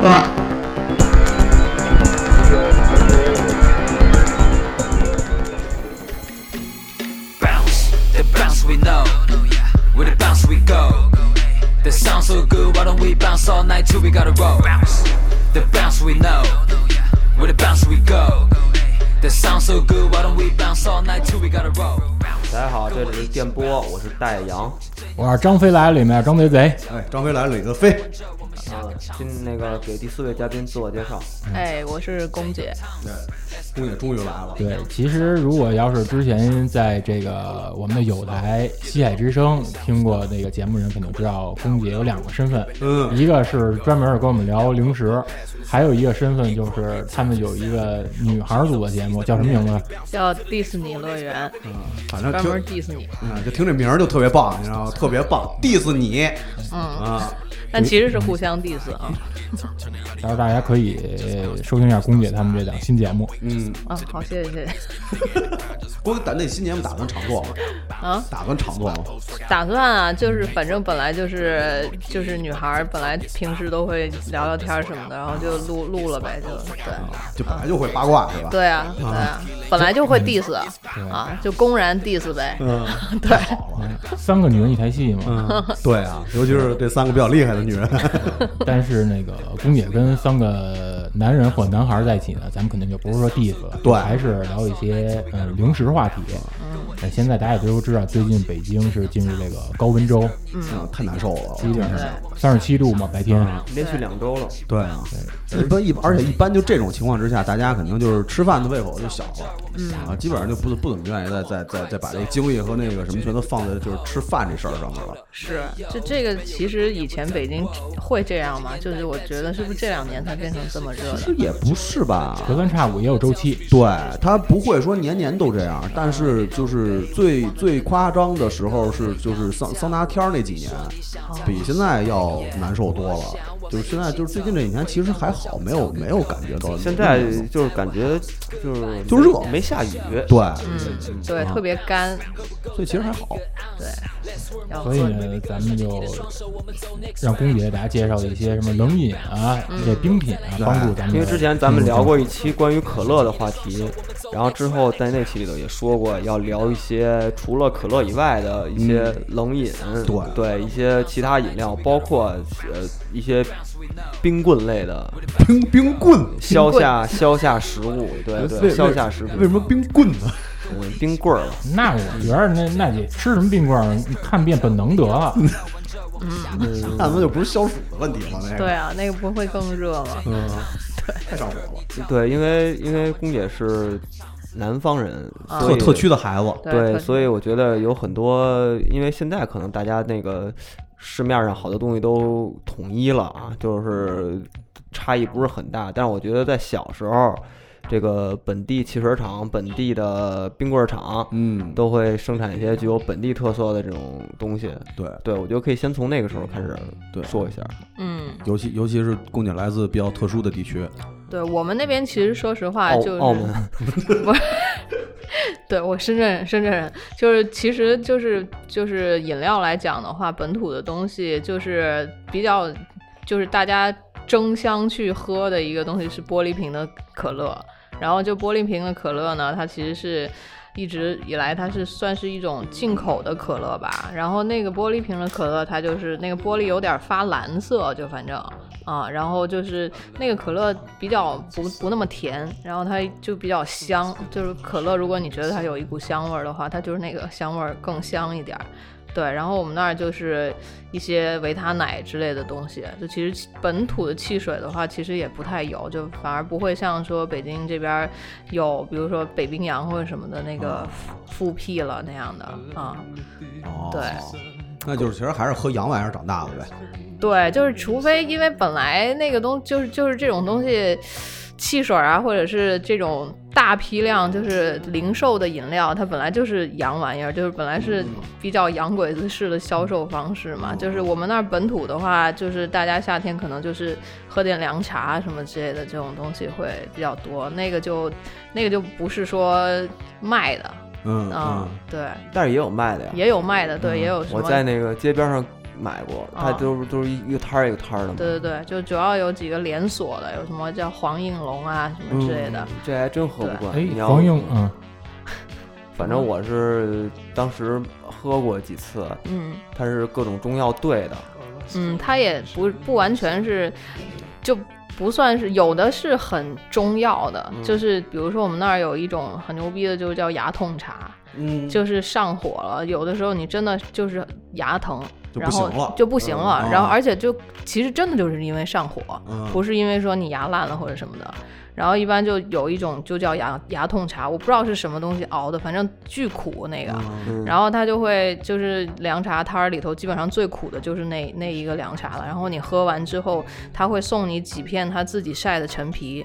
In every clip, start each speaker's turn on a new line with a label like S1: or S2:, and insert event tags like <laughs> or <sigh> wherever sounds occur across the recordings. S1: 我
S2: bounce, the bounce we know. With the bounce we go. The sound so good, why don't we bounce all night till we gotta roll? The bounce we know. With the bounce we go. The sound so good, why don't we bounce all night till we gotta roll?
S3: 大家好，这里是电波，我是戴阳。
S4: 我是张飞来了里面张贼贼，
S5: 哎，张飞来了，李子飞。
S3: 啊，今那个给第四位嘉宾自我介绍。
S6: 哎，我是龚姐，
S5: 对，公姐哎终于来了。
S4: 对，其实如果要是之前在这个我们的友台《西海之声》听过那个节目的人，肯定知道龚姐有两个身份，
S5: 嗯
S4: 一个是专门跟我们聊零食，还有一个身份就是他们有一个女孩组的节目，叫什么名字？
S6: 叫迪士尼乐园，
S5: 反正
S6: 专门
S5: 听，
S6: 迪士尼。
S5: 嗯，就听这名儿就特别棒，你知道吗？特别棒，diss 你
S6: 嗯，
S5: 啊！ <laughs>
S6: 但其实是互相 diss 啊。
S4: 到时候大家可以呃收听一下龚姐他们这档新节目。
S5: 嗯，
S6: 啊，好，谢谢谢谢。
S5: 不过咱这新节目打算常做吗？
S6: 啊，
S5: 打算常做吗？
S6: 打算啊，就是反正本来就是就是女孩儿，本来平时都会聊聊天儿什么的，然后就录录了呗，就对。
S5: 就本来就会八卦是吧？
S6: 对啊，对啊，本来就会 diss 啊，就公然 diss 呗。
S5: 嗯，
S6: <laughs> 对，
S5: 好了。
S4: 三个女人一台戏嘛，
S5: 嗯，对啊，尤其是这三个比较厉害的
S6: <laughs>
S5: 女人，
S4: 但是那个龚姐跟三个男人或男孩在一起呢，咱们肯定就不是说 diss 了，
S5: 对
S4: 还是聊一些呃零食话题。
S3: 嗯
S4: 呃，现在大家也都知道，最近北京是进入这个高温周，
S5: 嗯，太难受了。
S4: 基本上三十七度嘛，白天。
S3: 连续两周了，
S5: 对啊，一般一而且一般就这种情况之下，大家肯定就是吃饭的胃口就小了，啊，基本上就不不怎么愿意再再再再把这个精力和那个什么全都放在就是吃饭这事儿上面了。
S6: 是，就这个其实以前北京会这样吗？就是我觉得是不是这两年才变成这么热
S5: 其实
S6: 的？
S5: 也不是吧，
S4: 隔三差五也有周期，
S5: 对他不会说年年都这样，但是就是最最夸张的时候是就是桑桑拿天儿那几年，比现在要难受多了。就是现在就是最近这几年其实还好，没有没有感觉到
S3: 现在就是感觉就是
S5: 就热
S3: 没下雨。
S5: 对，
S6: 嗯，对，特别干，
S5: 所以其实还好。
S6: 对，要
S4: 所以呢，咱们就让龚姐给大家介绍一些什么冷饮啊，一些冰品啊，帮助咱
S3: 嗯
S4: 们。
S3: 因为之前咱们聊过一期关于可乐的话题，然后之后在那期里头也说过，要聊一些除了可乐以外的一些冷饮，
S5: 嗯对
S3: 一些其他饮料，包括呃一些冰棍类的
S5: 冰冰棍，
S3: 消夏消夏食物，对
S5: 为
S3: 对，消夏食品，
S5: 为什么冰棍呢？
S3: 我冰棍儿了？
S4: 嗯那我觉得那那得吃什么冰棍儿，看遍本能得
S3: <laughs>
S4: 了。
S5: <laughs> 那他妈就不是消暑的问题吗？那个
S6: 对，啊，那个不会更热吗？
S5: 嗯，太上火了，
S3: 对，因为因为龚姐是南方人，
S6: 啊
S3: 所以
S5: 特特区的孩子，
S3: 对，
S6: 特
S3: 所以我觉得有很多，因为现在可能大家那个市面上好多东西都统一了啊，就是差异不是很大。但是我觉得在小时候，这个本地汽水厂、本地的冰棍儿厂
S5: 嗯，
S3: 都会生产一些具有本地特色的这种东西。
S5: 对。
S3: 对，我觉得可以先从那个时候开始
S5: 对
S3: 说一下。
S6: 嗯，
S5: 尤其尤其是贡姐来自比较特殊的地区，
S6: 对我们那边其实说实话
S3: 澳
S6: 就是
S3: 澳
S6: <laughs>
S3: 门，
S6: 对我深圳人，深圳人就是，其实就是就是饮料来讲的话，本土的东西就是比较，就是大家争相去喝的一个东西是玻璃瓶的可乐，然后就玻璃瓶的可乐呢，它其实是。一直以来，它是算是一种进口的可乐吧。然后那个玻璃瓶的可乐，它就是那个玻璃有点发蓝色，就反正啊，然后就是那个可乐比较不不那么甜，然后它就比较香。就是可乐，如果你觉得它有一股香味儿的话，它就是那个香味儿更香一点儿。对，然后我们那儿就是一些维他奶之类的东西，就其实本土的汽水的话，其实也不太有，就反而不会像说北京这边儿有，比如说北冰洋或者什么的那个复辟了那样的啊、
S5: 哦
S6: 对，
S5: 那就是其实还是喝洋玩意儿长大的呗，
S6: 对，就是除非因为本来那个东就是就是这种东西，汽水啊，或者是这种大批量就是零售的饮料，它本来就是洋玩意儿，就是本来是比较洋鬼子式的销售方式嘛。就是我们那儿本土的话，就是大家夏天可能就是喝点凉茶什么之类的这种东西会比较多，那个就那个就不是说卖的，
S5: 嗯
S6: 嗯，对，
S3: 但是也有卖的呀。
S6: 也有卖的，对，也有什
S3: 我
S6: 么
S3: 在那个街边上买过，它
S6: 啊
S3: 都是都是一个摊儿一个摊儿的嘛。
S6: 对对对，就主要有几个连锁的，有什么叫黄应龙啊什么之类的
S3: 嗯，这还真喝不惯。
S4: 哎
S3: 你，要
S4: 黄用，嗯，
S3: 反正我是当时喝过几次，
S6: 嗯
S3: 它是各种中药兑的，
S6: 嗯，它也不不完全是，就不算是有的是很中药的，
S3: 嗯
S6: 就是比如说我们那儿有一种很牛逼的，就叫牙痛茶，
S3: 嗯
S6: 就是上火了，有的时候你真的就是牙疼，
S5: 就不
S6: 然后
S5: 行了
S6: 就不行了，
S5: 嗯
S6: 然后
S5: 啊
S6: 而且就其实真的就是因为上火，
S5: 嗯
S6: 不是因为说你牙烂了或者什么的。然后一般就有一种就叫牙牙痛茶，我不知道是什么东西熬的，反正巨苦那个。
S3: 嗯
S6: 然后它就会就是凉茶摊儿里头，基本上最苦的就是那那一个凉茶了。然后你喝完之后，他会送你几片他自己晒的陈皮，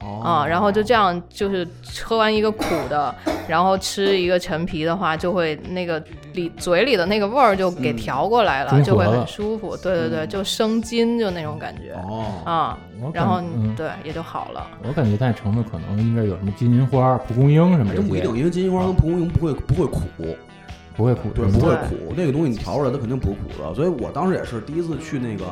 S5: 哦
S6: 啊、然后就这样就是喝完一个苦的，然后吃一个陈皮的话，就会那个里嘴里的那个味儿就给调过来
S5: 嗯
S6: 了，
S4: 中和
S6: 就会
S4: 了
S6: 很舒服。对对对，就生津就那种感觉
S5: 哦，
S6: 啊、
S4: 我感
S6: 然后、
S4: 嗯
S6: 对也就好了。
S4: 我感觉在成都可能应该有什么金银花、蒲公英什么的，
S5: 还真不一定，因为金银花跟蒲公英不会不会苦，
S4: 不会苦，
S5: 对，
S4: 是
S5: 不
S4: 吗
S5: 会苦。那个东西你调出来，它肯定不是苦的。所以我当时也是第一次去那个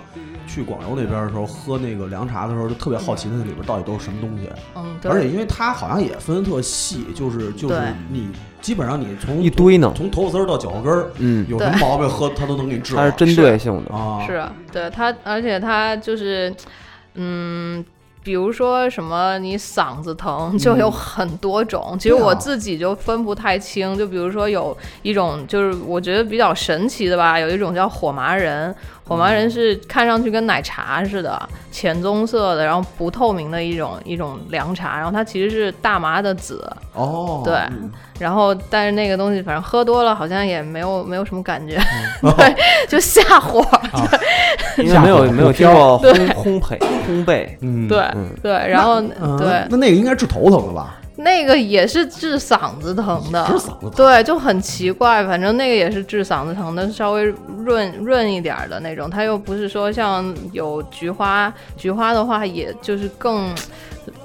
S5: 去广州那边的时候，喝那个凉茶的时候，就特别好奇它那里边到底都是什么东西。
S6: 嗯，
S5: 而且
S6: 对，
S5: 因为它好像也分特细，就是就是
S6: 对
S5: 你基本上你从
S3: 一堆呢。
S5: 从头发丝儿到脚后跟儿，
S3: 嗯，
S5: 有什么
S6: 对
S5: 毛病喝它都能给你治了。
S3: 它是针对性的。
S5: 啊，
S6: 是对它，而且它就是嗯。比如说什么，你嗓子疼就有很多种。其实
S5: 嗯对啊
S6: 我自己就分不太清。就比如说有一种，就是我觉得比较神奇的吧，有一种叫火麻仁。火
S5: 嗯
S6: 麻仁是看上去跟奶茶似的，浅棕色的，然后不透明的一种一种凉茶。然后它其实是大麻的籽，
S5: 哦，
S6: 对
S5: 嗯
S6: 然后但是那个东西反正喝多了好像也没有没有什么感觉，
S5: 嗯
S6: <laughs> 对，就下火。
S3: 因为没
S4: 下火
S3: 有
S4: 不
S3: 没有经
S4: 飘
S3: 过烘烘焙烘焙，
S5: 嗯，
S6: 对、
S3: 嗯
S6: 对，然后
S5: 嗯
S6: 对。
S5: 那那个应该治头疼的吧？
S6: 那个也是治嗓子疼的，
S5: 治嗓子疼
S6: 对，就很奇怪。反正那个也是治嗓子疼的，稍微润润一点儿的那种。它又不是说像有菊花，菊花的话，也就是更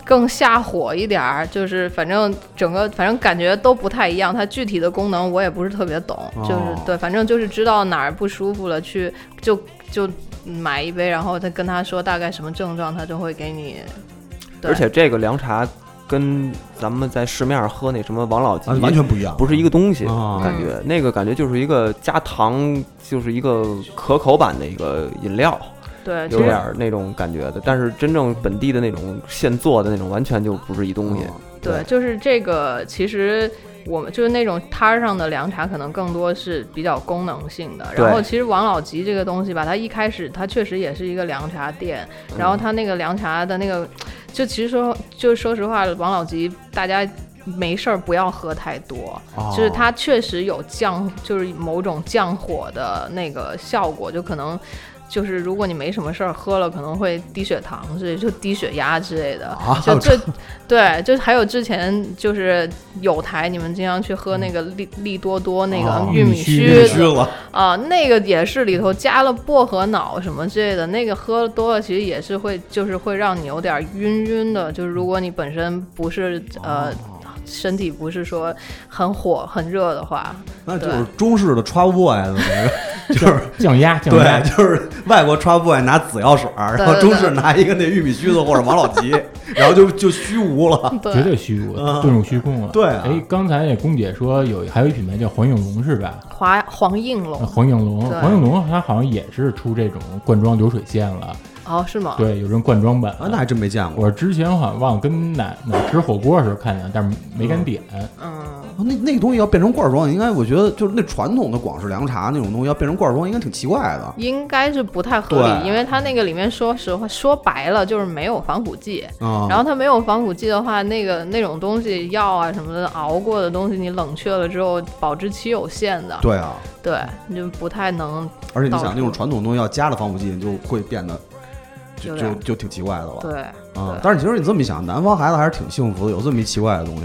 S6: 更下火一点儿，就是反正整个反正感觉都不太一样。它具体的功能我也不是特别懂，
S5: 哦
S6: 就是对，反正就是知道哪儿不舒服了，去就就买一杯，然后他跟他说大概什么症状，他就会给你。对
S3: 而且这个凉茶跟咱们在市面上喝那什么王老吉
S5: 啊，完全不一样，
S3: 不是一个东西，
S5: 啊
S3: 感觉那个感觉就是一个加糖，就是一个可口版的一个饮料，
S6: 对，
S3: 有
S6: 就是
S3: 点儿那种感觉的。但是真正本地的那种现做的那种，完全就不是一东西。
S6: 对，就是这个，其实我们就是那种摊儿上的凉茶，可能更多是比较功能性的。然后
S3: 对
S6: 其实王老吉这个东西吧，它一开始它确实也是一个凉茶店，然后它那个凉茶的那个，就其实说就说实话，王老吉大家。没事儿，不要喝太多。
S5: 哦
S6: 就是它确实有降，就是某种降火的那个效果，就可能就是如果你没什么事儿喝了，可能会低血糖之类，就低血压之类的。
S5: 啊，还
S6: 就
S5: 有
S6: 最对，就是还有之前就是有台你们经常去喝那个利利多多那
S5: 哦
S6: 个玉米
S4: 玉
S6: 须
S4: 米
S5: 这虚了，
S6: 啊、那个也是里头加了薄荷脑什么之类的，那个喝多了其实也是会就是会让你有点晕晕的，就是如果你本身不是呃身体不是说很火很热的话，
S5: 那就是中式的 Travoy 的那个，
S3: <laughs>
S5: 就是。
S4: 降压降压
S5: 对，，就是外国 Travoy 拿紫药水儿，然后
S6: 对对
S5: 中
S6: 对
S5: 式拿一个那玉米须子或者王老
S6: <laughs>
S5: 吉，然后就就虚无了。
S6: 对
S4: 绝对虚无，遁入虚空了。
S5: 嗯对啊
S4: 哎，刚才那公姐说有还有一品牌叫黄应龙是吧？
S6: 华黄应
S4: 啊
S6: 龙
S4: 黄应龙，
S6: 对
S4: 黄应龙它好像也是出这种罐装流水线了，
S6: 哦是吗？
S4: 对，有这种罐装版。
S5: 啊，那还真没见过。
S4: 我之前好像忘了跟哪哪吃火锅的时候看见，但是没敢点。
S6: 嗯，
S5: 啊那那个东西要变成罐装，应该我觉得就是那传统的广式凉茶那种东西要变成罐装，应该挺奇怪的。
S6: 应该是不太合理，
S5: 对
S6: 因为它那个里面说实话说白了就是没有防腐剂。
S5: 啊，
S6: 然后它没有防腐剂的话，那个那种东西药啊什么的，熬过的东西你冷却了之后，保质期有限的，
S5: 对啊，
S6: 对，你就不太能，
S5: 而且你
S6: 到
S5: 想
S6: 处
S5: 那种传统东西要加了防腐剂，就会变得就
S6: 有
S5: 就
S6: 点
S5: 就挺奇怪的了。
S6: 对，
S5: 啊
S6: 对，
S5: 但是其实你这么一想，南方孩子还是挺幸福的，有这么一奇怪的东西。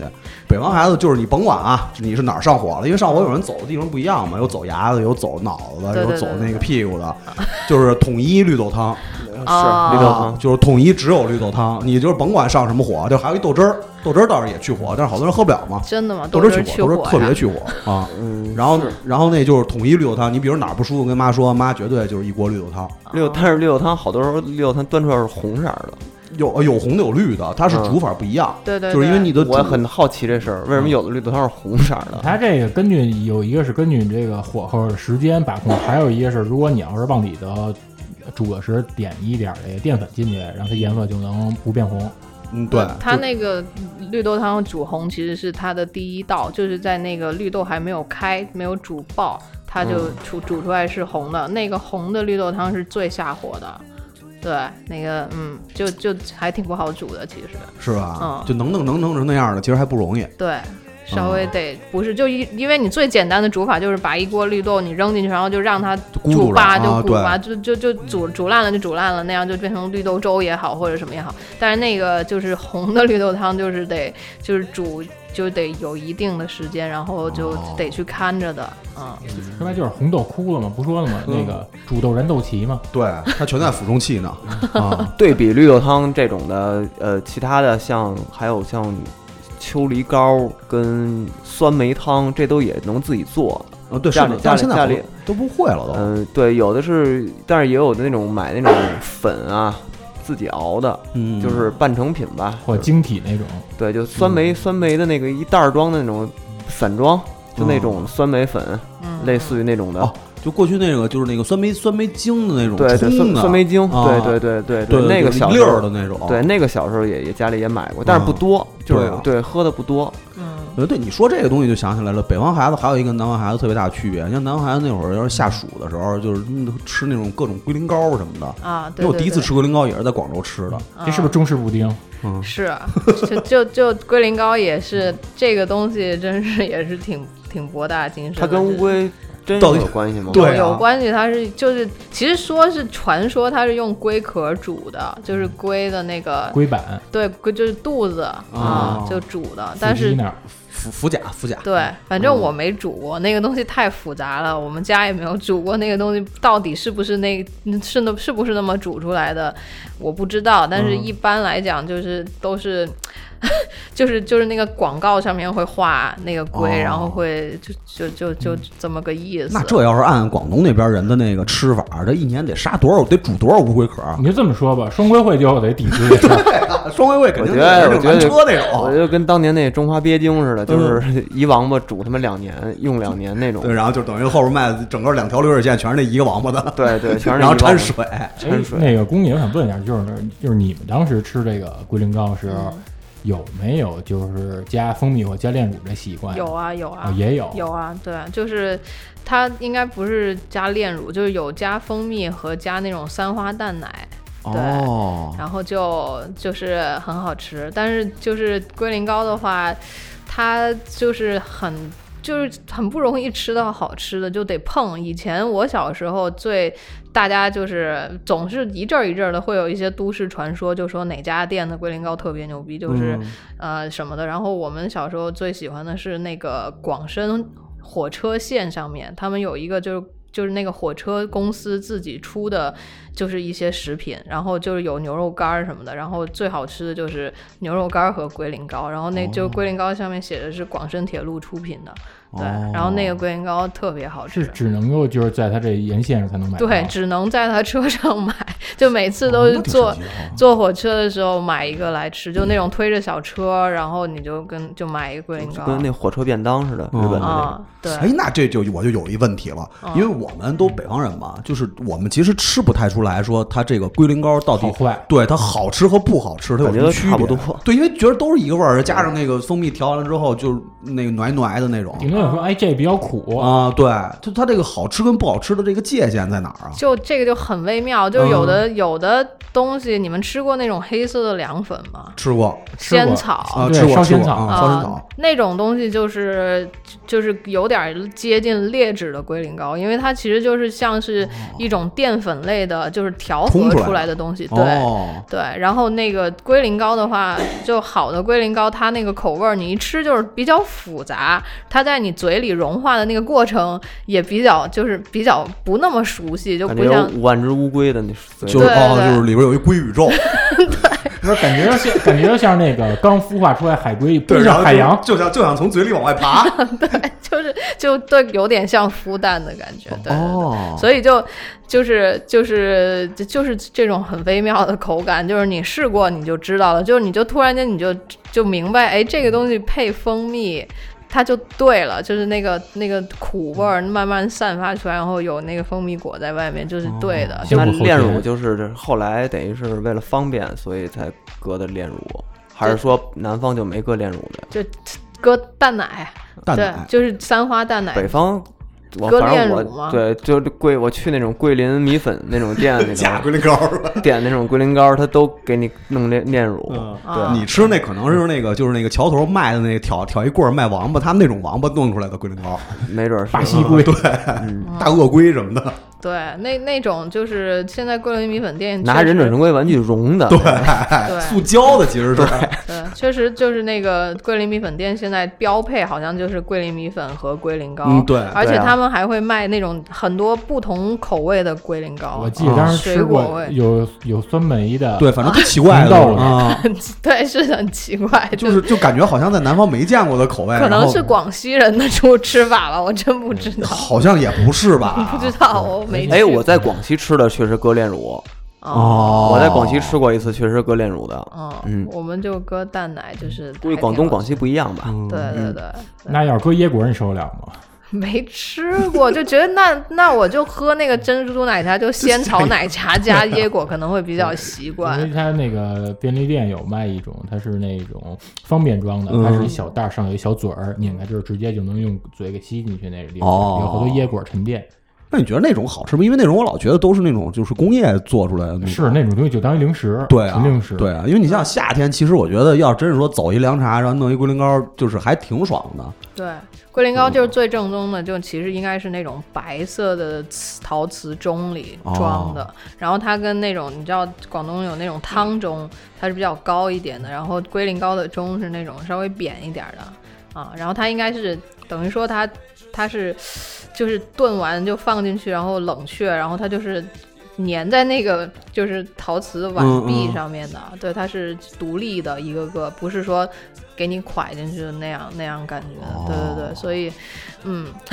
S5: 北方孩子就是你甭管啊，你是哪儿上火了，因为上火有人走的地方不一样嘛，有走牙的，有走脑子的，
S6: 对对
S5: 有走
S6: 对对
S5: 那个屁股的，就是统一绿豆汤，
S3: 绿豆汤
S5: 啊，就是统一只有绿豆汤，你就是甭管上什么火，就还有一豆汁儿，豆汁儿倒是也去火，但是好多人喝不了嘛。
S6: 真的吗？
S5: 豆
S6: 汁
S5: 汁儿
S6: 儿
S5: 去
S6: 去
S5: 火，
S6: 火
S5: 豆汁儿特别
S6: 呀
S5: 去火啊。
S3: 嗯，
S5: 然后
S3: 是
S5: 然后那就是统一绿豆汤，你比如哪儿不舒服，跟妈说，妈绝对就是一锅绿豆汤，
S6: 嗯啊
S3: 绿豆，但是绿豆汤好多时候绿豆汤端出来是红色儿的，
S5: 有呃有红的有绿的，它是
S3: 嗯
S5: 煮法不一样，
S6: 对对，
S5: 就是因为你的
S3: 我
S5: 煮
S3: 很好奇这事儿，为什么有的绿豆汤是红色儿的？
S4: 它这个根据有一个是根据这个火候的时间把控，还有一个是如果你要是往里头煮的时点一点儿这个淀粉进去，然后它颜色就能不变红。
S5: 嗯对，
S6: 它
S5: 就
S6: 那个绿豆汤煮红其实是它的第一道，就是在那个绿豆还没有开、没有煮爆，它就
S5: 嗯
S6: 煮、煮出来是红的。那个红的绿豆汤是最下火的，对，那个嗯，就就还挺不好煮的，其实
S5: 是吧
S6: 嗯？
S5: 就能弄能弄成那样的，其实还不容易。
S6: 对。稍
S5: 哦
S6: 微得不是，就一因为你最简单的煮法就是把一锅绿豆你扔进去，然后就让它
S5: 就咕
S6: 煮
S5: 嘟
S6: 吧，就
S5: 啊，
S6: 煮吧，
S5: 对，嗯
S6: 就就就煮煮烂了就煮烂了，那样就变成绿豆粥也好，或者什么也好。但是那个就是红的绿豆汤，就是得就是煮就得有一定的时间，然后就
S5: 哦
S6: 得去看着的，嗯。
S4: 说白就是红豆枯了嘛，不说了嘛，那个煮豆燃豆萁嘛，
S5: 对，它全在俯中气呢。啊，
S3: 对比绿豆汤这种的，呃，其他的像还有像秋梨膏跟酸梅汤，这都也能自己做。
S5: 啊对，是
S3: 家里
S5: 的，但是现
S3: 家里
S5: 在
S3: 家
S5: 好
S3: 里
S5: 多都不会了都。
S3: 嗯、对，有的是，但是也有的那种买那种粉啊，自己熬的，
S5: 嗯，
S3: 就是半成品吧。
S4: <laughs> 或者晶体那种。
S3: 对，就酸
S5: 嗯
S3: 梅酸梅的那个一袋儿装的那种散装，就那种酸梅粉，
S6: 嗯，
S3: 类似于那种的。
S5: 哦就过去那个就是那个酸梅酸梅精的那种
S3: 对对，
S5: 冲
S3: 酸
S5: 的，
S3: 酸梅精，
S5: 啊
S3: 对对对对
S5: 对
S3: 那个
S5: 就是
S3: 小
S5: 粒
S3: 时候
S5: 儿的，那种。
S3: 对那个小时候也也家里也买过，但是不
S5: 嗯
S3: 多，就是
S5: 对啊
S3: 对喝的不多。
S6: 嗯，
S5: 呃，对你说这个东西就想起来了，北方孩子还有一个南方孩子特别大的区别，像南方孩子那会儿要是下暑的时候，就是嗯吃那种各种龟苓膏什么的。
S6: 啊，
S5: 因
S6: 对，
S5: 为我
S6: 对
S5: 第一次
S6: 对
S5: 吃龟苓膏也是在广州吃的，
S6: 啊
S4: 这是不是中式布丁？
S5: 嗯，
S6: 是啊就就就龟苓膏也是这个东西，真是也是挺挺博大精深的。
S3: 它跟乌龟
S5: <laughs>
S3: 真
S5: 到底
S3: 有关系吗？
S5: 对啊
S6: 有关系，它是就是其实说是传说它是用龟壳煮的，就是龟的那个
S4: 龟板、
S6: 对，龟就是肚子啊、
S5: 哦
S6: 就煮的，
S4: 腹
S6: 但
S4: 肌
S6: 是
S4: 那儿
S3: 嗯
S5: 福福甲福甲，
S6: 对，反正我没煮
S5: 哦
S6: 过、那个东西太复杂了，我们家也没有煮过那个东西，到底是不是那是那是不是那么煮出来的，我不知道。但
S5: 嗯
S6: 是一般来讲，就是都是。 <laughs> 就是就是那个广告上面会画那个龟，
S5: 哦
S6: 然后会就就就就这么个意思。
S5: 那这要是按广东那边人的那个吃法，这一年得杀多少，得煮多少乌龟壳啊？
S4: 你就这么说吧，双规会就得抵制这事儿。
S5: 双龟胃肯
S3: 我
S5: 定
S3: 觉
S5: 得
S3: 得，
S5: 是那
S3: 我
S5: 种
S3: 觉得
S5: 拦车那
S3: 我
S5: 种。嗯
S3: 觉得跟当年那中华鳖精似的，就是 <laughs> 一王八煮他妈两年，用两年那种
S5: 对，。然后就等于后边卖的整个两条流水线全是那一个王八的，
S3: 对
S5: <laughs>
S3: 对，全是
S5: 然后
S3: 一帮
S5: 掺
S3: 人
S5: 水。
S3: 掺水。
S4: 哎那个公爷，我想问一下，就是就是你们当时吃这个龟苓膏的时候，有没有就是加蜂蜜或加炼乳这习惯？
S6: 有啊有啊、
S4: 哦也有
S6: 有啊，对，就是它应该不是加炼乳，就是有加蜂蜜和加那种三花淡奶。对
S5: 哦，
S6: 然后就就是很好吃，但是就是龟苓膏的话，它就是很就是很不容易吃到好吃的，就得碰。以前我小时候最大家就是总是一阵儿一阵儿的会有一些都市传说，就说哪家店的龟苓膏特别牛逼，就是、呃什么的。然后我们小时候最喜欢的是那个广深火车线上面，他们有一个就是。就是那个火车公司自己出的，就是一些食品，然后就是有牛肉干儿什么的，然后最好吃的就是牛肉干儿和龟苓膏，然后那就龟苓膏上面写的是广深铁路出品的，对，然后那个龟苓膏特别好
S4: 是
S6: 吃。
S4: 只能够就是在它这沿线上才能买到。
S6: 对，只能在他车上买， <laughs> 就每次都
S5: 哦
S6: 是
S5: 那挺
S6: 坐、
S5: 神奇的啊
S6: 坐火车的时候买一个来吃，就那种推着小车，然后你就跟就买一个龟苓膏
S3: 跟那火车便当似的，日本的那个。
S6: 啊，对，哦
S5: 哎，那这就我就有一问题了，因为我们都北方人嘛，就是我们其实吃不太出来说它这个龟苓膏到底
S4: 好坏
S5: 对它好吃和不好吃，它有
S3: 感
S5: 什
S3: 觉
S5: 么
S3: 都
S5: 区别？
S3: 差不多
S5: 对，因为觉得都是一个味儿，加上那个蜂蜜调完了之后，就是那个暖暖的那种
S4: 顶多有说，哎，这比较苦，
S5: 啊，对，就它这个好吃跟不好吃的这个界限在哪儿啊？
S6: 就这个就很微妙，就是有的、有的东西，你们吃过那种黑色的凉粉吗？
S5: 吃过
S4: 吃过
S6: 仙草
S5: 啊，
S4: 对
S5: 吃过
S4: 烧
S5: 吃
S4: 仙
S5: 过
S4: 草
S5: 啊，烧仙
S6: 啊
S5: 草，
S6: 那种东西就是就就是有点接近劣质的龟苓膏，因为它其实就是像是一种淀粉类的，就是调
S5: 冲
S6: 和
S5: 出来
S6: 出来的东西。对，
S5: 哦，
S6: 对，然后那个龟苓膏的话，就好的龟苓膏，它那个口味儿，你一吃就是比较复杂，它在你嘴里融化的那个过程也比较就是比较不那么熟悉，就
S3: 感
S6: 不
S3: 觉有
S6: 像
S3: 五万只乌龟的那嘴
S5: 就是
S6: 对
S5: 哦，
S6: 对
S5: 就是里边有一龟
S4: <laughs>
S5: 宇宙，
S4: 就是感觉像感觉像那个刚孵化出来海龟，不
S5: 对，然
S4: 像
S5: 后
S4: 海洋。
S5: 就就想就想从嘴里往外爬。
S6: <laughs> 就是就对，有点像孵蛋的感觉， <laughs> 对对对
S5: 哦，
S6: 所以就就是就是就是这种很微妙的口感，就是你试过你就知道了，就是你就突然间你就就明白，哎，这个东西配蜂蜜。它就对了，就是那个那个苦味儿慢慢散发出来，然后有那个蜂蜜果在外面，就是对的。
S5: 哦
S4: 结
S6: 就
S4: 果
S3: 那
S4: 后
S3: 炼乳
S4: 天
S3: 就是后来等于是为了方便，所以才搁的炼乳，还是
S6: 对
S3: 说南方就没搁炼乳的呀？
S6: 就搁蛋奶，
S5: 蛋
S6: 对
S5: 奶，
S6: 就是三花蛋奶
S3: 北。方，我
S6: 搁
S3: 反正
S6: 炼乳
S3: 我
S6: 吗
S3: 对，就是桂，我去那种桂林米粉那种店
S6: <laughs>
S3: 里
S5: 假
S3: 头
S5: 龟苓膏是吧？
S3: 点那种龟苓膏，它都给你弄炼炼乳。
S6: 啊
S5: 你吃那可能是那个，就是那个桥头卖的那个挑挑一棍儿卖王八，他们那种王八弄出来的龟苓膏，
S3: 没准儿是
S4: 巴西龟，
S6: 嗯
S5: 大鳄龟什么的，
S6: 对，那那种就是现在桂林米粉店
S3: 拿
S6: 确
S3: 忍
S6: 实
S3: 者神龟玩具融的，
S5: 对，塑胶的其实是，
S6: 对，确实就是那个桂林米粉店现在标配好像就是桂林米粉和龟苓膏，
S5: 嗯对
S6: 而且
S3: 对啊
S6: 他们还会卖那种很多不同口味的龟苓膏
S4: 我，记得当时
S6: 水
S4: 吃
S6: 果
S4: 过
S6: 味
S4: 有有酸梅的，
S5: 啊对，反正挺奇怪的
S4: 红豆的
S5: 啊，
S6: <laughs> 对，是很奇怪，
S5: 就是就感觉好像在南方没见过的口味，
S6: 可
S5: 然
S6: 能
S5: 后
S6: 是广西人的出吃法吧，我真不知道，
S5: 好像也不是吧
S6: 不？知道，我没
S3: 哎，
S6: 去
S3: 我在广西吃的确实搁炼乳，
S6: 哦。
S5: 哦
S3: 我在广西吃过一次，确实搁炼乳的。
S6: 嗯
S3: 嗯，
S6: 我们就搁蛋奶，就是
S3: 估计
S6: 还
S3: 广
S6: 挺
S3: 东、
S6: 好
S3: 广
S6: 吃
S3: 西嗯不一样吧？
S4: 嗯
S6: 的，对对对，对
S4: 那要是搁椰果，你受得了吗？
S6: 没吃过，就觉得那那我就喝那个珍珠奶
S5: <laughs>
S6: 茶，就仙草奶茶加椰果可能会比较习惯
S4: 因。为它那个便利店有卖一种，它是那种方便装的，
S5: 嗯
S4: 它是一小袋儿上有一小嘴儿，拧开就是直接就能用嘴给吸进去那种，
S5: 哦
S4: 有好多椰果沉淀，
S5: 那你觉得那种好吃吗？因为那种我老觉得都是那种就是工业做出来的那种，
S4: 是那种东西就当一零食，
S5: 嗯对啊
S4: 纯零食，，
S5: 对啊，因为你像夏天，其实我觉得要真是说走一凉茶，然后弄一龟苓膏，就是还挺爽的。
S6: 对，龟苓膏就是最正宗的，就其实应该是那种白色的瓷陶瓷盅里装
S5: 哦
S6: 的，然后它跟那种你知道广东有那种汤盅，它是比较高一点的，然后龟苓膏的盅是那种稍微扁一点的啊，然后它应该是等于说它它是就是炖完就放进去，然后冷却，然后它就是。粘在那个就是陶瓷碗
S5: 嗯
S6: 壁
S5: 嗯
S6: 上面的，对，它是独立的一个个，不是说给你蒯进去的那样那样感觉，对对对，所以，嗯， <laughs>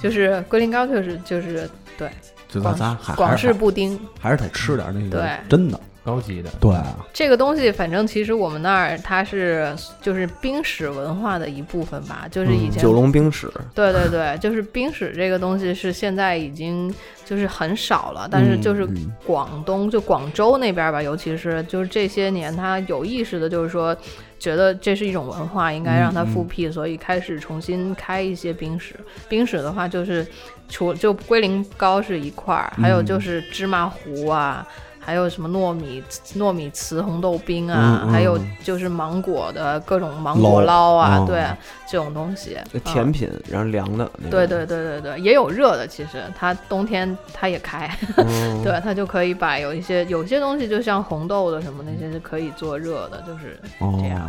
S6: 就是龟苓膏就是就是对
S5: 就咱
S6: 广
S5: 咱还
S6: 广
S5: 还
S6: 式
S5: 是
S6: 布丁
S5: 还是得吃点那个
S6: 对
S5: 真的，
S4: 高级的，
S5: 对啊，
S6: 这个东西，反正其实我们那儿它是就是冰史文化的一部分吧，嗯就是以前、
S3: 九龙冰室，
S6: 对对对，就是冰史这个东西是现在已经就是很少了，但是就是
S5: 嗯
S6: 广东、就广州那边吧，尤其是就是这些年，他有意识的，就是说觉得这是一种文化，应该让它复
S5: 嗯
S6: 辟，所以开始重新开一些冰史。冰史的话，就是除就龟苓膏是一块儿，还有就是芝麻糊啊。还有什么糯米糯米糍红豆冰啊，
S5: 嗯嗯
S6: 还有就是芒果的各种芒果
S5: 捞
S6: 捞啊，
S5: 哦
S6: 对这种东西，
S3: 就
S6: 嗯
S3: 甜品，然后凉的那种。
S6: 对对对对对，也有热的，其实它冬天它也开，
S3: 嗯，
S4: 哦
S6: <laughs> 对，它就可以把有一些有些东西，就像红豆的什么那些是可以做热的，就是
S5: 哦
S6: 这样，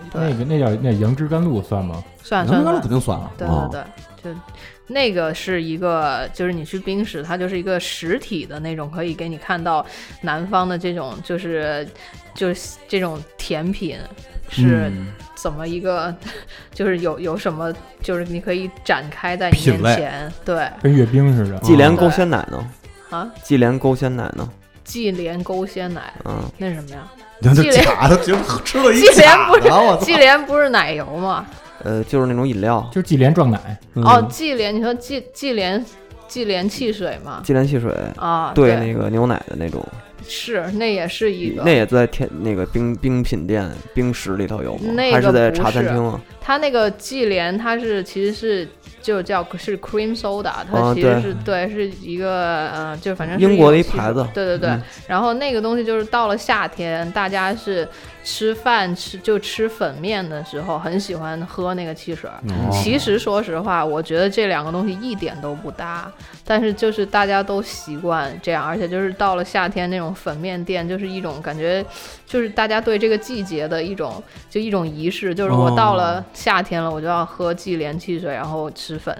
S3: 嗯
S6: 对
S4: 那个那叫那杨枝甘露算吗？
S6: 算
S5: 那
S6: 算
S5: 那那
S6: 算
S5: 肯，定算了，
S6: 对
S5: 啊
S3: 哦
S6: 对对，就那个是一个，就是你去冰室，它就是一个实体的那种，可以给你看到南方的这种，就是就是这种甜品
S3: 嗯
S6: 是
S5: <laughs>
S6: 怎么一个， <laughs> 就是有有什么，就是你可以展开在你
S5: 品
S6: 面
S5: 味
S6: 前，对
S4: 跟阅兵似的，
S3: 季
S6: 哦
S3: 莲勾鲜奶呢？
S6: 啊，
S3: 季莲勾鲜奶呢？
S6: 季莲勾鲜奶，
S3: 嗯，
S6: 那是什么呀？
S5: 你看这
S6: 季莲
S5: 假的，就吃
S3: <laughs>
S5: 了一
S6: <laughs> 季莲
S5: 假
S6: 不是
S5: 的，我
S6: <laughs>
S5: 操
S6: 季！莲不是奶油吗？
S3: 呃，就是那种饮料，
S4: 就是季莲撞奶，
S6: 哦，
S5: 嗯，
S6: 季莲，你说季季莲季莲汽水吗？
S3: 季莲汽水，
S6: 啊，
S3: 兑
S6: 对，
S3: 那个牛奶的那种。
S6: 是那也是一个
S3: 那，也在天那个冰冰品店冰室里头有吗？
S6: 那个
S3: 还是在
S6: 不
S3: 茶餐
S6: 是
S3: 厅啊？
S6: 它那个季联它是其实是就叫是 cream soda，
S3: 啊
S6: 它其
S3: 对
S6: 实是、对是一个呃，就反正是
S3: 英国的一
S6: 种系
S3: 牌子
S6: 对对对。
S3: 嗯
S6: 然后那个东西就是到了夏天，大家是吃饭吃就吃粉面的时候，很喜欢喝那个汽水儿。
S3: 嗯
S4: 嗯哦
S3: 哦
S6: 其实说实话，我觉得这两个东西一点都不搭，但是就是大家都习惯这样，而且就是到了夏天那种粉面店，就是一种感觉，就是大家对这个季节的一种就一种仪式，就是我
S4: 哦
S6: 到了夏天了，我就要喝季莲汽水，然后吃粉，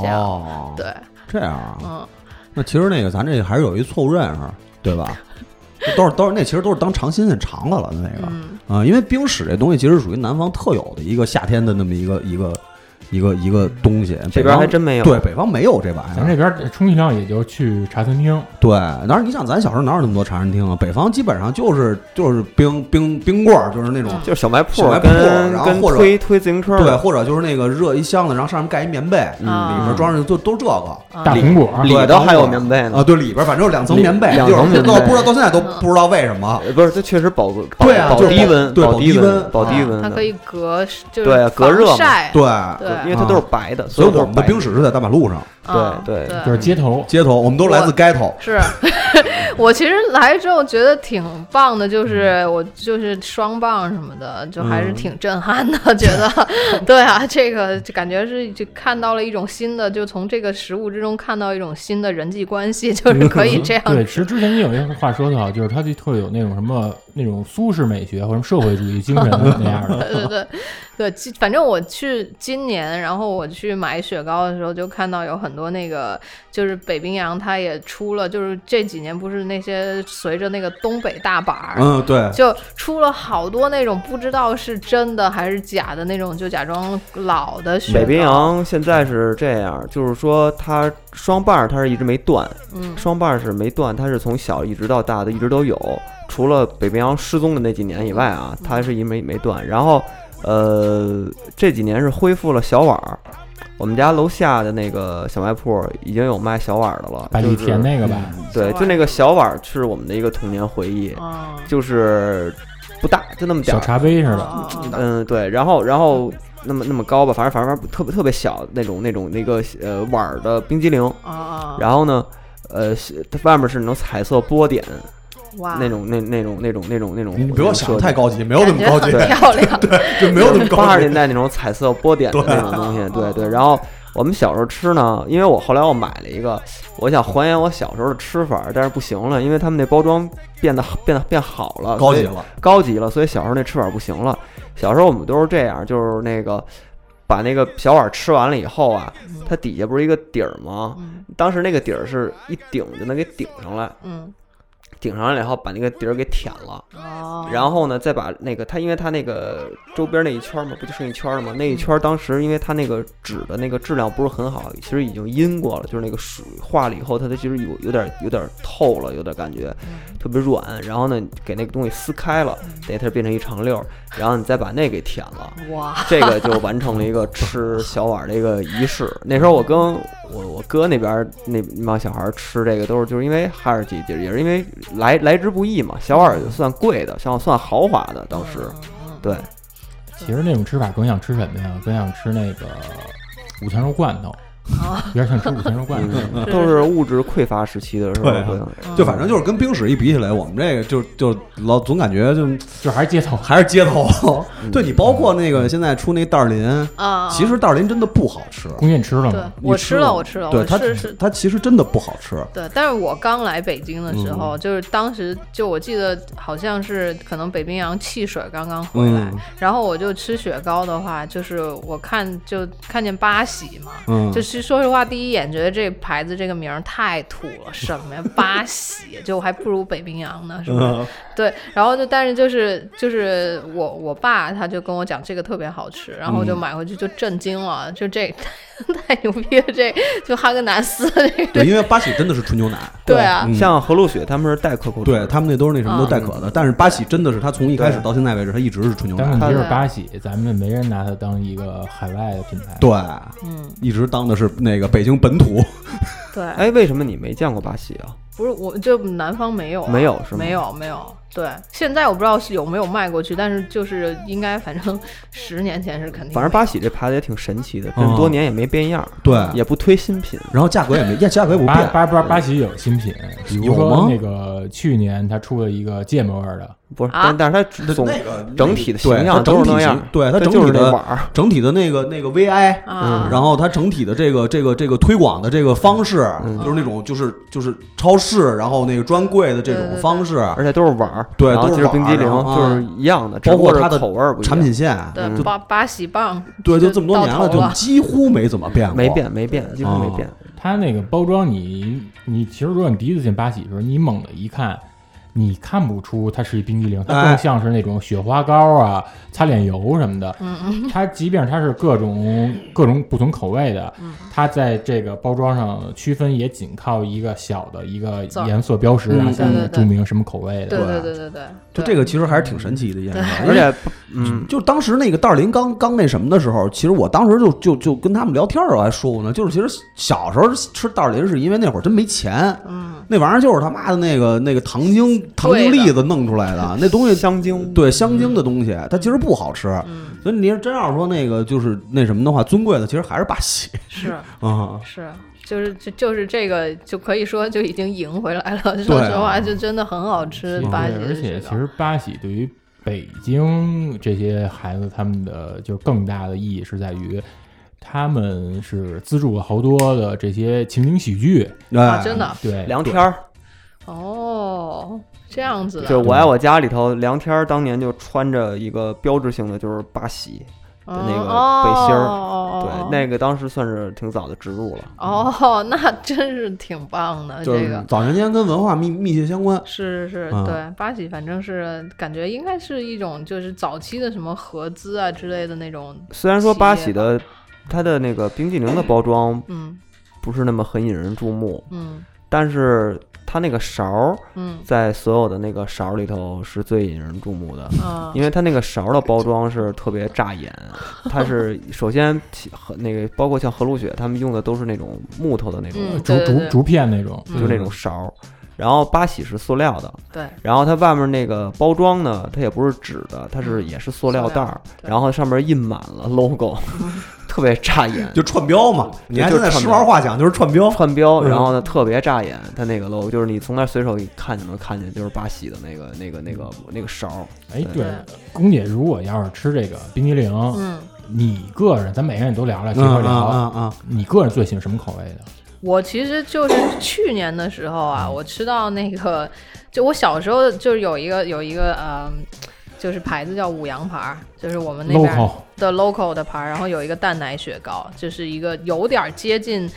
S6: 这样
S5: 哦，
S6: 对，
S5: 这样啊，
S6: 嗯，
S5: 那其实那个咱这还是有一错误认识，对吧？都是都是那其实都是当尝新鲜尝了了那个
S6: 嗯
S5: 啊、因为冰室这东西其实属于南方特有的一个夏天的那么一个一个一个一个东西，
S3: 这
S5: 北
S3: 边
S5: 方
S3: 还真没有。
S5: 对北方没有这玩意
S4: 咱
S5: 儿。
S4: 这边充其量也就去茶餐厅，
S6: 啊
S5: 对，当然你想咱小时候哪有那么多茶餐厅啊？北方基本上就是就是冰冰冰棍儿，就是那种
S6: 嗯
S3: 就是小卖铺
S5: 小卖
S3: 儿
S5: 铺
S3: 跟
S5: 儿然后
S3: 跟
S5: 或者
S3: 推推自行车
S5: 对，
S3: 的，
S5: 或者就是那个热一箱子，然后上面盖一棉被，
S3: 嗯
S6: 啊
S5: 里面装上就都这个。
S6: 嗯
S4: 大苹果，
S3: 里
S5: 对
S3: 头还有
S5: 包括
S3: 棉被呢
S5: 啊，对，里边反正有两层棉被，
S3: 两
S5: 就是
S3: 层棉被
S5: 到不知道到现在都
S6: 嗯
S5: 不知道为什么。
S3: 呃不是，它确实保保
S5: 对啊
S3: 保
S5: 就是
S3: 低
S5: 保
S3: 温，
S5: 对
S3: 保
S5: 保
S3: 低
S5: 低温
S3: 温，保低
S6: 嗯
S3: 温
S6: 它可
S3: 的，
S6: 以隔就是
S3: 对隔热嘛
S6: 防晒，
S5: 对，
S3: 因
S6: 对
S3: 为它都是白的，
S5: 啊所以
S3: 都
S5: 我
S3: 是
S5: 们的
S3: 白
S5: 冰室是在大马路上、
S6: 嗯
S3: 对
S6: 对，
S4: 就是街头，
S5: 街头，我们都来自街头。
S6: 是 <laughs> 我其实来之后觉得挺棒的，就是我就是双棒什么的，就还是挺震撼的。觉得对啊，这个就感觉是就看到了一种新的，就从这个食物之中看到一种新的人际关系，
S3: 嗯
S6: 就是可以这样。
S4: 对，其实之前也有一个话说得好，就是它就特有那种什么那种苏式美学或者什么社会主义精神那样
S6: <laughs>
S4: 的。
S6: 对 <laughs> 对对对，今反正我去今年，然后我去买雪糕的时候，就看到有很多那个，就是北冰洋它也出了，就是这几年不是那些随着那个东北大板儿，
S5: 嗯，对，
S6: 就出了好多那种不知道是真的还是假的那种，就假装老的雪糕
S3: 北冰，洋现在是这样，就是说它双棒儿它是一直没断，
S6: 嗯
S3: 双棒儿是没断，它是从小一直到大的一直都有，除了北冰洋失踪的那几年以外啊，
S6: 嗯
S3: 它是一没没断。然后呃，这几年是恢复了小碗儿，我们家楼下的那个小卖铺儿已经有卖小碗儿的了，
S4: 百
S3: 就
S4: 利
S3: 是
S4: 甜那个吧，
S3: 对，
S6: 小碗
S3: 就
S6: 儿
S3: 那个小碗儿是我们的一个童年回忆，
S6: 嗯，
S3: 就是不大，就那么点
S4: 小
S3: 儿，
S4: 茶杯似的，
S6: 哦哦哦
S3: 嗯，对，然后然后那么那么高吧，反正反正反正特别特别小那种那种那个呃碗儿的冰激凌，
S6: 哦哦，
S3: 然后呢，呃，是它外面是能彩色波点
S6: 哇，
S3: 那种那那种那种那种那种，
S5: 你不要想得太高级，没有那
S6: 感
S5: 么
S6: 觉
S5: 高
S6: 很
S5: 级，
S6: 漂亮，
S5: 就没有那么
S3: <laughs> 八
S5: 高啊
S3: 十
S5: 级
S3: 年。代那种彩色波点的那种东西，对对。然后我们小时候吃呢，因为我后来我买了一个，我想还原我小时候的吃法，但是不行了，因为他们那包装变得变得变好了，
S5: 高
S3: 所
S5: 级
S3: 以
S5: 了，
S3: 高级了，所以小时候那吃法不行了。小时候我们都是这样，就是那个把那个小碗吃完了以后啊，它底下不是一个底儿吗？
S6: 嗯
S3: 当时那个底儿是一顶就能给顶上来，
S6: 嗯，
S3: 顶上来以后把那个底儿给舔了，
S6: 哦，
S3: 然后呢再把那个它，因为它那个周边那一圈嘛，不就剩一圈了吗？那一圈当时因为它那个纸的那个质量不是很好，其实已经阴过了，就是那个水化了以后，它它其实有有点有点透了，有点感觉。
S6: 嗯
S3: 特别软，然后呢给那个东西撕开了，等于它变成一长溜儿，然后你再把那给舔了。
S6: 哇，
S3: 这个就完成了一个吃小碗儿的一个仪式。 <laughs> 那时候我跟我我哥那边儿那那帮小孩儿吃这个，都是就是因为哈士奇，就是也是因为来来之不易嘛。小碗儿也算贵的，像算豪华的，当时
S6: 嗯
S3: 对，
S4: 其实那种吃法更想吃什么呀？更想吃那个五香肉罐头，
S6: 哦
S4: 有点像吃五香肉罐头。
S3: 嗯
S6: 是
S3: 都是物质匮乏时期的时候
S5: 对啊
S3: 会有。
S6: 嗯
S5: 就反正就是跟冰室一比起来，我们这个就就老总感觉就
S4: 就还是街头，
S5: 还是街头。
S3: 嗯
S5: <laughs> 对你包括那个现在出那袋儿林，
S6: 啊，
S5: 其实袋儿林真的不好吃。
S4: 公园嗯吃了
S6: 对
S4: 吗？
S6: 我
S5: 你
S6: 吃
S5: 了
S6: 了
S5: 吗，
S6: 我吃了，
S5: 对
S6: 我
S5: 它
S6: 是是
S5: 它其实真的不好
S6: <laughs>
S5: 吃。
S6: 对，但是我刚来北京的
S5: 嗯
S6: 时候，就是当时就我记得好像是可能北冰洋汽水刚刚回来，
S5: 嗯
S6: 然后我就吃雪糕的话，就是我看就看见八喜嘛。
S5: 嗯，
S6: 就是说实话，第一眼觉得这牌子这个名儿太土了，什么呀，八喜，就还不如北冰洋呢，是吧？
S5: 嗯
S6: 对，然后就但是就是就是我我爸他就跟我讲这个特别好吃，然后我
S5: 嗯
S6: 就买回去就震惊了，就这 <laughs> 太牛逼了，这就哈根达斯这个
S5: 对，因为八喜真的是纯牛奶，
S6: <laughs> 对啊
S5: 嗯
S3: 像和路雪他们是代可口
S5: 对他们那都是那什么
S6: 嗯
S5: 都带可的，但是八喜真的是它从一开始到现在为止，它一直是纯牛
S4: 但问
S5: 奶。
S4: 题是
S6: 对
S4: 八喜，咱们没人拿它当一个海外的品牌。
S5: 对，
S6: 嗯
S5: 一直当的是那个北京本土
S6: 对，
S3: 哎，为什么你没见过巴西啊？
S6: 不是我就南方没有、啊，
S3: 没有是吗
S6: 没有没有，对，现在我不知道是有没有卖过去，但是就是应该反正十年前是肯定没
S3: <laughs>
S6: 有，
S3: 反正巴西这牌子也挺神奇的，这
S5: 嗯
S3: 么多年也没变样儿，
S5: 对
S3: 也不推新品。
S5: 然后价格也没，价格也不
S4: 巴
S5: 变。
S4: 巴巴巴西有新品，比如
S5: 有吗
S4: 说那个去年他出了一个芥末味儿的，
S3: 不是，
S6: 啊
S3: 但但是它总
S5: 那个
S3: 整体的
S5: 对
S3: 形
S5: 它
S3: 象
S5: 整
S3: 都是
S5: 体
S3: 那样
S5: 形，对它整
S3: 就是
S5: 体
S3: 那
S5: 的
S3: 碗儿，
S5: 整体的那个那个 VI，
S6: 啊，
S5: 然后它整体的这个这个这个推广的这个方式，
S3: 嗯
S5: 就是那种就是就是超市，然后那个专柜的这
S6: 对对
S5: 种
S6: 对
S5: 方式，
S3: 而且都是碗儿，
S5: 对
S3: 然后
S5: 都
S3: 就是是冰激凌，
S5: 碗儿啊
S3: 就是一样的，只
S5: 包
S3: 不
S5: 括
S3: 过是
S5: 它的
S3: 口味儿不一样
S5: 产品线，
S6: 对巴巴西棒，
S5: 对，
S6: 就
S5: 就这么多年
S6: 到头
S5: 就 <laughs>
S6: 了
S5: 几乎没怎么变过，
S3: 没
S6: <laughs>
S3: 变，没变，几乎没
S5: 啊
S3: 变。
S4: 它那个包装你你其实如果你第一次进巴西的时候，你猛地一看。你看不出它是一冰激凌，它
S5: 哎
S4: 更像是那种雪花膏啊、擦脸油什么的。
S6: 嗯嗯，
S4: 它即便它是各种各种不同口味的，
S6: 嗯
S4: 它在这个包装上区分也仅靠一个小的一个
S6: 字儿
S4: 颜色标识，啊
S3: 嗯
S4: 然后下
S6: 对对
S4: 面
S6: 对
S4: 注明什么口味
S6: 对
S4: 的。
S6: 对对对对，
S5: 就
S6: 对
S5: 这个其实还是挺神奇的一件事儿，
S3: 而且，嗯，
S5: 就当时那个袋儿林刚刚那什么的时候，其实我当时就就就跟他们聊天儿，我还说过呢，就是其实小时候吃袋儿林是因为那会儿真没钱，
S6: 嗯，
S5: 那玩意儿就是他妈的那个那个糖精糖精
S6: 对的
S5: 栗子弄出来的，那东西
S3: 香精，
S5: 对香精的东西，它其实不好吃。
S6: 嗯
S5: 所以你要真要是说那个就是那什么的话，尊贵的其实还是巴西
S6: 是
S5: 啊。
S6: 是。就是就就是这个就可以说就已经赢回来了， <laughs>
S5: 对
S6: 说
S5: 啊
S6: 实话就真的很好吃
S4: 对，
S6: 嗯巴西
S4: 而
S6: 的雪
S4: 且其
S6: 糕
S4: 实巴西对于北京这些孩子，他们的就更大的意义是在于，他们是资助了好多的这些情景喜剧，
S6: 啊
S5: 哎，
S6: 真的
S4: 对，
S3: 梁天儿，
S6: 哦，这样子
S3: 就
S6: 的，
S3: 我爱我家里头，梁天儿当年就穿着一个标志性的就是巴西，
S6: 嗯
S3: 那个
S6: 哦
S3: 背心儿
S6: 哦
S3: 对，那个当时算是挺早的植入了。
S6: 哦，那真是挺棒的，
S5: 哎就
S6: 这
S5: 是
S6: 个
S5: 早年间跟文化密密切相关。
S6: 是是是，
S5: 嗯
S6: 对，巴西反正是感觉应该是一种就是早期的什么合资啊之类的那种，
S3: 虽然说巴西的它的那个冰激凌的包装
S6: 嗯
S3: 不是那么很引人注目，
S6: 嗯
S3: 但是它那个勺儿
S6: 嗯
S3: 在所有的那个勺儿里头是最引人注目的。
S6: 啊
S3: 因为它那个勺儿的包装是特别扎眼，它是首先起和那个包括像和路雪他们用的都是那种木头的那种
S6: 嗯
S4: 竹
S6: 对对
S4: 竹
S6: 对
S4: 竹片那种，
S6: 嗯
S3: 就那种勺儿，然后八喜是塑料的，
S6: 对，
S3: 然后它外面那个包装呢，它也不是纸的，它是也是塑料袋儿，
S6: 对
S3: 然后上面印满了 logo，特 <laughs> 别扎眼，
S5: 就串标嘛，你看
S3: 就
S5: 现在
S3: 串
S5: 时
S3: 标
S5: 髦话讲就是串标，
S3: 串标，
S5: 嗯
S3: 然后呢特别扎眼，它那个 logo 就是你从那儿随手一看就能看见，就是八喜的那个那个那个那个勺儿，
S4: 哎，
S3: 对
S4: 对，公姐，如果要是吃这个冰激凌，
S6: 嗯，
S4: 你个人，咱每个人都聊聊，
S5: 嗯
S4: 随便
S5: 嗯
S4: 聊，
S5: 嗯嗯，
S4: 你个人最喜欢什么口味的？
S6: 我其实就是去年的时候啊，我吃到那个，就我小时候就是有一个有一个呃，就是牌子叫五羊牌儿，就是我们那边儿
S4: local
S6: 的 local 的牌儿，然后有一个蛋奶雪糕，就是一个有点儿接近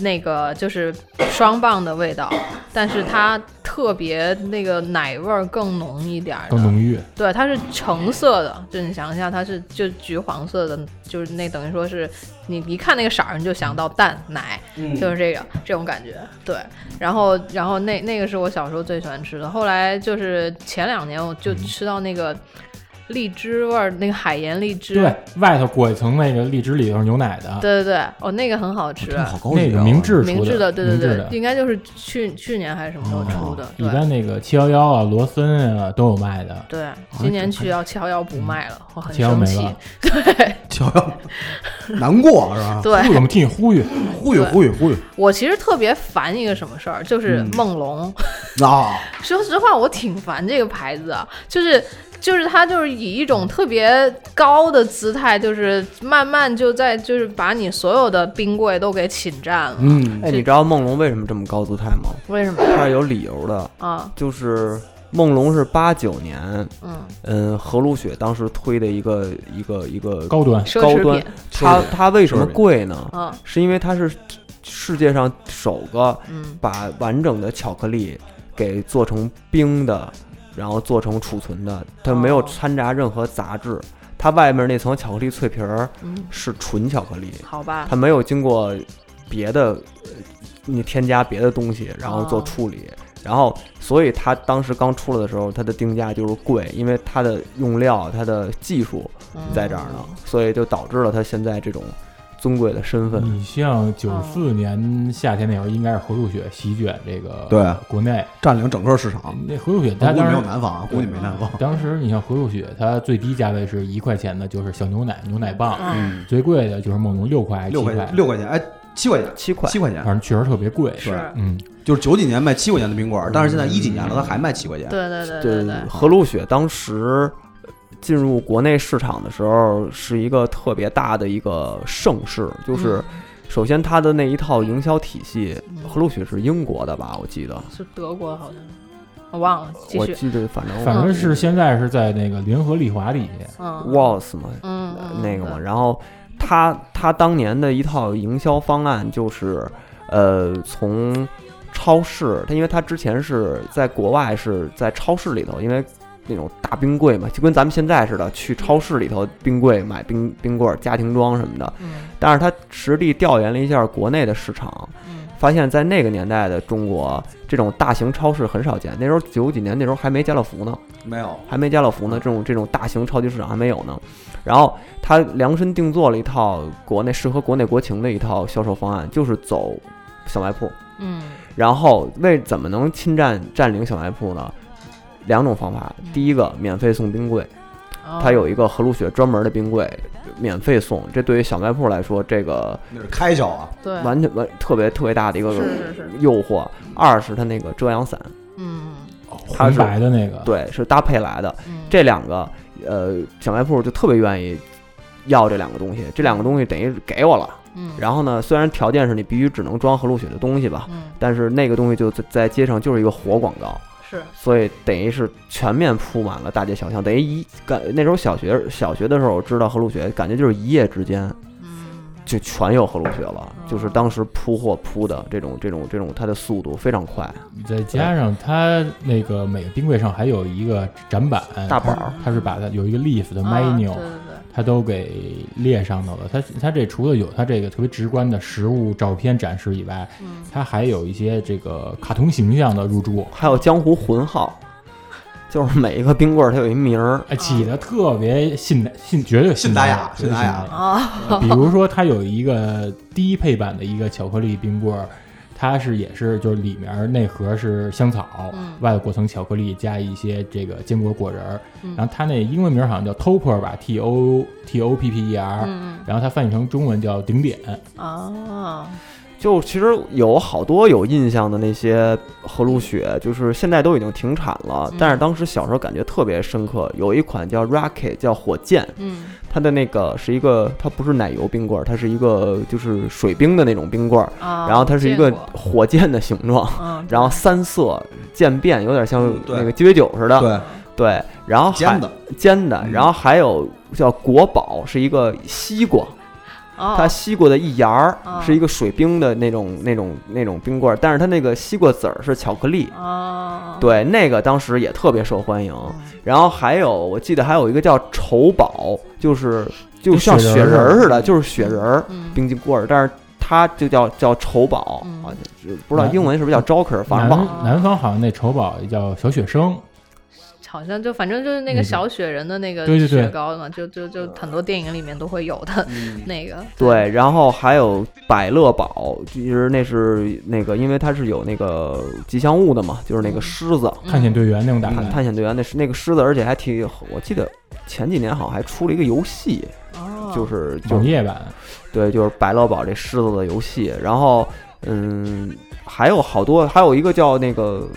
S6: 那个就是双棒的味道，但是它特别那个奶味儿更浓一点儿
S4: 更
S6: 的。
S4: 浓郁，
S6: 对，它是橙色的，就你想一下，它是就橘黄色的，就是那等于说是你一看那个色儿，你就想到蛋奶，就是这个这种感觉。对，然后然后那那个是我小时候最喜欢吃的，后来就是前两年我就
S4: 嗯
S6: 吃到那个荔枝味儿，那个海盐荔枝，
S4: 对，外头裹一层那个荔枝，里头是牛奶的，
S6: 对对对，哦，那个很好吃，
S5: 这好高级啊，
S4: 那个明治
S6: 明
S4: 出
S6: 治的，对对
S4: 明治
S6: 对，
S4: 的。哦
S6: 应该就是去去年还是什么时候出的，
S4: 一
S6: 对
S4: 般那个七幺幺啊、罗森啊都有卖的，
S6: 对。今年去幺七幺幺不卖了，我很
S4: 711
S6: 生
S4: 没
S6: 气
S4: 了。
S3: <laughs>
S5: 瞧瞧，难过是吧？
S6: 对
S4: 呼吁我们替你呼吁，
S5: 忽悠
S6: 对
S5: 忽悠忽悠，
S6: 我其实特别烦一个什么事儿，就是梦龙。 <laughs>
S5: 啊，
S6: 说实话，我挺烦这个牌子啊，就是就是它就是以一种特别高的姿态，就是慢慢就在就是把你所有的冰柜都给侵占了。
S5: 嗯，
S3: 哎，你知道梦龙为什么这么高姿态吗？
S6: 为什么
S3: 它是有理由的，
S6: 啊？
S3: 就是梦龙是八九年，
S6: 嗯，
S3: 嗯，何如雪当时推的一个一个一个
S4: 高
S5: <laughs>
S4: 端
S6: 奢
S3: 高
S6: 侈
S3: 端
S6: 品，，
S3: 它
S5: 奢侈品
S3: 它为什么
S5: 奢侈品
S3: 贵呢？
S6: 嗯
S3: 是因为它是世界上首个
S6: 嗯
S3: 把完整的巧克力给做成冰的，然后做成储存的，它没有
S6: 哦
S3: 掺杂任何杂质。它外面那层巧克力脆皮儿
S6: 嗯，
S3: 是纯巧克力，
S6: 好吧
S3: 它，没有经过别的呃你添加别的东西，然后做
S6: 哦
S3: 处理。然后，所以它当时刚出来的时候，它的定价就是贵，因为它
S6: 哦嗯
S3: 的用料、它的技术在这儿呢，所以就导致了它现在这种尊贵的身份。
S4: 你像九四年夏天那会儿，应该是回路雪席卷这个
S5: 对
S4: 国内，
S5: 占领整个市场。
S4: 那回路雪
S5: 估
S4: 它
S5: 计
S4: 当
S5: 没
S4: 时
S5: 有南方啊，估计没南方。
S4: 当时你像回路雪，它最低价位是一块钱的，就是小牛奶、牛奶棒，
S5: 嗯，
S4: 最贵的就是梦龙六块、七
S5: 六块钱，六块钱，哎，七块钱，
S3: 七块，
S5: 七块钱
S4: 反，正确实特别贵。
S5: 是
S6: 是
S4: 嗯，
S5: 就是九几年卖七块钱的冰棍儿，但是现在一几年了，它还卖七块钱。
S6: 对对对
S3: 嗯对
S6: 对对，
S3: 和路雪当时进入国内市场的时候，是一个特别大的一个盛世，就是
S6: 嗯
S3: 首先它的那一套营销体系，
S6: 嗯
S3: 和路雪是英国的吧？我记得，
S6: 是德国好像，我忘了，继
S3: 我
S6: 续，
S3: 记得反正
S4: 反正是现在是在那个联合利华底下，
S6: 嗯，
S3: WAS 嘛，
S6: 嗯，嗯
S3: 那个嘛，
S6: 对
S3: 然后他他当年的一套营销方案就是，呃，从超市，他因为他之前是在国外是在超市里头，因为那种大冰柜嘛，就跟咱们现在似的，去超市里头冰柜买冰冰棍儿、家庭装什么的。
S6: 嗯
S3: 但是他实地调研了一下国内的市场，
S6: 嗯
S3: 发现在那个年代的中国，这种大型超市很少见。那时候九几年，那时候还没家乐福呢。
S5: 没有，
S3: 还没家乐福呢，这种这种大型超级市场还没有呢。然后他量身定做了一套国内适合国内国情的一套销售方案，就是走小卖铺。
S6: 嗯
S3: 然后为怎么能侵占占领小卖铺呢？两种方法，第一个免费送冰柜，
S6: 嗯哦
S3: 它有一个和路雪专门的冰柜，免费送。这对于小卖铺来说，这个
S5: 那是开销啊。
S6: 对，
S3: 完全完特别特别大的一个
S6: 是是是，
S3: 诱惑。二是它那个遮阳伞，
S6: 嗯
S3: 它
S4: 红
S3: 是
S4: 白的那个，
S3: 对，是搭配来的。
S6: 嗯，
S3: 这两个呃小卖铺就特别愿意要这两个东西，这两个东西等于给我了。
S6: 嗯，
S3: 然后呢，虽然条件是你必须只能装和路雪的东西吧，
S6: 嗯
S3: 但是那个东西就在在街上就是一个活广告，
S6: 是
S3: 所以等于是全面铺满了大街小巷，等于一感那时候小学小学的时候我知道和路雪，感觉就是一夜之间
S6: 嗯
S3: 就全有和路雪了，就是当时铺货铺的这种这种这种它的速度非常快，
S4: 再加上它那个每个冰柜上还有一个展板
S3: 大板儿，
S4: 它是把它有一个 list 的
S6: 啊
S4: menu，、
S6: 对对对，
S4: 它都给列上头了。它它这除了有它这个特别直观的实物照片展示以外，
S6: 嗯
S4: 它还有一些这个卡通形象的入驻，
S3: 还有江湖魂号，就是每一个冰棍儿它有一名儿，
S6: 啊
S4: 哎，起的特别信达信，绝对
S5: 信达雅
S4: 信
S5: 信达雅
S4: 雅。
S3: 哦
S6: 啊，
S4: 比如说，它有一个低配版的一个巧克力冰棍儿，它是也是就是里面内核是香草，
S6: 嗯
S4: 外头裹层巧克力加一些这个坚果果仁儿。
S6: 嗯
S4: 然后它那英文名好像叫 Topper 吧，T O T O P P E R，、
S6: 嗯
S4: 然后它翻译成中文叫顶点。
S6: 嗯啊，
S3: 就其实有好多有印象的那些和路雪，就是现在都已经停产了
S6: 嗯，
S3: 但是当时小时候感觉特别深刻。有一款叫 Rocket，叫火箭，
S6: 嗯
S3: 它的那个是一个，它不是奶油冰棍儿，它是一个就是水冰的那种冰棍儿，
S6: 啊，
S3: 然后它是一个
S6: 见过
S3: 火箭的形状，
S6: 嗯，
S3: 然后三色渐变，有点像
S5: 嗯对
S3: 那个鸡尾酒似的，
S5: 对，
S3: 对，然后还
S5: 尖的，
S3: 煎的，
S5: 嗯
S3: 然后还有叫国宝，是一个西瓜，它
S6: 它
S3: 西瓜的一芽儿
S6: 哦
S3: 是一个水冰的那种、那种、那种冰棍儿，但是它那个西瓜籽儿是巧克力，
S6: 啊，
S3: 对，那个当时也特别受欢迎。
S6: 哦
S3: 然后还有，我记得还有一个叫稠宝，就是就
S4: 跟
S3: 像
S4: 雪
S3: 雪
S4: 人
S3: 人
S4: 儿
S3: 儿似的，就是雪人儿
S6: 嗯
S3: 冰激棍儿，但是它就叫叫稠宝
S6: 嗯
S3: 啊，就不知道英文是不
S4: 嗯
S3: 是叫 Joker，反正
S4: 南
S3: 忘了。
S4: 南方好像那丑宝叫小雪生，
S6: 好像就反正就是那
S4: 那
S6: 个
S3: 嗯
S4: 个
S6: 小雪人的那个
S4: 对对对
S6: 雪糕嘛，就就就很多电影里面都会有的那个，
S3: 嗯对，然后还有百乐宝，其实那是那个，因为它是有那个吉祥物的嘛，就是那个
S6: 嗯
S3: 狮子，
S6: 嗯
S4: 探险队员那种打扮
S3: 探。探险队员那是那个狮子，而且还挺，我记得前几年好像还出了一个游戏，
S6: 哦，
S3: 就是就
S4: 网
S3: 是
S4: 页版，
S3: 对，就是百乐宝这狮子的游戏。然后嗯，还有好多，还有一个叫那个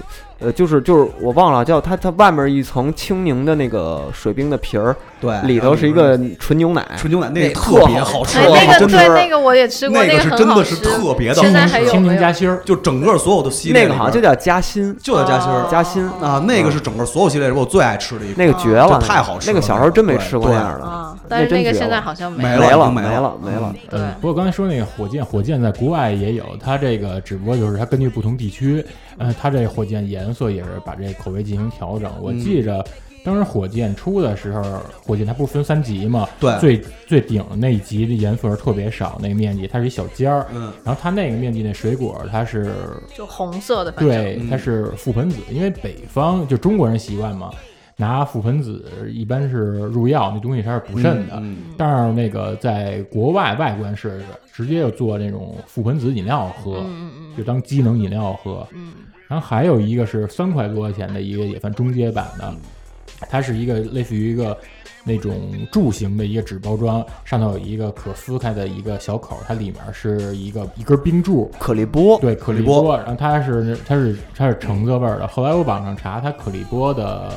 S3: 呃，就是就是我忘了叫它它外面一层清凝的那个水冰的皮儿，
S5: 对，
S3: 里头是一个纯牛奶。
S5: 纯牛奶，
S3: 那
S5: 那
S3: 个
S5: 特别
S3: 特
S5: 好
S3: 好
S5: 吃
S6: 哎，
S5: 我
S6: 那个
S5: 真的
S6: 对
S5: 是
S6: 那个我也吃过，
S5: 那
S6: 那
S5: 个是
S6: 很
S5: 真
S6: 好
S5: 的是
S6: 吃，
S5: 特别的
S6: 现
S4: 青
S5: 好
S6: 在
S5: 吃，
S6: 还有
S4: 柠青
S6: 没
S4: 柠
S6: 有
S4: 夹心儿，
S5: 就整个所有的系列
S3: 那
S5: 里
S3: 个
S5: 边，
S3: 好像就叫夹心，
S5: 就叫夹心儿
S6: 哦
S3: 夹心
S5: 啊，那个是整个所有系列里边我最爱吃的一个，
S3: 嗯那个绝了，
S5: 这太好吃了
S3: 那个小时候真没吃过
S5: 对
S3: 那样的，
S6: 啊，但是
S3: 那真
S6: 那个
S3: 绝
S6: 现在
S3: 了
S6: 好像
S5: 没
S6: 了，嗯
S5: 了已
S3: 了
S5: 经没
S3: 没
S5: 了嗯
S3: 没了。
S6: 对
S4: 呃，不过刚才说那个火箭，火箭在国外也有，它这个只不过就是它根据不同地区，呃，它这火箭颜色也是把这口味进行调整。我记着当时火箭出的时候，火箭它不是分三级嘛，
S5: 对
S4: 最最顶那一级的颜色是特别少，那个面积它是一小尖儿，
S5: 嗯，
S4: 然后它那个面积那水果它是
S6: 就红色的，反正
S4: 对，它是覆盆子，因为北方就中国人习惯嘛。拿覆盆子一般是入药，那东西它是补肾的。
S5: 嗯
S4: 但是那个在国外外观是直接就做那种覆盆子饮料喝，
S6: 嗯嗯
S4: 就当机能饮料喝。
S6: 嗯
S4: 然后还有一个是三块多块钱的一个也算中阶版的，
S5: 嗯
S4: 它是一个类似于一个那种柱形的一个纸包装，上头有一个可撕开的一个小口，它里面是一个一根冰柱，
S3: 可丽波，
S4: 对，可丽波，然后它是它是它是橙子味儿的。后来我网上查，它可丽波的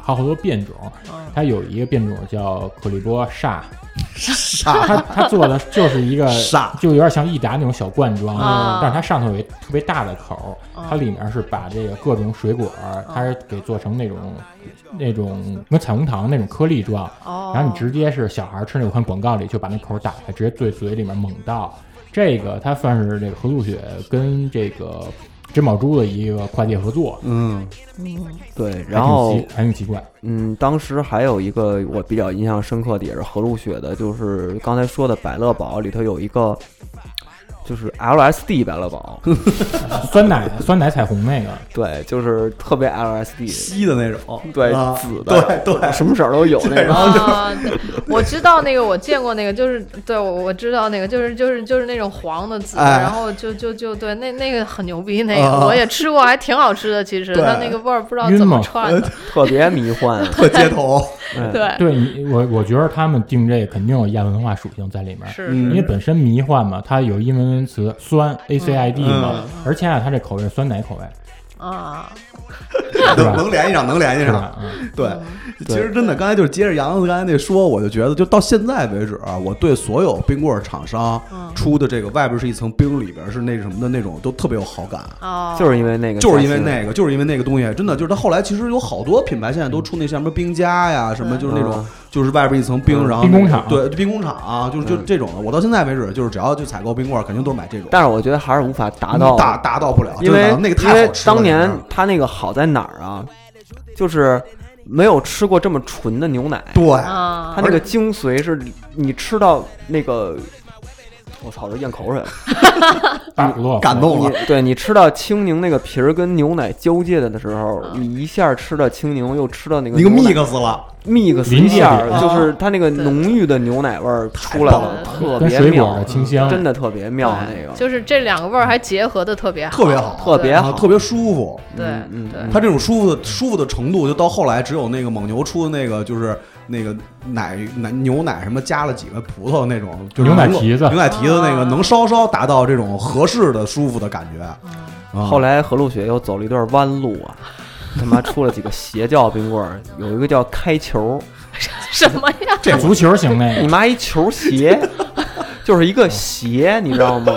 S4: 还有好多变种，
S6: 嗯
S4: 它有一个变种叫可丽波煞，
S5: 傻
S4: 它它做的就是一个
S5: 煞
S4: 就有点像益达那种小罐装，
S6: 啊
S4: 但是它上头有一特别大的口，
S6: 啊
S4: 它里面是把这个各种水果，它是给做成那种那种跟彩虹糖那种颗粒状，
S6: 哦，
S4: 然后你直接是小孩吃那款广告里就把那口打开，直接对嘴里面猛倒。这个它算是这个河路雪跟这个珍宝珠的一个跨界合作，
S5: 嗯，
S3: 对，
S4: 还挺
S3: 然后
S4: 奇还挺奇怪。
S3: 嗯，当时还有一个我比较印象深刻的也是何路雪的，就是刚才说的百乐宝里头有一个，就是 LSD 百乐
S5: <laughs>
S3: 宝，
S4: 酸奶酸奶彩虹那个，
S3: 对，就是特别
S5: <laughs>
S3: LSD，
S5: 稀的那种，
S3: 对，
S5: 啊
S3: 紫的，
S5: 对
S3: <laughs>
S5: 对
S3: 什么色儿都有那种。 <laughs>
S6: <laughs> 啊，对我知道那个，我见过那个，就是对我我知道那个，就是就是就是那种黄的紫的，
S5: 哎
S6: 然后就就就对那那个很牛逼，那个、
S5: 啊
S6: 我也吃过，还挺好吃的。其实
S5: 对
S6: 它那个味儿不知道
S4: 晕
S6: 怎么
S4: 吗
S6: 串
S5: <laughs>
S6: 的，
S3: 特别迷幻，
S5: 特街头，
S3: 嗯
S6: 对，
S4: 对你我我觉得他们定这个肯定有亚文化属性在里面。
S6: 是
S5: 嗯
S4: 因为本身迷幻嘛，它有英文词酸 A C I D 嘛，
S5: 嗯
S4: 而且啊，它这口味是酸奶口味，
S6: 啊，
S4: 对
S5: 能
S4: 吧
S5: 能联系上，能联系
S4: 是
S5: 上。
S4: 吧？嗯，
S5: 对，其
S3: 对
S5: 实真的，刚才就是接着杨子刚才那说，我就觉得，就到现在为止啊，我对所有冰棍儿厂商
S6: 嗯
S5: 出的这个外边是一层冰，里边是那什么的那种，都特别有好感。
S6: 哦，
S3: 就是因为那个，
S5: 就是因为那个，就是因为那个东西，
S3: 嗯
S5: 真的就是它后来其实有好多品牌现在都出那像什么冰夹呀，什么
S6: 嗯
S5: 就是那种
S3: 嗯
S5: 就是外边一层冰，
S4: 嗯
S5: 然后
S4: 冰工厂
S5: 对冰工厂，啊就是就
S3: 嗯
S5: 这种的。我到现在为止，就是只要去采购冰棍儿，肯定都是买这种，
S3: 但是我觉得还是无法达到，
S5: 达达到不了，
S3: 因
S5: 真的
S3: 为
S5: 那个
S3: 因
S5: 太
S3: 为
S5: 好吃了。
S3: 当年
S5: 那个
S3: 它那个好在哪儿啊？就是没有吃过这么纯的牛奶，
S5: 对，
S3: 它
S6: 啊，
S3: 那个精髓是你吃到那个，我操，都咽口水了。
S4: 巴甫洛夫
S5: 感动了
S3: 你对你吃到青柠那个皮儿跟牛奶交界的的时候，
S6: 嗯
S3: 你一下吃到青柠，又吃到那个
S5: 那个
S3: 牛奶
S5: mix 了，
S3: mix
S4: 临
S3: 一
S4: 界
S3: 下，
S4: 点
S3: 就是它那个
S6: 啊对
S3: 浓郁的牛奶味儿出来了，
S6: 太
S3: 特
S4: 跟
S3: 别
S4: 水果
S3: 妙
S4: 的，清香，
S3: 真的特别妙那个，
S6: 就是这两个味儿还结合的特别好，
S5: 特别好
S3: 特别
S5: 然后
S3: 好，
S5: 特别舒服。
S6: 对
S3: 嗯
S6: 对
S3: 嗯
S5: 它这种舒服的舒服的程度，就到后来只有那个蒙牛出的那个，就是那个奶奶牛奶什么加了几个葡萄那种，就是
S4: 牛奶
S5: 能够
S4: 提子
S5: 牛奶提子那个
S6: 啊
S5: 能稍稍达到这种合适的舒服的感觉。啊
S3: 后来何路雪又走了一段弯路啊，他妈出了几个邪教冰棍儿，有一个叫开球，
S6: <laughs> 什么呀？
S5: 这
S4: 足球型那
S3: 你
S4: 个，
S3: 妈一球鞋， <laughs> 就是一个鞋，你知道吗？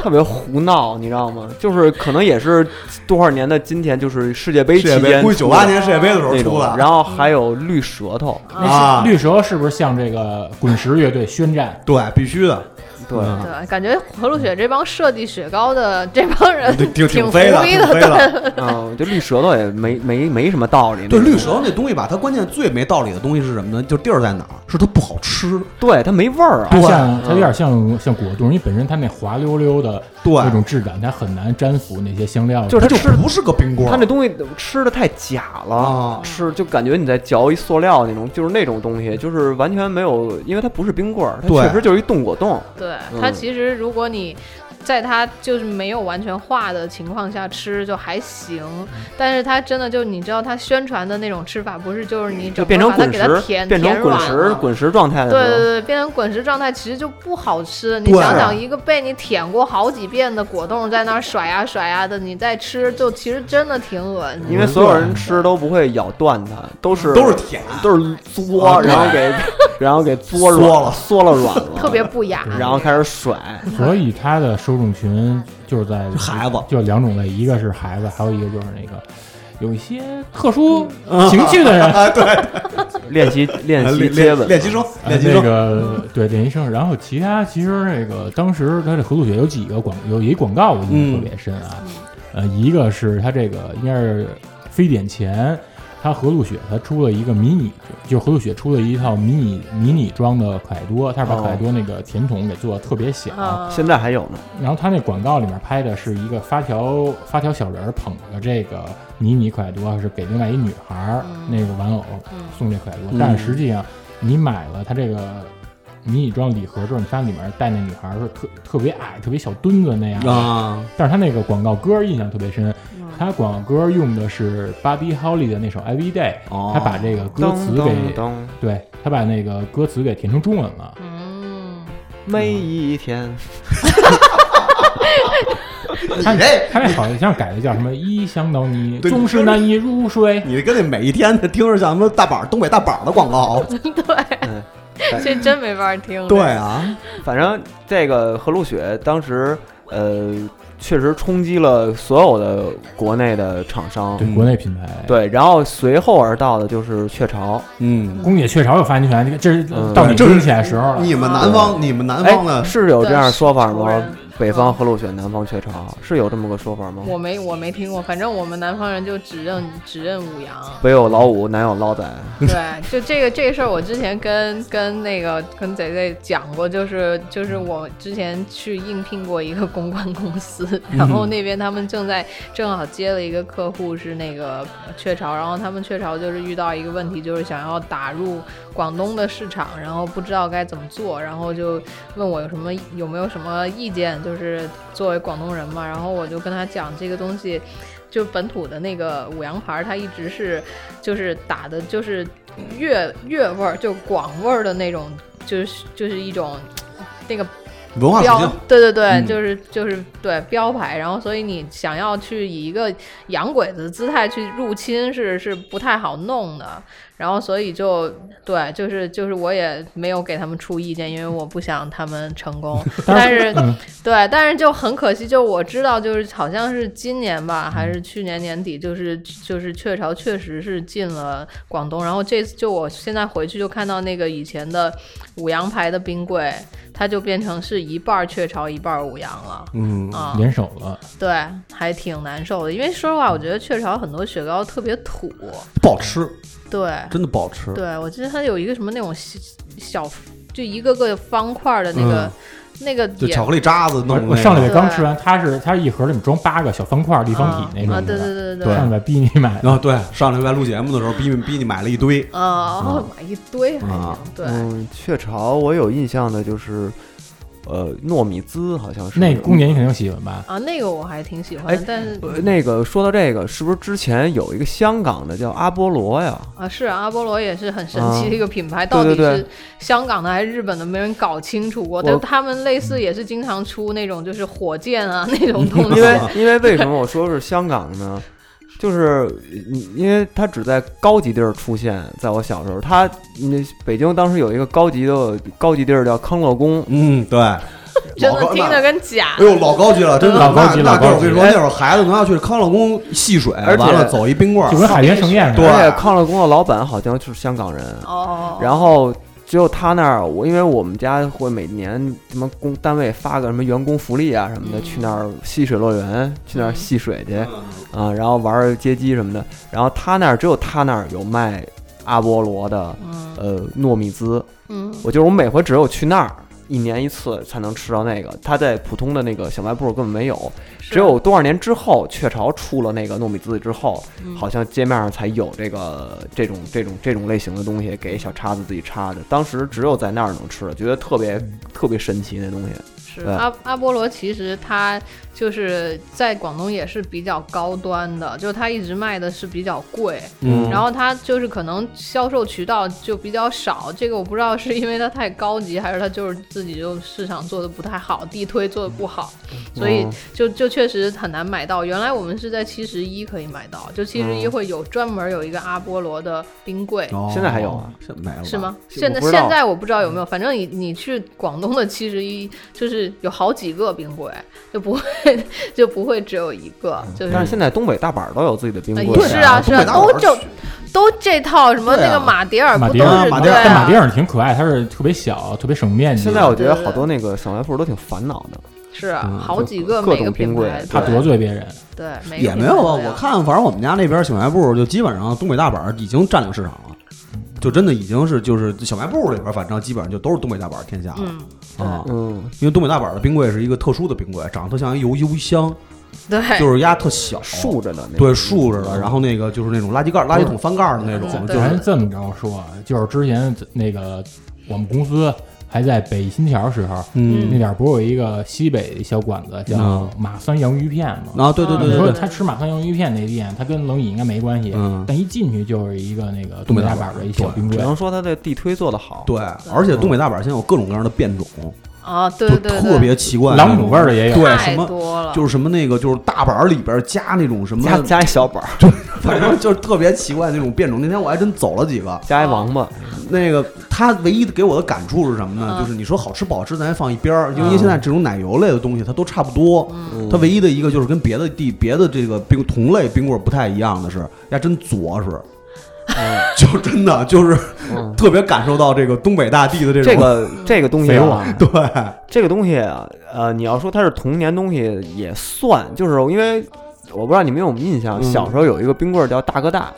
S3: 特别胡闹，你知道吗？就是可能也是多少年的今天，就是世界杯
S5: 世
S3: 期
S5: 界杯
S3: 间
S5: 估计九
S3: 出
S5: 八
S3: 的
S5: 年世界杯的时候
S3: 那
S5: 出
S3: 种
S5: 的，，
S3: 然后还有绿舌头，
S5: 啊
S4: 绿蛇是不是向这个滚石乐队宣战？
S5: 对，必须的，
S3: 对，
S5: 嗯
S6: 对，感觉何路雪这帮设计雪
S5: <laughs>
S6: 糕的这帮人
S5: 对挺
S6: 胡
S5: 飞的，
S6: 逼
S5: 挺飞的。
S3: 嗯，我觉得绿舌头也没没没什么道理。
S5: 对
S3: 那种
S5: 绿舌头那东西吧，它关键最没道理的东西是什么呢？就地儿在哪儿，是它不好吃。
S3: 对它没味儿啊
S4: 它
S5: 对，
S4: 像它有点像像果冻，因为本身它那滑溜溜的
S5: 对
S4: 那种质感，它很难粘附那些香料。
S3: 就是它
S5: 它就
S3: 吃
S5: 不是个冰棍儿，
S3: 它那东西吃的太假了。
S5: 啊，
S3: 吃就感觉你在嚼一塑料那种，就是那种东西，就是完全没有，因为它不是冰棍儿，它
S5: 对
S3: 确实就是一冻果冻。
S6: 对
S3: 嗯
S6: 它其实如果你在它就是没有完全化的情况下吃就还行，
S5: 嗯
S6: 但是它真的就你知道它宣传的那种吃法，不是就是你
S3: 就
S6: 整
S3: 变
S6: 个
S3: 成
S6: 把它
S3: 滚
S6: 给它
S3: 石，
S6: 填
S3: 变
S6: 填
S3: 成滚
S6: 软
S3: 石
S6: 了。
S3: 滚石状态的
S6: 对
S3: 时候，
S6: 对对，变成滚石状态其实就不好吃。你
S5: 对
S6: 想想，一个被你舔过好几遍的果冻在那儿甩呀甩呀的，你再吃就其实真的挺恶心的。
S3: 因为所有人吃都不会咬断它，都是
S5: 都是舔。啊
S3: 都是嘬，然后
S5: <laughs>
S3: 给然后给嘬
S5: 缩
S3: 软
S5: 了
S3: 缩了软了，
S6: 特别不雅。
S3: 然后开始甩，
S4: 所以它的受众群就是在
S5: 孩子
S4: 就两种类，一个是孩子，还有一个就是那个有一些特殊情绪的人，
S3: 练习练习
S5: 啊 <laughs> 练
S3: 接吻，
S5: 练习生，
S4: 呃
S5: 练习
S4: 那
S5: 生，
S4: 个对练习生，然后其他其实那个当时他这合作雪有几个广有一广告我印象特别深啊，呃，一个是他这个应该是非典前，它和路雪它出了一个迷你，就和路雪出了一套迷你迷你装的可爱多，它是把
S3: 哦
S4: 可爱多那个甜筒给做的特别小，
S6: 啊，
S3: 现在还有呢，
S4: 然后它那广告里面拍的是一个发条发条小人儿捧着这个迷你可爱多，是给另外一女孩儿
S6: 嗯
S4: 那个玩偶
S6: 嗯
S4: 送这可爱多，
S5: 嗯
S4: 但是实际上你买了它这个迷你装礼盒之后，你发现里面带那女孩儿是特特别矮、特别小墩子那样的，
S5: 啊，
S4: 但是它那个广告歌儿印象特别深，
S6: 嗯
S4: 它广告歌用的是 Buddy Holly 的那首《Every Day》，
S5: 哦
S4: 他把这个歌词
S3: 当当
S4: 给
S3: 当，
S4: 对，他把那个歌词给填成中文了。
S6: 嗯，
S3: 每一天，
S4: 他他那好像改的叫什么“一想到你，
S5: 对
S4: 终是难以入睡
S5: 你跟那每一天的听着像什么大板东北大板的广告，
S6: <laughs> 这真没法听。
S5: 对，啊，
S3: 反正这个和路雪当时呃确实冲击了所有的国内的厂”，商，
S4: 对
S5: 嗯
S4: 国内品牌。
S3: 对，然后随后而到的就是雀巢，
S5: 嗯，
S4: 公姐雀巢有发言权，这个这是
S3: 嗯
S4: 到你
S5: 这是
S4: 争起来时候了。
S5: 你们南方，你们南
S3: 哎
S5: 方，的，
S3: 是有这样说法
S6: 对是
S3: 吗
S6: 湖？
S3: 北方和路雪，南方雀巢，是有这么个说法吗？
S6: 我没我没听过，反正我们南方人就只认只认五羊。
S3: 北有老五，南有老仔，
S6: <laughs> 对，就这个这个事儿，我之前跟跟那个跟贼贼讲过，就是就是我之前去应聘过一个公关公司，然后那边他们正在正好接了一个客户是那个雀巢，然后他们雀巢就是遇到一个问题，就是想要打入广东的市场，然后不知道该怎么做，然后就问我有什么有没有什么意见，就是作为广东人嘛，然后我就跟他讲这个东西。就本土的那个五羊牌儿，它一直是就是打的就是粤粤味儿，就广味儿的那种，就是就是一种那个
S5: 文化属
S6: 标
S5: 性，，
S6: 对对对，
S5: 嗯
S6: 就是就是对标牌。然后，所以你想要去以一个洋鬼子的姿态去入侵是是不太好弄的。然后，所以就对，就是就是我也没有给他们出意见，因为我不想他们成功。但是
S4: 嗯，
S6: 对，但是就很可惜，就我知道，就是好像是今年吧，还是去年年底，就是就是雀巢确实是进了广东，然后这次就我现在回去就看到那个以前的五羊牌的冰柜，它就变成是一半儿雀巢一半儿五羊了。
S5: 嗯，
S6: 啊、
S4: 联手了，
S6: 对，还挺难受的，因为说实话，我觉得雀巢很多雪糕特别土。
S5: 不好吃，
S6: 对，
S5: 真的不好吃，
S6: 对，我记得它有一个什么那种小小，就一个个方块儿的那
S3: 嗯
S6: 个、那个
S5: 就
S6: 也
S5: 巧克力渣子弄
S4: 我
S5: 的
S4: 我
S5: 那
S4: 哎上
S5: 个
S4: 礼拜刚吃
S6: 对
S4: 完，它是它是一盒里面装八个小方块儿立方体那种
S6: 啊，
S4: 的。
S6: 对对对对
S5: 对
S4: 上礼拜逼你买的，
S5: 啊，对，上礼拜录节目的时候，逼你逼你买了
S4: <laughs>
S5: 一堆，
S6: 啊，然后买一堆还行
S5: 啊，
S6: 对，
S3: 嗯，雀巢我有印象的就是，呃，糯米滋好像是
S4: 那个公姐你肯定喜欢吧？
S6: 啊，那个我还挺喜
S3: 哎
S6: 欢，但是
S3: 呃那个说到这个，是不是之前有一个香港的叫阿波罗呀？
S6: 啊，是啊阿波罗也是很神奇
S3: 啊
S6: 的一个品牌，
S3: 对
S6: 到
S3: 对
S6: 底
S3: 对
S6: 是香港的还是日本的，没人搞清楚过。
S3: 我
S6: 但他们类似也是经常出那种就是火箭啊那种东
S3: 嗯因
S6: 西，
S3: 为因为为什么我说是香港的呢？就是你，因为它只在高级地儿出现，在我小时候，它你北京当时有一个高级的高级地儿叫康乐宫，
S5: 嗯，对，
S6: 真
S5: 老
S6: 的
S5: 高
S6: 听
S5: 那
S6: 着跟假
S5: 哎。呦，老高级了，真的
S4: 老高级
S5: 那
S4: 老高级
S5: 那会儿我跟你说，那会儿孩子能要去康乐宫戏水，
S3: 而且
S5: 完了走一冰棍
S4: 就
S5: 儿，
S4: 跟海天盛宴似
S5: 对
S4: 的。
S3: 而且康乐宫的老板好像就是香港人，
S6: 哦，
S3: 然后只有他那儿，我因为我们家会每年什么工单位发个什么员工福利啊什么的，
S6: 嗯
S3: 去那儿戏水乐园，去那儿戏水去
S5: 嗯
S3: 啊，然后玩儿街机什么的。然后他那儿只有他那儿有卖阿波罗的
S6: 嗯
S3: 呃糯米滋，
S6: 嗯
S3: 我就是我每回只有去那儿。一年一次才能吃到那个，他在普通的那个小卖部根本没有，
S6: 啊
S3: 只有多少年之后，雀巢出了那个糯米滋之后，
S6: 嗯
S3: 好像街面上才有这个这种这种这种类型的东西，给小叉子自己插着。当时只有在那儿能吃，觉得特别
S6: 嗯
S3: 特别神奇那东西。
S6: 是啊
S5: 嗯
S3: 对
S6: 阿阿波罗，其实它就是在广东也是比较高端的，就它一直卖的是比较贵，
S5: 嗯
S6: 然后它就是可能销售渠道就比较少，这个我不知道是因为它太高级，还是它就是自己就市场做的不太好，地推做的不好，所以
S3: 嗯
S6: 就就确实很难买到。原来我们是在七十一可以买到，就七十一
S3: 嗯
S6: 会有专门有一个阿波罗的冰柜。
S5: 哦
S3: 现在还有啊？
S5: 现在没了吧
S6: 是吗？
S3: 我
S6: 现在
S3: 不知道
S6: 现在我不知道有没有，反正你你去广东的七十一，就是有好几个冰柜，就不会 <laughs> 就不会只有一个，
S5: 嗯
S6: 就是
S3: 但是现在东北大板都有自己的冰
S6: 嗯哎
S3: 柜，
S6: 是
S5: 东
S6: 啊
S5: 北
S6: 是啊
S5: 大碗
S6: 都就都这套什么
S5: 对啊
S6: 那个马迭尔
S4: 马
S6: 不
S4: 迭
S6: 都
S4: 尔
S6: 是
S5: 马迭
S6: 对
S5: 尔
S6: 啊
S4: 但马迭尔挺可爱，它是特别小，特别省面积。
S3: 现在我觉得
S6: 对对对
S3: 好多那个小卖部都挺烦恼的，
S6: 是啊
S5: 嗯
S6: 好几个
S3: 各
S6: 每
S3: 种
S6: 个品
S3: 冰柜
S6: 牌，
S4: 怕
S6: 对
S4: 得罪别人。
S6: 对，
S5: 啊
S6: 每个
S5: 也
S6: 品
S5: 没有啊。
S6: 牌都
S5: 我看，反正我们家那边小卖部就基本上东北大板儿已经占领市场了，就真的已经是就是小卖部里边，反正基本上就都是东北大板儿天下了
S6: 嗯，
S5: 啊。
S3: 嗯，
S5: 因为东北大板儿的冰柜是一个特殊的冰柜，长得特像一油油箱，
S6: 对，
S5: 啊就是压特小，
S3: 竖着的那嗯
S5: 对
S3: 种
S5: 竖着的，然后那个就是那种垃圾盖儿、垃圾桶翻盖儿的那种，
S6: 对
S5: 就是
S4: 咱这么着说，啊，就是之前那个我们公司还在北新桥时候，那
S5: 嗯
S4: 点儿不是有一个西北小馆子叫
S5: 嗯
S4: 马三洋芋片
S6: 嗯
S4: 吗？
S5: 啊，对对对
S4: 你
S5: 对
S4: 说
S5: 对，
S4: 他吃马三洋芋片那店，他跟冷饮应该没关系，
S5: 嗯
S4: 但一进去就是一个那个东北大板儿的一小冰
S3: 只
S4: 柜，
S3: 能说它这地推做得好。
S5: 对，而且东北大板儿现在有各种各样的变种，
S6: 啊，对
S5: 就
S6: 对对，
S5: 特别奇怪，
S4: 朗姆味儿的也有。
S5: 对什
S6: 太
S5: 么。
S6: 多了，
S5: 就是什么那个，就是大板儿里边儿加那种什么，
S3: 加加一小本儿，
S5: 反正就是特别奇怪那种变种。那天我还真走了几个，
S3: 加一王八，
S5: 那个他唯一的给我的感触是什么呢？
S6: 嗯
S5: 就是你说好吃不好吃，咱先放一边儿，因为现在这种奶油类的东西它都差不多。
S3: 嗯
S5: 它唯一的一个就是跟别的地别的这个冰同类冰棍儿不太一样的是，呀真着实，就真的就是
S3: 嗯
S5: <laughs> 特别感受到这个东北大地的这
S3: 这
S5: 种
S3: 个这个东西
S4: 肥
S3: 啊，
S4: 王
S5: 对，
S3: <laughs> 这个东西啊，呃，你要说它是童年东西也算，就是因为我不知道你们有没有印象，
S5: 嗯
S3: 小时候有一个冰棍儿叫大哥大，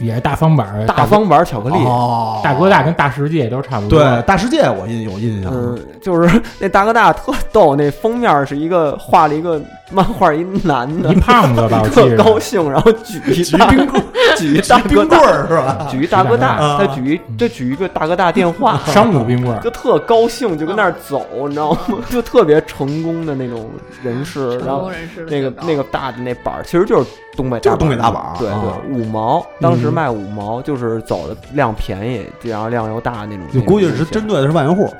S4: 也是大方板儿、
S3: 大
S4: 哎大
S3: 方板巧克力，
S5: 哦
S4: 大哥大跟大世界都差不多。
S5: 对大世界我印有印象，
S3: 嗯，就是 <laughs> 那大哥大特逗，那封面是一个画了一个漫画，一男的
S4: 一，胖子吧，我记
S3: 特
S5: <laughs>
S3: 高
S4: 着。
S3: 兴，然后举 <laughs> 一
S5: 举
S3: 大
S5: 冰棍儿
S3: 举一
S5: 吃
S3: 大嗯哥
S5: 冰棍
S3: 大，
S5: 儿是吧？
S3: 举一大哥
S4: 举，
S3: 大，
S5: 大哥大
S3: 再举一再举一个大哥大电话
S4: <laughs> 商务冰棍儿
S3: 就特高兴，就跟那儿走，你知道吗？ <laughs> 就特别成功的那种人士，然
S6: 成
S3: 后
S6: 功。人士的
S3: 那个
S6: 雪糕
S3: 那个大的那板儿，其实就是东北
S5: 就是东北大板
S3: 板
S5: 儿
S3: 对
S5: 啊嗯
S3: 对，五毛，当时卖五毛，就是走的量便宜，然后量又大那种。
S5: 就估计是针对的是万元户，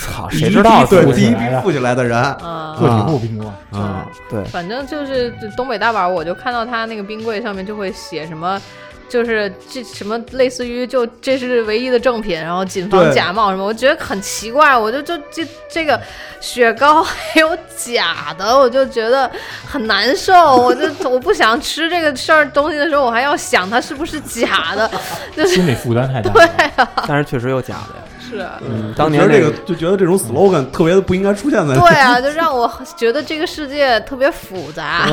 S3: 操，谁知道
S5: 对
S3: 是不
S5: 第
S3: 是
S5: 一批富起来的人
S6: 嗯
S4: 个体户冰棍儿，
S5: 啊， <laughs>
S3: 对，
S6: 反正就是东北大板，我就看到他那个冰柜上面就会写什么。就是这什么类似于就这是唯一的正品，然后谨防
S5: 对
S6: 假冒什么，我觉得很奇怪，我就就这这个雪糕还有假的，我就觉得很难受，我就 <laughs> 我不想吃这个事儿东西的时候，我还要想它是不是假的， <laughs> 就是
S4: 心理负担太大了。
S3: 但是确实有假的呀。
S6: 是
S3: 嗯，当
S5: 觉
S3: 年
S5: 得这
S3: 个
S5: 个就觉得这种 slogan 特别的不应该出现在
S6: 对啊，就让我觉得这个世界特别复杂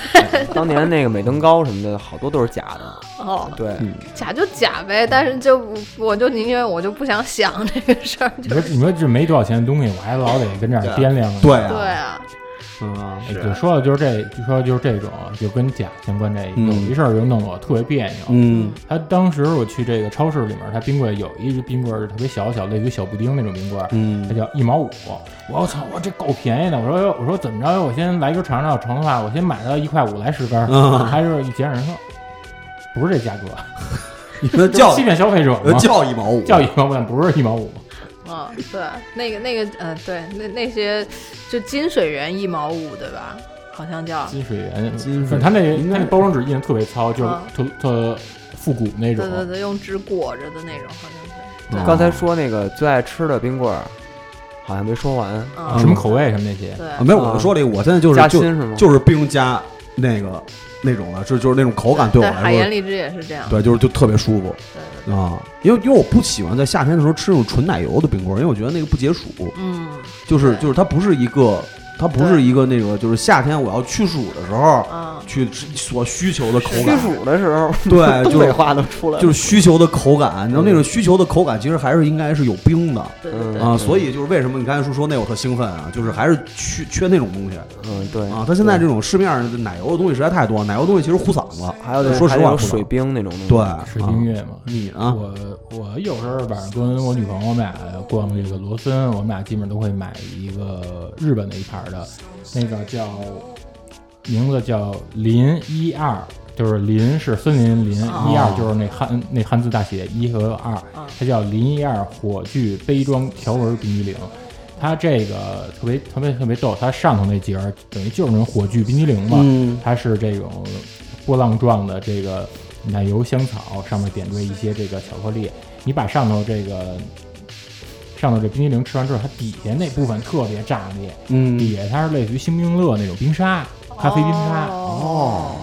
S6: <laughs>
S3: 当年那个美登高什么的，好多都是假
S5: <laughs>
S3: 的。
S6: 哦。
S3: 对，
S5: 嗯
S6: 假就假呗，但是就我就宁愿我就不想想这个事儿，
S4: 你
S6: 就
S4: 说，你说这没多少钱的东西，我还老得跟这儿掂量。
S5: <laughs> 对
S6: 对
S5: 啊，
S6: 啊，
S5: 嗯啊
S4: 哎就说的就是这，就说的就是这种，就跟假相关这一
S5: 嗯
S4: 有一事儿就弄得我特别别扭。
S5: 嗯
S4: 他当时我去这个超市里面，他冰柜有一只冰棍儿是特别小小，类似于小布丁那种冰棍儿，它
S5: 嗯
S4: 叫一毛五。我操，我这够便宜的。我说我说怎么着？我先来根尝尝，成的话我先买到一块五来十根儿。
S5: 嗯
S4: 还是一结账人说不是这
S5: <laughs>
S4: 价格，
S5: 你们叫
S4: 欺骗消费者
S5: 呃
S4: 吗？
S5: 叫一毛五，
S4: <laughs> 叫一毛五，不是一毛五。
S6: 嗯，对，那个那个呃，对，那那些就金水源一毛五对吧？好像叫
S4: 金水源，
S5: 金水
S4: 反正他那
S5: 应该
S4: 他那包装纸印的特别糙，就是
S6: 啊
S4: 特特复古那种
S6: 对。对对，用纸裹着的那种，好像是
S4: 嗯
S3: 刚才说那个最爱吃的冰棍儿，好像没说完，
S6: 嗯，
S4: 什么口哦味什么那些，
S5: 啊，
S6: 对，
S5: 没有，我就说这个，我现在就是
S3: 加
S5: 就
S3: 薪是吗？
S5: 就是冰加那个那种的，是就是那种口感对我
S6: 海
S5: 来
S6: 盐啊
S5: 说，
S6: 荔枝也是这样，
S5: 对，就是就特别舒服
S6: 对对，
S5: 啊。因为因为我不喜欢在夏天的时候吃那种纯奶油的冰棍儿，因为我觉得那个不解暑，
S6: 嗯
S5: 就是
S6: 对
S5: 就是它不是一个它不是
S6: 对
S5: 一个那个就是夏天我要去暑的时候
S6: 嗯，
S5: 去吃所需求的口
S3: 去
S5: 感，
S3: 暑的时候，<laughs>
S5: 对，
S3: 东
S5: 就
S3: 北
S5: 是
S3: 话都出
S6: <laughs>
S3: 来了
S5: 就。是需求的口感，你知道那种需求的口感其实还是应该是有冰的。
S6: 对
S3: 嗯
S6: 对对，
S5: 啊，所以就是为什么你刚才说说那我特兴奋啊，就是还是缺缺那种东西
S3: 嗯，对
S5: 啊。它现在这种市面上的奶油的东西实在太多，奶油的东西其实护嗓子。
S3: 还有
S5: 说实话
S3: 还有
S5: 不能
S3: 水冰那种东西。
S5: 对，
S4: 是
S5: 啊
S4: 音乐嘛。
S5: 你呢？
S4: 我我有时候晚上跟我女朋友，我们俩逛这个罗森，我们俩基本上都会买一个日本的一盘儿的，那个叫名字叫林一二，就是林是森林林，
S5: 哦
S4: 一二就是那汉那汉字大写一和二，
S5: 嗯
S4: 它叫林一二火炬杯装条纹冰激凌。它这个特别特别特别逗，它上头那节儿等于就是那种火炬冰激凌嘛，
S5: 嗯
S4: 它是这种波浪状的这个奶油香草，上面点缀一些这个巧克力。你把上头这个上头这冰激凌吃完之后，它底下那部分特别炸裂，
S5: 嗯
S4: 底下它是类似于星冰乐那种冰沙，咖啡冰沙，
S6: 哦
S5: 哦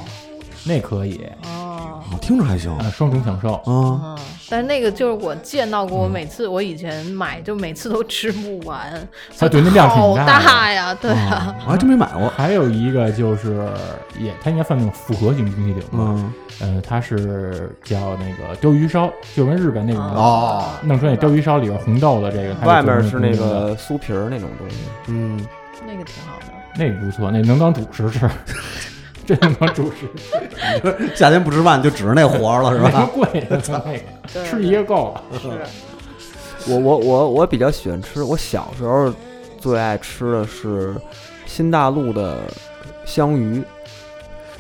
S4: 那可以。
S6: 哦，
S5: 我听着还行
S3: 哎
S4: 啊，双重享受。
S5: 啊，
S6: 嗯，但是那个就是我见到过，我每次我以前买就每次都吃不完，
S4: 啊对那量挺
S6: 好
S4: 大的哦
S6: 大呀，对啊，
S5: 我还真没买过。
S4: <laughs> 还有一个就是也，它应该算那种复合型冰激凌吧，
S5: 嗯，
S4: 嗯、呃，它是叫那个鲷鱼烧，就跟日本那种
S6: 嗯
S4: 的
S5: 哦，
S4: 弄出来那鲷鱼烧里边红豆的这个，它就
S3: 外面
S4: 做
S3: 是
S4: 成
S3: 那
S4: 冰激凌的
S3: 个酥皮儿那种东西，
S5: 嗯，
S6: 那个挺好的。
S4: 那不错，那能当主食吃， <laughs> 这能当主食，
S5: <laughs> 夏天不吃饭就指着那活儿了是
S4: 那个
S3: <laughs>
S5: 吧？
S4: 贵，那个
S6: 对
S4: 吃一个够了。
S6: 是，
S3: 我我我我比较喜欢吃，我小时候最爱吃的是新大陆的香鱼，
S5: 啊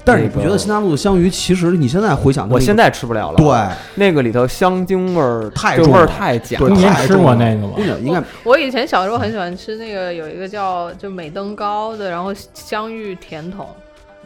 S5: 但是你不觉得新大陆的香鱼，其实你现在回想，
S3: 我现在吃不了了。，啊
S5: 对
S3: 那个里头香精味儿
S5: 太
S3: 这
S5: 重
S3: 味儿
S5: 了
S3: 太假
S5: 对
S3: 了。
S4: 你也
S5: 太
S4: 吃
S5: 重
S4: 过
S5: 了
S4: 那
S5: <laughs>
S4: 个吗？
S5: 姑娘应该
S6: 我以前小时候很喜欢吃那个有一个叫就美登糕的，然后香芋甜筒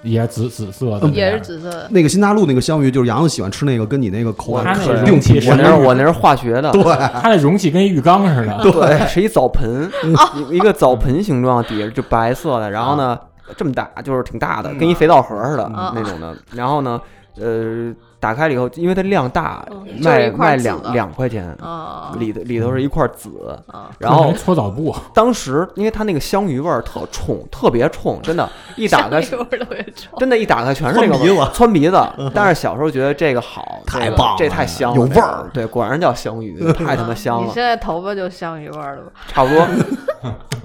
S4: 也紫紫色的，
S3: 嗯
S6: 也是紫色的，
S5: 那个新大陆那个香鱼，就是杨子喜欢吃那个，跟你那个口
S4: 他
S5: 感
S4: 那个
S5: 并
S4: 容器
S5: 不
S4: 是
S3: 我
S5: 一
S3: 那
S5: 样
S3: 是我那是化学的，
S5: 对，
S4: 它那容器跟一浴缸似的。
S3: 对，是一澡盆，
S5: 嗯
S3: 一一个澡盆形状，底下就白色的，然后
S5: 啊
S3: 呢这么大，就是挺大的，跟一肥皂盒似的
S6: 嗯
S3: 那种的。然后呢，呃，打开了以后，因为它量大
S6: 嗯，就是
S3: 卖
S6: 一块
S3: 卖
S6: 紫
S3: 两
S6: 的
S3: 两块钱，
S6: 啊
S3: 里头里头
S5: 嗯
S3: 是一块紫。
S6: 啊，
S3: 然后
S4: 搓澡布，
S3: 当时因为它那个香鱼味儿特冲，特别冲，真
S6: <laughs>
S3: 的，一打开
S6: 香芋味儿特别重，
S3: 真的，一打开全是这个味儿，窜鼻子。但是小时候觉得这个好，
S5: 嗯太
S3: 这个
S5: 棒了
S3: 这太香了，
S5: 有味儿
S3: 这个对，果然叫香鱼，
S5: <laughs>
S3: 太他妈香
S6: 你
S3: 了，
S6: 现在头发就香芋味儿了吧？
S3: 差不多。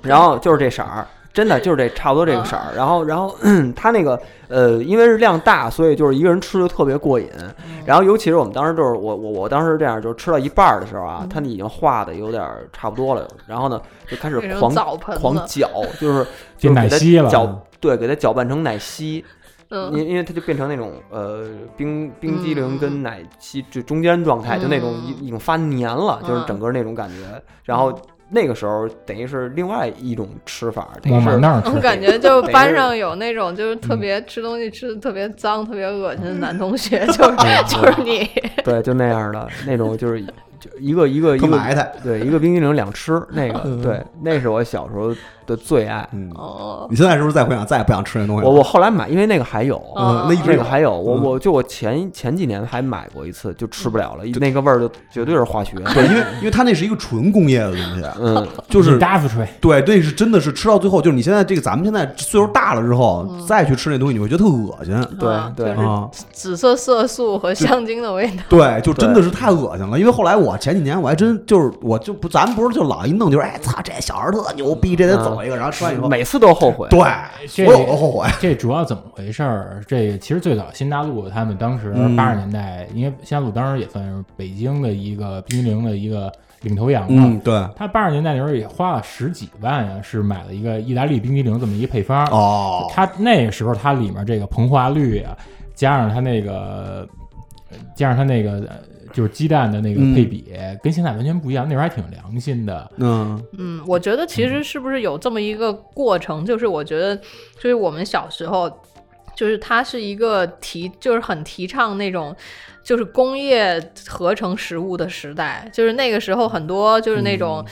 S3: 然后就是这色儿。真的就是这差不多这个色儿，
S6: 嗯
S3: 然后然后嗯它那个呃，因为是量大，所以就是一个人吃就特别过瘾。
S6: 嗯
S3: 然后尤其是我们当时就是我我我当时这样，就是吃到一半儿的时候
S6: 嗯
S3: 啊，它已经化的有点儿差不多了，然后呢就开始
S6: 那种
S3: 狂
S6: 澡盆
S3: 狂
S6: 子，
S3: 搅，
S4: <laughs>
S3: 就是
S4: 变
S3: 就是
S4: 奶
S3: 给它
S4: 昔了嗯
S3: 搅对，给它搅拌成奶昔，因
S6: 嗯，
S3: 因为它就变成那种呃冰冰激凌
S6: 嗯
S3: 跟奶昔就中间状态，就那种
S6: 嗯
S3: 已已经发黏了，就是
S6: 嗯
S3: 整个那种感觉。然后那个时候等于是另外一种吃法，等于
S4: 往往
S3: 是
S4: 那儿吃
S6: <laughs> 我。感觉就班上有那种就是
S3: 嗯
S6: 特别吃东西吃的特别脏、特别恶心的
S3: <laughs>
S6: 男同学，就是
S3: 嗯
S6: 就是你，
S3: 对，就那样的那种，就是就一个一个一
S5: 特
S3: 个
S5: 埋汰。
S3: 对一个冰激凌两吃
S5: <laughs>
S3: 那个，对，那是我小时候的最爱。
S5: 嗯，
S6: 哦，
S5: 你现在是不是再回想再也不想吃那东西了？
S3: 我我后来买，因为那个还有。
S6: 哦
S5: 嗯，那一直
S3: 那
S5: 有
S3: 个还有我，
S5: 嗯
S3: 我就我前前几年还买过一次，就吃不了了，那个味儿就绝对是化学。
S5: 嗯对，因为因为它那是一个纯工业的东西，
S3: 嗯，
S5: <laughs> 就是
S4: 你搭子吹，
S5: 对，那是真的是吃到最后，就是你现在这个咱们现在岁数大了之后，
S6: 嗯
S5: 再去吃那东西，你会觉得特恶心
S3: 对
S6: 啊
S3: 对，
S5: 啊。
S6: 紫色色素和香精的味道，
S5: 对，就真的是太恶心了。因为后来我前几年我还真就是我就不，咱不是就老一弄就是哎操，这小孩儿特牛逼，这得走一个，然后吃完以后，
S3: 每次都后悔。
S5: 嗯对，
S4: 这
S5: 所有都后悔。
S4: 这主要怎么回事儿？这个其实最早新大陆他们当时
S5: 嗯
S4: 八十年代，因为新大陆当时也算是北京的一个冰激凌的一个领头羊嘛。
S5: 嗯，对，
S4: 他八十年代的时候也花了十几万呀，是买了一个意大利冰激凌这么一配方。
S5: 哦，
S4: 它那个时候它里面这个膨化率啊，加上它那个，呃加上它那个呃就是鸡蛋的那个配比，跟现在完全不一样。那时候还挺良心的，
S5: 嗯，
S6: 嗯，我觉得其实是不是有这么一个过程，就是我觉得，就是我们小时候，就是它是一个提，就是很提倡那种。就是工业合成食物的时代，就是那个时候很多就是那
S5: 嗯
S6: 种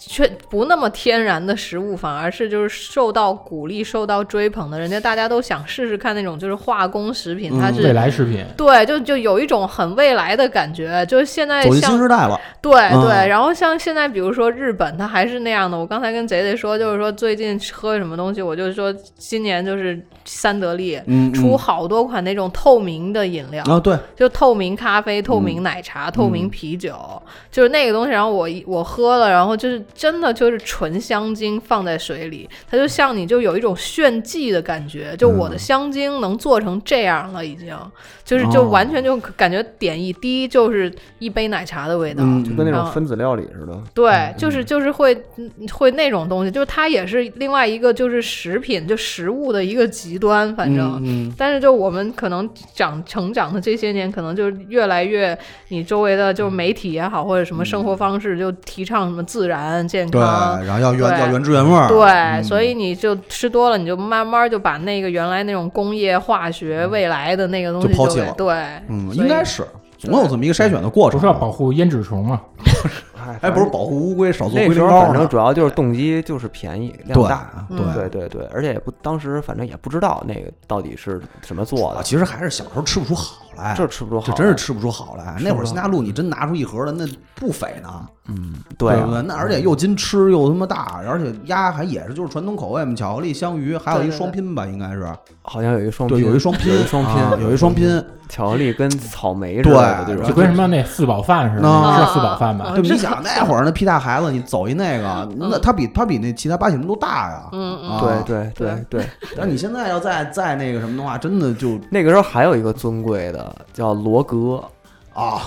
S6: 却不那么天然的食物，反而是就是受到鼓励、受到追捧的，人家大家都想试试看那种就是化工食品，它
S5: 嗯
S6: 是、
S4: 未来食品。
S6: 对，就就有一种很未来的感觉，就是现在
S5: 走进
S6: 哎像
S5: 新时代了，
S6: 对对，
S5: 嗯
S6: 然后像现在，比如说日本，它还是那样的。我刚才跟贼贼说，就是说最近喝什么东西，我就说今年就是三得利。
S5: 嗯，
S6: 出好多款那种透明的饮料，
S5: 啊，对，
S6: 就透明咖
S5: 嗯
S6: 啡、透明奶茶、透明啤酒，就是那个东西。然后我一我喝了，然后就是真的就是纯香精放在水里，它就像你就有一种炫技的感觉。就我的香精能做成这样了，已经、就是就
S5: 嗯哦
S6: 完全就感觉点一滴就是一杯奶茶的味道。
S5: 嗯，
S3: 就跟那
S6: 嗯
S3: 种分子嗯料理似的。
S6: 对，就是就是会嗯会那种东西，就是它也是另外一个就是食品就食物的一个极端，反正。
S5: 嗯，
S6: 但是就我们可能长成长的这些年，可能就是越来越你周围的就是媒体也好，或者什么生活方式就提倡什么自然健
S5: 对，
S6: 康。
S5: 然后要原
S6: 嗯对
S5: 要原汁原味儿，嗯
S6: 对，所以你就吃多了，你就慢慢就把那个原来那种工业化学未来的那个东西
S5: 就抛弃
S6: 给
S5: 了
S6: 对，
S5: 嗯，
S6: 所
S5: 应该
S6: 以
S5: 是总有这么一个筛选的过
S4: 不
S5: 程。
S4: 是要保护胭脂虫吗？
S3: 哎
S5: 哎，不是保护乌龟，少做龟
S3: 那时
S5: 苓
S3: 候，
S5: 膏
S3: 反
S5: 呢
S3: 正主要就是动机就是便宜量大。
S5: 对
S6: 嗯
S3: 对对对，而且也不当时反正也不知道那个到底是什么做
S5: 啊，
S3: 的，
S5: 其实还是小时候吃不出好来，
S3: 这吃不出好
S5: 这
S3: 来，
S5: 真是吃不出好来。
S3: 吃不出
S5: 那会儿新大陆你真拿出一盒来，那不菲呢，
S3: 对
S5: 不
S3: 啊
S5: 对？那而且又金吃又他妈大，而且鸭还也是就是传统口味嘛，巧克力、香鱼，还有一
S6: 对对
S5: 双拼吧，应该是
S3: 好像有一双
S5: 对，
S3: 拼
S5: 有一双拼，
S3: 有一双拼嗯
S5: 啊有一双拼。
S3: 巧克力跟草莓之类的
S5: 对
S3: 这
S5: 然
S4: 就
S5: 后
S3: 种，
S4: 跟什么那四宝饭似
S5: 啊
S4: 的，是四宝饭吧？
S3: 哦
S5: 对，
S6: 哦这
S5: 你想那会儿那屁大孩子，你走一那个，那他比他比那其他八喜门都大呀。
S6: 嗯嗯
S5: 啊
S3: 对。对对对。
S5: 但是你现在要再再那个什么的话，真的就
S3: 那个时候还有一个尊贵的叫罗格，
S5: 啊，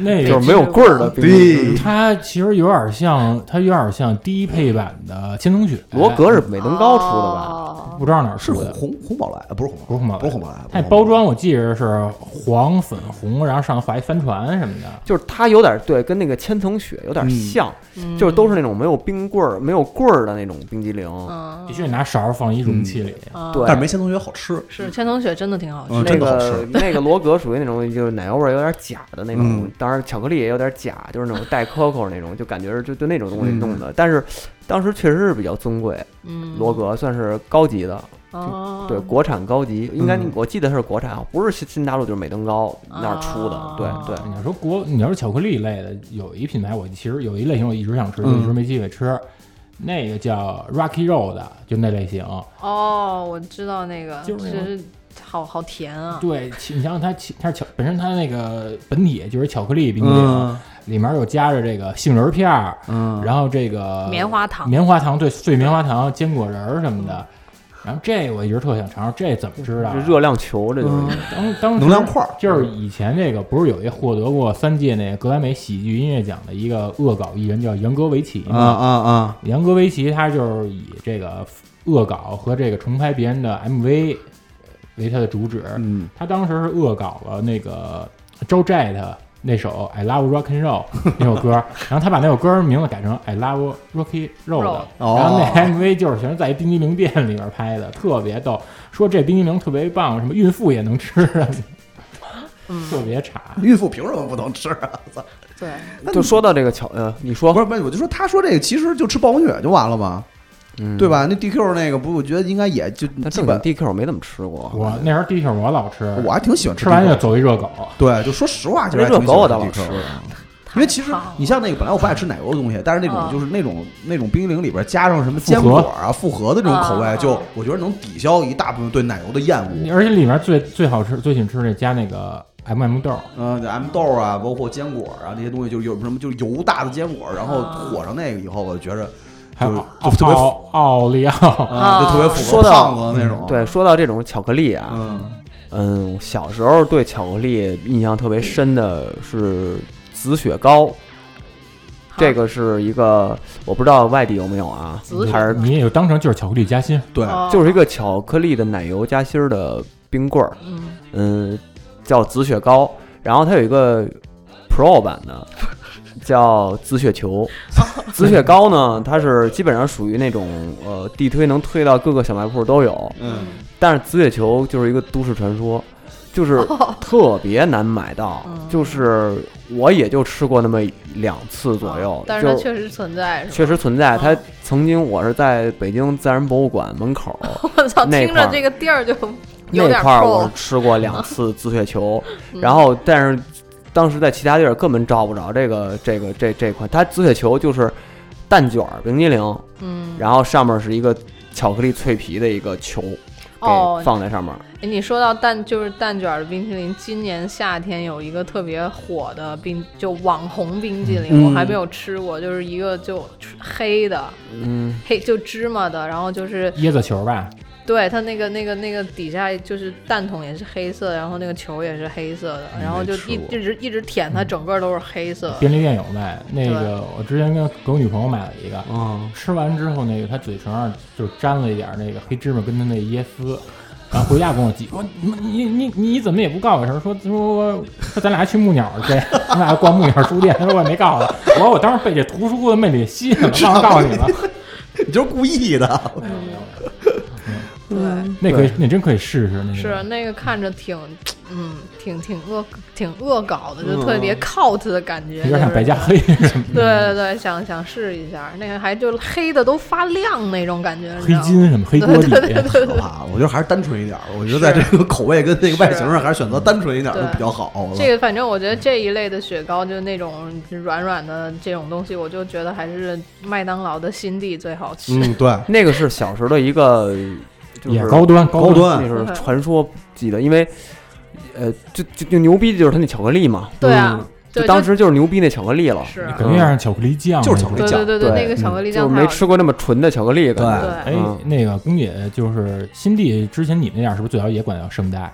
S4: 那
S3: 就
S4: 个
S3: 是没有棍儿的冰淇淋。
S4: 它其实有点像，它有点像低配版的千层雪。
S3: 罗格是美
S6: 美
S3: 登高出的吧？
S6: 哦
S4: 不知道哪儿
S5: 是
S4: 出的，
S5: 红红宝来，呃不是红
S4: 不是红宝来
S5: 不是红宝来，
S4: 它
S5: 不是
S4: 那包
S5: 红宝来
S4: 装我记着是黄粉红，然后上头画一帆船什么的。
S3: 就是它有点对，跟那个千层雪有点
S5: 嗯
S3: 像，就是都是那种没有冰棍儿、没有棍儿的那种冰激凌。
S6: 嗯
S4: 必，须得拿勺儿放一容器里，
S6: 嗯
S3: 对
S5: 但是没千层雪好吃。
S6: 是千层雪真的挺好吃
S5: 嗯
S3: 那
S6: 的，
S5: 真的好
S3: 个
S5: 吃
S3: <laughs> 那个罗格属于那种就是奶油味儿有点假的那种
S5: 嗯，
S3: 当然巧克力也有点假，就是那种带 coco 那种，就感觉是就就那种东西
S5: 嗯
S3: 弄的。但是当时确实是比较尊贵，
S6: 嗯，
S3: 罗格算是高级的，
S6: 哦
S3: 对，国产高级，应该
S5: 嗯
S3: 我记得是国产，啊不是新新大陆就是美登高那儿出的
S6: 啊，
S3: 对对。
S4: 你要说国，你要是巧克力类的，有一品牌我其实有一类型我一直想吃，就
S5: 嗯
S4: 一直没机会吃，那个叫 Rocky Road 的，就那类型。
S6: 哦，我知道那个，
S4: 就是那
S6: 是好好甜啊，
S4: 对，其你想想它其，它是巧，本身它那个本体就是巧克力冰淇
S3: 嗯
S4: 淋，里面又夹着这个杏仁片儿，
S5: 嗯，
S4: 然后这个
S6: 棉花糖
S4: 棉花糖对碎棉花糖、坚果仁儿什么的。然后这我一直特想尝尝，这怎么知道啊？
S3: 这热量球，这
S5: 嗯
S3: 就是一个
S4: 当当时
S5: 能量块儿
S4: 就是以前这个不是有一获得过三届那个格莱美喜剧音乐奖的一个恶搞艺人叫杨格维奇
S5: 啊
S4: 吗？
S5: 啊啊，
S4: 杨格维奇他就是以这个恶搞和这个重拍别人的 MV 为他的主旨，
S5: 嗯，
S4: 他当时是恶搞了那个 Joe Jett 那首《I Love Rock and Roll》那首
S5: <laughs>
S4: 歌，然后他把那首歌名字改成《I Love Rocky Roll》的，
S5: Roll
S4: 然后
S5: 哦
S4: 那 MV 就是全是在一冰激凌店里边拍的，特别逗。说这冰激凌特别棒，什么孕妇也能吃，啊特别差。
S5: 孕妇凭什么不能吃啊？操
S6: 嗯对，
S3: 就说到这个巧，呃，你说
S5: 不是不是，我就说他说这个其实就吃暴风雪就完了嘛，
S3: 嗯
S5: 对吧？那 DQ 那个不，我觉得应该也就
S3: 但
S5: 基
S3: 正
S5: 本
S3: 经，DQ 没怎么吃过，
S4: 我那时候地球我老吃，
S5: 我还挺喜欢
S4: 吃完就
S5: DQ
S4: 走一热狗。
S5: 对，就说实话，其实
S3: 那
S5: 还
S3: 热
S5: 挺
S3: 狗
S5: 喜
S3: 我
S5: 欢
S3: 倒老
S5: DQ
S3: 吃
S5: 的
S3: 了
S5: 因为其实
S6: 太胖了
S5: 你像那个本来我不爱吃奶油的东西，但是那种
S6: 嗯
S5: 就是那种那种冰激凌里边加上什么坚果啊、复合的这种口味，
S6: 嗯
S5: 就我觉得能抵消一大部分对奶油的厌恶。
S4: 而且里面最最好吃、最喜欢吃那加那个 M、m 豆，
S5: 嗯，M 豆啊，包括坚果啊这些东西，就是有什么就是油大的坚果，然后
S6: 啊
S5: 裹上那个以后，我就觉着
S4: 还有
S5: 就
S4: 奥
S5: 就特别
S4: 奥奥利奥，
S5: 啊，就特别符
S3: 说
S5: 合
S3: 到
S5: 胖子
S6: 嗯
S5: 那种。，
S3: 对，说到这种巧克力啊，
S5: 嗯，
S3: 嗯，我小时候对巧克力印象特别深的是紫雪糕，这个是一个我不知道外地有没有啊
S6: 紫，雪
S3: 还是
S4: 你也就当成就是巧克力夹心。
S5: 对，
S6: 哦
S3: 就是一个巧克力的奶油夹心儿的冰棍儿，
S6: 嗯，
S3: 嗯，叫紫雪糕，然后它有一个 Pro 版的，叫紫雪球。
S6: <laughs>
S3: 紫雪糕呢，它是基本上属于那种呃地推能推到各个小卖铺都有，
S5: 嗯，
S3: 但是紫雪球就是一个都市传说，就是特别难买到，
S6: 哦 <laughs> 嗯
S3: 就是我也就吃过那么两次左右，
S6: 哦啊但是
S3: 就
S6: 它确实存在，是吧
S3: 确实存在。它
S6: 嗯
S3: 曾经我是在北京自然博物馆门口儿
S6: 我操，
S3: 那
S6: 听
S3: 块
S6: 着
S3: 儿
S6: 这个地儿就有
S3: 那
S6: 点
S3: 块儿，
S6: 臭嗯
S3: 我吃过两
S6: <laughs>
S3: 次紫雪球，然后但是当时在其他地儿根本找不着这个这个这这款，它紫雪球就是蛋卷儿冰激凌，
S6: 嗯，
S3: 然后上面是一个巧克力脆皮的一个球。
S6: 哦
S3: 给放在上面，
S6: 哎你说到蛋就是蛋卷儿的冰淇淋，今年夏天有一个特别火的冰，就网红冰淇淋，
S3: 嗯
S6: 我还没有吃过，就是一个就黑的
S3: 嗯，
S6: 黑就芝麻的，然后就是
S4: 椰子球吧，
S6: 对它那个那个那个底下就是蛋筒也是黑色的，然后那个球也是黑色的，
S4: 嗯
S6: 然后就
S4: 没吃
S6: 一
S4: 过
S6: 一直一直舔
S3: 嗯
S6: 它，整个都是黑色的。
S4: 便利店有卖。那个我之前跟给我女朋友买了一个，
S5: 嗯
S3: 哦，
S4: 吃完之后那个她嘴唇上就沾了一点那个黑芝麻跟她那椰丝，然后回家跟我急，我说你你你你怎么也不告我一声？说说说咱俩去木鸟去，咱俩逛木鸟书店。她说我也没告诉她，我说我当时被这图书的魅力吸引了，忘了告诉你了。
S6: 嗯
S5: 你就是故意的。
S6: 对，
S4: 那可以
S3: 对，
S4: 那真可以试试那个。
S6: 是啊那个看着挺，嗯，挺挺恶挺恶搞的，就
S5: 嗯
S6: 特别 cult 的感觉，
S4: 有点像
S6: 就是
S4: 白加黑
S6: <laughs>
S4: 什么
S6: 对对对，想想试一下，那个还就黑的都发亮那种感觉，你知
S4: 黑
S6: 道吗 <laughs>
S4: 金什么黑锅底，
S6: 对对对对
S5: 可怕。我觉得还是单纯一点儿，我觉得在这个口味跟那个外形上，还是选择单纯一点儿
S6: 对
S5: 就比较好。我
S6: 这个反正我觉得这一类的雪糕，就那种软软的这种东西，我就觉得还是麦当劳的新地最好吃。
S5: 嗯，对，
S3: 那个是小时候的一个，就是
S4: 也高端
S5: 高
S4: 端。
S5: 端
S3: 那
S6: 嗯
S3: 是传说级的，因为呃，就就就牛逼的就是它那巧克力嘛，嗯
S6: 对啊，
S3: 就
S6: 对，就
S3: 当时就是牛逼那巧克力了，
S6: 是
S4: 肯定要让巧克力酱，
S5: 就是巧克力
S6: 对对
S3: 对
S6: 对那个巧克力
S3: 就
S4: 嗯
S6: 酱
S3: 是
S6: 太
S3: 没
S6: 好
S3: 吃过那么纯的巧克力，感觉
S5: 对
S6: 对，
S4: 哎
S3: 嗯，
S4: 那个公姐就是新地，之前你那样是不是最早也管叫圣代，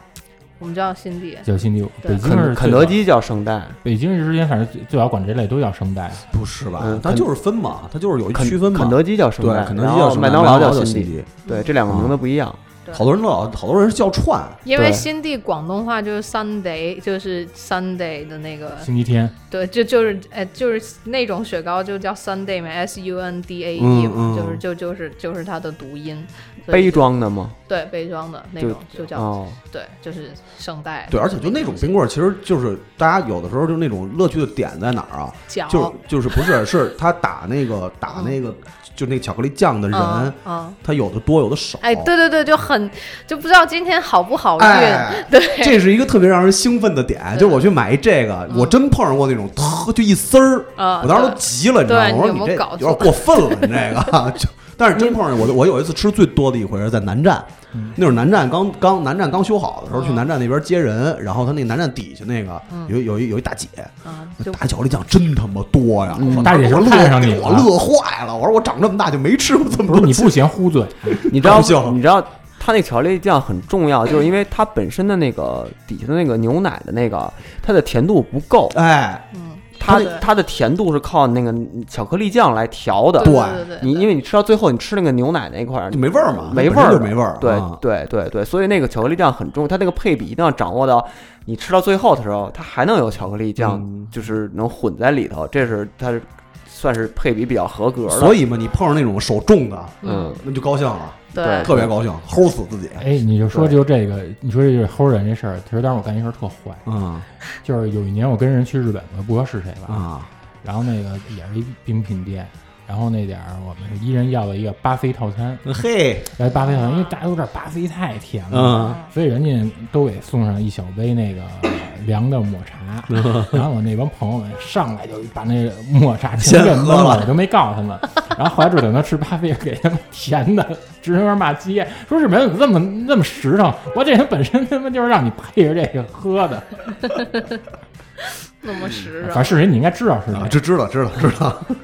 S6: 我们叫新地。
S4: 叫新地？
S6: 对
S4: 北京是
S3: 肯
S4: 最
S3: 肯德基叫圣代，
S4: 早，北京是之前反正最最早管这类都叫圣代。
S5: 不是吧
S3: 嗯？
S5: 它
S3: 肯
S5: 就是分嘛，它就是有一
S3: 肯
S5: 区分嘛。
S3: 肯德基叫圣代
S5: 对，，肯德基
S3: 然
S5: 叫
S3: 后
S5: 什么
S3: 麦当
S5: 劳
S3: 劳叫地，
S5: 新地，
S3: 对，这两个名字不一样。
S5: 好多人都老，好多人是叫串，
S6: 因为
S3: 对
S6: 新地广东话就是 Sunday，就是 Sunday 的那个，
S4: 星期天，
S6: 对，就就是呃，就是那种雪糕就叫 Sunday 嘛，S U N D A E
S5: 嗯嗯
S6: 嘛，就是就就是就是它的读音，所以
S3: 杯装的吗？
S6: 对杯装的那
S3: 就
S6: 种就叫
S3: 哦，
S6: 对，就是圣代
S5: 对，而且就那种冰棍儿，其实就是大家有的时候就那种乐趣的点在哪儿啊？
S6: 角，
S5: 就是就是不是是他打那个打那个就那巧克力酱的
S6: 嗯
S5: 人，
S6: 嗯，
S5: 他有的多有的少。
S6: 哎，对对对，就很就不知道今天好不好运，
S5: 哎，
S6: 对，
S5: 这是一个特别让人兴奋的点，
S6: 对
S5: 就是我去买一这个，
S6: 嗯
S5: 我真碰上过那种特就一丝儿，
S6: 啊
S5: 我当时
S6: 对
S5: 都急了，你知道吗？
S6: 对
S5: 我说
S6: 你有
S5: 你
S6: 没
S5: 这
S6: 有
S5: 有
S6: 搞
S5: 点
S6: 错
S5: 过分了，你这个。
S6: <laughs>
S5: 就但是真碰上我，我有一次吃最多的一回是在南站，
S4: 嗯
S5: 那会儿南站刚刚南站刚修好的时候，去
S6: 嗯
S5: 南站那边接人，然后他那南站底下那个
S6: 嗯
S5: 有有一有一大姐，
S6: 啊，
S5: 那
S6: 就嗯
S5: 大巧克力酱真他妈多呀！我
S4: 大姐是
S5: 我乐
S4: 看上你
S5: 我
S4: 了
S5: 乐坏了。我说我长这么大就没吃过这么
S4: 不是
S5: 多
S4: 你。不嫌糊嘴，
S3: 你知道
S5: 搞笑
S3: 你知道它那巧克力酱很重要，就是因为它本身的那个底下的那个牛奶的那个，它的甜度不够，
S5: 哎，
S6: 嗯，
S3: 它
S6: 对
S3: 它的甜度是靠那个巧克力酱来调的
S6: 对。对
S5: 对
S6: 对，
S3: 你因为你吃到最后，你吃那个牛奶那一块儿
S5: 就没味儿嘛，
S3: 没味
S5: 本
S3: 儿
S5: 身
S3: 的，
S5: 就没味儿。
S3: 对
S5: 啊
S3: 对对对，所以那个巧克力酱很重要，它那个配比一定要掌握到，你吃到最后的时候，它还能有巧克力酱
S5: 嗯，
S3: 就是能混在里头，这是它是算是配比比较合格的。
S5: 所以嘛，你碰上那种手重的，
S3: 嗯，
S5: 那就高兴了，
S6: 对
S3: 对
S5: 特别高兴，齁死自己。
S4: 哎，你就说就这个，你说这就是齁人这事儿。其实当时我干一事儿特坏，
S5: 嗯
S4: 就是有一年我跟人去日本，我不知道是谁了，
S5: 啊，
S4: 然后那个也是一冰品店，然后那点儿我们是一人要了一个巴菲套餐，
S5: 嘿，
S4: 来巴菲套餐，因为大家都知道巴菲太甜了，
S5: 嗯
S4: 所以人家都给送上一小杯那个 <coughs> 凉的抹茶，然后我那帮朋友们上来就把那抹茶全给
S5: 先
S4: 闷
S5: 喝了
S4: 了，我都没告诉他们。然后后来就等他吃巴菲给他们甜的，直他妈骂街，说日本人怎么这么那么实诚？我这人本身他妈就是让你配着这个喝的，
S6: 那么实
S4: 反
S6: 诚
S4: 正，是谁你应该知道是谁
S5: 啊，。这知道知道知道，
S3: 嗯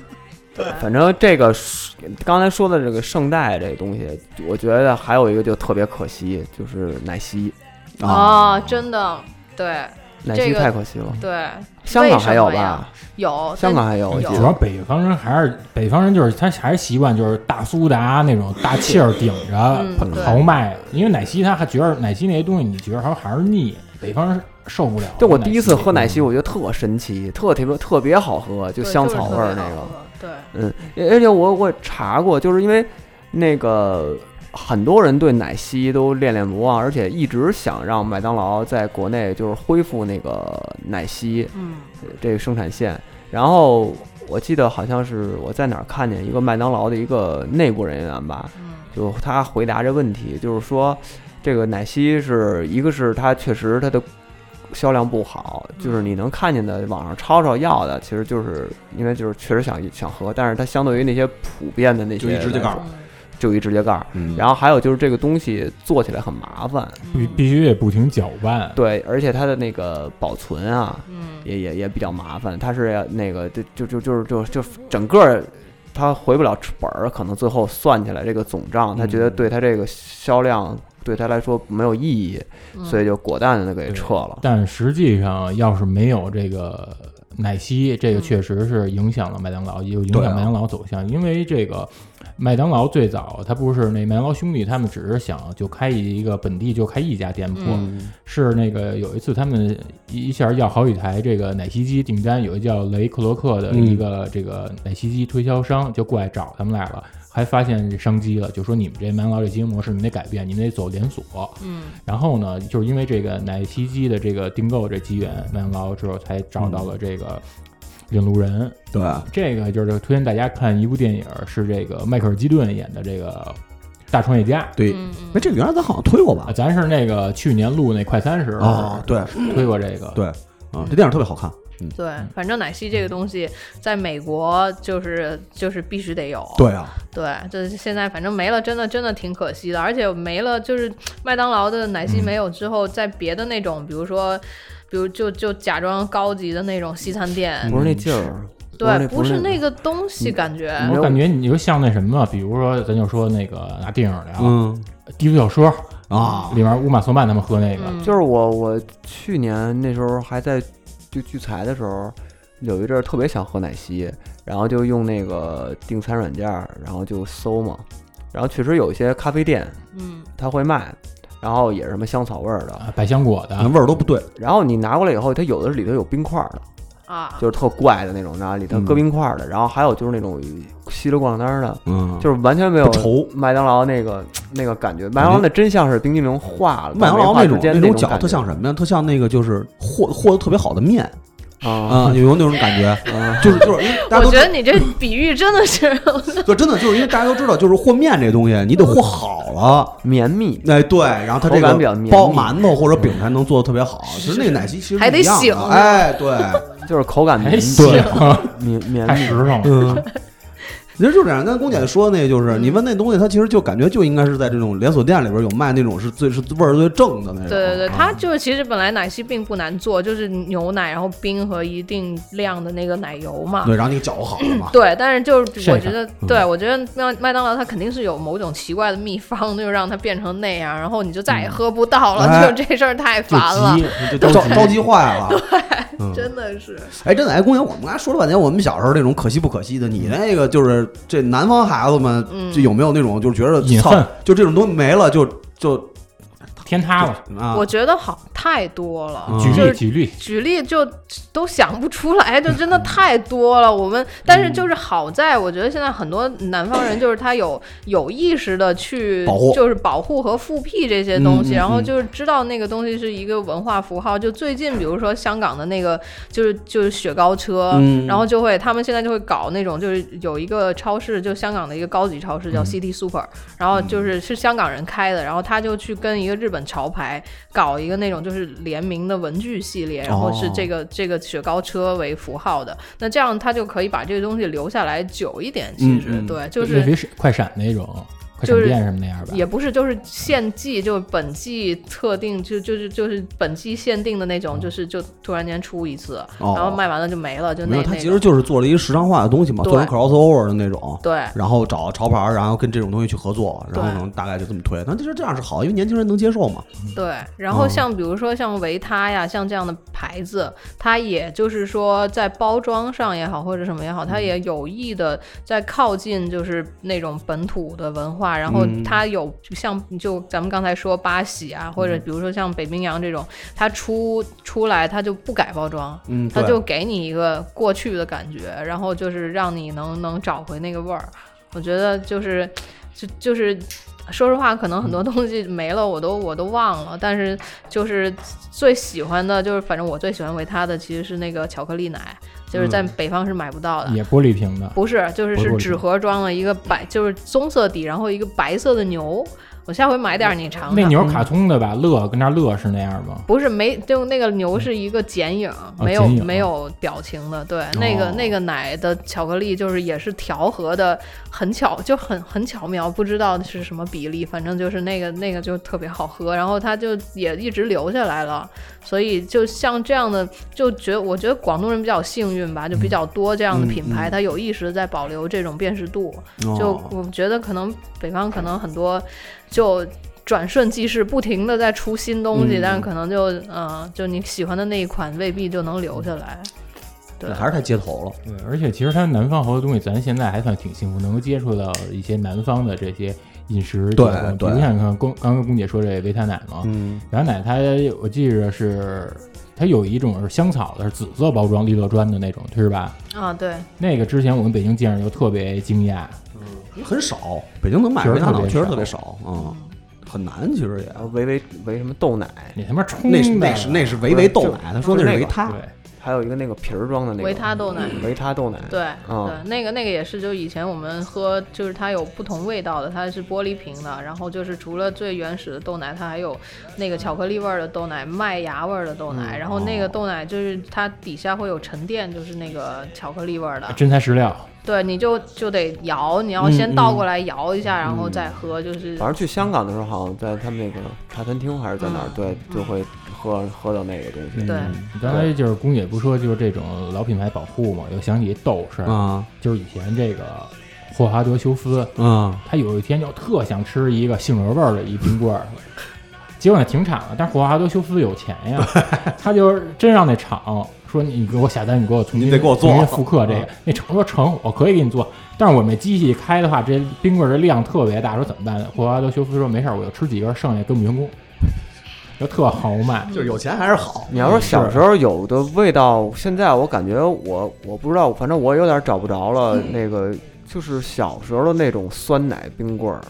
S3: 反正这个是刚才说的这个圣代这个东西，我觉得还有一个就特别可惜，就是奶昔，
S6: 啊，真的，对
S3: 奶昔
S6: 这个
S3: 太可惜了。
S6: 对，
S3: 香港还有
S6: 为什么呀
S3: 吧？
S6: 有
S3: 香港还有，我
S6: 有
S3: 记
S4: 主要
S3: 得。
S4: 北方人还是北方人，就是他还是习惯就是大苏打那种大气儿顶着
S6: 嗯
S4: 泡
S6: 对
S4: 豪迈，因为奶昔他还觉得奶昔那些东西你觉得还还是腻，北方人受不了。
S3: 就我第一次喝奶昔，
S4: 嗯
S3: 我觉得特神奇，特特别特别好喝，就
S6: 对
S3: 香草
S6: 是
S3: 味
S6: 特
S3: 儿
S6: 别
S3: 那
S6: 好
S3: 个。
S6: 喝对，
S3: 嗯，而且我我查过，就是因为那个很多人对奶昔都恋恋不忘，而且一直想让麦当劳在国内就是恢复那个奶昔
S6: 嗯
S3: 这个生产线。然后我记得好像是我在哪儿看见一个麦当劳的一个内部人员吧，
S6: 嗯
S3: 就他回答这问题，就是说这个奶昔是一个是它确实它的销量不好，就是你能看见的网上抄抄要的，其实就是因为就是确实想想喝，但是它相对于那些普遍的那些
S5: 就一直就
S3: 来说
S5: 告诉
S6: 嗯
S3: 就一直接盖儿。
S5: 嗯
S3: 然后还有就是这个东西做起来很麻烦，
S4: 必必须得不停搅拌。
S3: 对，而且它的那个保存啊，
S6: 嗯
S3: 也也也比较麻烦，它是要那个就就就就是就就整个他回不了本儿，可能最后算起来这个总账，他觉得
S5: 嗯
S3: 对他这个销量对他来说没有意义，
S6: 嗯
S3: 所以就果断的给
S4: 对
S3: 撤了。
S4: 但实际上，要是没有这个奶昔，这个确实是影响了麦当劳，也有影响
S5: 对啊
S4: 麦当劳走向。因为这个麦当劳最早，它不是那麦当劳兄弟，他们只是想就开一个本地就开一家店铺，
S5: 嗯
S4: 是那个有一次他们一一下要好几台这个奶昔机订单，有一叫雷克罗克的一个这个奶昔机推销商就过来找他们来了，还发现商机了，就说你们这麦当劳这经营模式你们得改变，你们得走连锁。
S6: 嗯，
S4: 然后呢，就是因为这个奶昔机的这个订购这机缘，麦当劳之后才找到了这个领路人。
S5: 对，啊
S4: 这个就是推荐大家看一部电影，是这个迈克尔基顿演的这个《大创业家》。
S5: 对，
S6: 嗯嗯
S5: 哎，这个原来咱好像推过吧
S4: 啊，？咱是那个去年录那快三十
S5: 啊，对
S4: 推过这个，
S5: 对啊，这电影特别好看，嗯，
S6: 对，反正奶昔这个东西，在美国就是就是必须得有。
S5: 对啊，
S6: 对，这现在反正没了，真的真的挺可惜的。而且没了，就是麦当劳的奶昔没有之后，在别的那种，比如说，比如就就假装高级的那种西餐店，
S3: 不是那劲儿，
S6: 嗯对，不
S3: 嗯是
S6: 是
S3: 那
S6: 那个东西感觉。
S4: 我感觉你就像那什么，比如说咱就说那个拿电影聊《
S5: 嗯
S4: 低俗小说》
S5: 啊，
S4: 里面乌玛索曼他们喝那个，
S6: 嗯，
S3: 就是我我去年那时候还在就聚财的时候，有一阵儿特别想喝奶昔，然后就用那个订餐软件儿，然后就搜嘛，然后确实有一些咖啡店
S6: 嗯，
S3: 它会卖，然后也是什么香草味儿的，
S4: 啊，百香果
S5: 那
S4: 的，
S5: 味儿都不对，
S3: 然后你拿过来以后，它有的是里头有冰块儿的，
S6: 啊，
S3: 就是特怪的那种，然后里头搁
S5: 嗯
S3: 冰块儿的，然后还有就是那种稀里咣当儿的，
S5: 嗯，
S3: 就是完全没有
S5: 不稠。
S3: 麦当劳那个那个感觉，麦当劳那真像是冰激凌化了，
S5: 麦当劳
S3: 那
S5: 那种
S3: 那
S5: 种饺
S3: 感觉
S5: 特像什么呀？特像那个就是和和的特别好的面
S3: 啊，
S5: 啊，有有那种感觉，
S3: 啊
S5: 就是就是因为大
S6: 我
S5: 家都
S6: 觉
S5: 知
S6: 得你这比喻真的是，
S5: 就真的就是因为大家都知道，就是和面这东西你得和好了。
S3: 绵密，
S5: 哎，对，然后它这
S3: 口感比较
S5: 个
S3: 绵
S5: 包
S3: 密
S5: 馒头或者饼才能做的特别好。其实那个奶昔其实
S6: 还
S5: 是一
S6: 得
S5: 样的
S6: 醒着 <laughs>
S5: 哎，对，
S3: 就是口感绵
S4: 还
S3: 密，
S4: 行，
S3: 绵绵
S4: 哎太
S3: 密
S4: 实，诚了。
S5: 嗯，其实就这样。跟龚姐说的那个就是，
S6: 嗯
S5: 你问那东西，它其实就感觉就应该是在这种连锁店里边有卖那种是最是味儿最正的那种。
S6: 对对对，
S5: 啊
S6: 它就是其实本来奶昔并不难做，就是牛奶，然后冰和一定量的那个奶油嘛。
S5: 对，然后你给搅和好了嘛。
S6: 对，但是就是我
S4: 晒
S6: 觉得，
S5: 嗯
S6: 对我觉得麦麦当劳它肯定是有某种奇怪的秘方，就让它变成那样，然后你就再也喝不到了，
S5: 嗯哎
S6: <laughs>
S5: 嗯
S6: 就这事儿太
S4: 就
S6: 烦嗯了，
S4: 急，就
S5: 着
S4: 着
S6: <laughs>
S4: 急
S5: 着急坏了，嗯
S6: 真的是。
S5: 哎，真的，哎，公爷，我们刚才说了半天，我们小时候那种可惜不可惜的，你那个就是这南方孩子们，
S6: 嗯
S5: 就有没有那种就是觉得
S4: 隐
S5: 操
S4: 恨，
S5: 就这种东西没了，就就
S4: 天塌了。
S5: 啊
S6: 我，觉得好太多了，
S5: 嗯
S4: 举
S6: 就
S4: 例
S6: 是
S4: 举例，
S6: 举例就都想不出来，就真的太多了。我们但
S5: 嗯
S6: 是就是好在，我觉得现在很多南方人就是他有有意识的去
S5: 保护
S6: 就是保护和复辟这些东
S5: 嗯
S6: 西，
S5: 嗯
S6: 然后就是知道那个东西是一个文化符号。就最近比如说香港的那个就是就是雪糕车，
S5: 嗯
S6: 然后就会他们现在就会搞那种就是有一个超市，就香港的一个高级超
S5: 嗯
S6: 市叫 City Super，、然后就是是香港人开的，然后他就去跟一个日本潮牌搞一个那种就是联名的文具系
S5: 哦
S6: 列，然后是这个、这个雪糕车为符号的，那这样他就可以把这个东西留下来久一点。其实、
S5: 嗯嗯
S6: 对，就
S4: 类似
S6: 是
S4: 于快闪那种，快
S6: 就
S4: 闪
S6: 是
S4: 店什么那样吧。
S6: 也不是就是现季，就本季特定，就就是就是本季限定的那种，就是就突然间出一次，
S5: 哦
S6: 然后卖完了就没了，就
S5: 没
S6: 那
S5: 有，
S6: 那
S5: 他
S6: 种。
S5: 其实就是做了一个时尚化的东西嘛，
S6: 对
S5: 做成 crossover 的那种，
S6: 对。
S5: 然后找潮牌儿，然后跟这种东西去合作，然后
S6: 对
S5: 可能大概就这么推。那其实这样是好，因为年轻人能接受嘛。
S6: 对，然后
S5: 嗯
S6: 像比如说像维他呀，像这样的牌子，它也就是说在包装上也好，或者什么也好，
S5: 嗯
S6: 它也有意的在靠近就是那种本土的文化，然后
S5: 嗯
S6: 它有像就咱们刚才说巴西啊，或者
S5: 嗯
S6: 比如说像北冰洋这种，它出出来它就不改包装，
S5: 嗯，
S6: 它
S5: 对
S6: 就给你一个过去的感觉，然后就是让你能能找回那个味儿。我觉得就是，就就是，说实话，可能
S4: 嗯
S6: 很多东西没了，我都我都忘了。但是就是最喜欢的，就是反正我最喜欢维他的其实是那个巧克力奶，就是在北方是买不到的。
S4: 嗯也玻璃瓶的，
S6: 不是，就是
S4: 不是
S6: 是
S4: 不是
S6: 纸盒装了一个白，就是棕色底，然后一个白色的牛。我下回买点儿你尝
S4: 嗯
S6: 尝。
S4: 那牛卡通的吧，乐跟那乐是那样吗？
S6: 不是没就那个牛是一个剪影，没有
S4: 啊剪影哦
S6: 没有表情的。对，那个那个奶的巧克力就是也是调和的，很巧就很很巧妙，不知道是什么比例，反正就是那个那个就特别好喝，然后它就也一直留下来了。所以就像这样的，就觉我觉得广东人比较幸运吧，就比较多这样的品
S4: 嗯
S6: 牌，它有意识的在保留这种辨识度。就
S5: 哦
S6: 我觉得可能北方可能很多就转瞬即逝，不停的在出新东西，
S5: 嗯
S6: 但是可能就嗯、呃就你喜欢的那一款未必就能留下来。对
S5: 还是太街头了。
S4: 对，而且其实它南方好多东西，咱现在还算挺幸福，能够接触到一些南方的这些饮食习惯。
S5: 对
S4: 比
S5: 对
S4: 如像刚刚刚刚龚姐说这维他奶嘛，
S3: 嗯，
S4: 维他奶它我记着是它有一种是香草的，是紫色包装利乐砖的那种，是吧？
S6: 啊，对，
S4: 那个之前我们北京见着就特别惊讶，
S5: 很少，北京能买
S4: 确实
S5: 维他奶
S4: 特别
S5: 确实特
S4: 少
S5: 别少，嗯，很难，其实也。
S3: 然后维维维什么豆奶，
S4: 哎你他妈冲
S5: 那
S4: 的
S5: 是那是那是维维豆奶，他说那是维他，
S4: 对。
S3: 还有一个那个瓶儿装的那个
S6: 维他豆奶。
S3: 维他豆奶，
S6: 对，
S3: 啊
S5: 哦
S6: 对，那个那个也是，就以前我们喝，就是它有不同味道的，它是玻璃瓶的，然后就是除了最原始的豆奶，它还有那个巧克力味儿的豆奶、麦芽味儿的豆奶，然后那个豆奶就是它底下会有沉淀，就是那个巧克力味儿的，
S4: 真材实料，
S6: 对，你就就得摇，你要先倒过来摇一下，
S5: 嗯
S6: 然后再喝，就是
S3: 反正去香港的时候，好像在他们那个茶餐厅还是在哪儿，对，就会喝喝到那个东西。
S6: 对
S4: 嗯你刚才就是龚姐不说，就是这种老品牌保护嘛，又想起豆是，
S5: 啊
S4: 就是以前这个霍华德休斯，
S5: 啊，
S4: 他有一天就特想吃一个杏仁味儿的一冰棍儿，结果呢停产了。但是霍华德休斯有钱
S3: <laughs>
S4: 呀，他就是真让那厂说你给我下单，你给我重新
S5: 你得给我做
S4: 重新复刻
S3: 嗯
S4: 这个。那厂说成，我可以给你做，但是我们机器开的话，这冰棍儿的量特别大，说怎么办？霍华德休斯说没事儿，我就吃几根，剩下给我们员工，就特豪迈。
S5: 就是有钱还是好，嗯
S3: 你要说小时候有的味道，现在我感觉我我不知道，反正我有点找不着了。那个就是小时候的那种酸奶冰棍儿，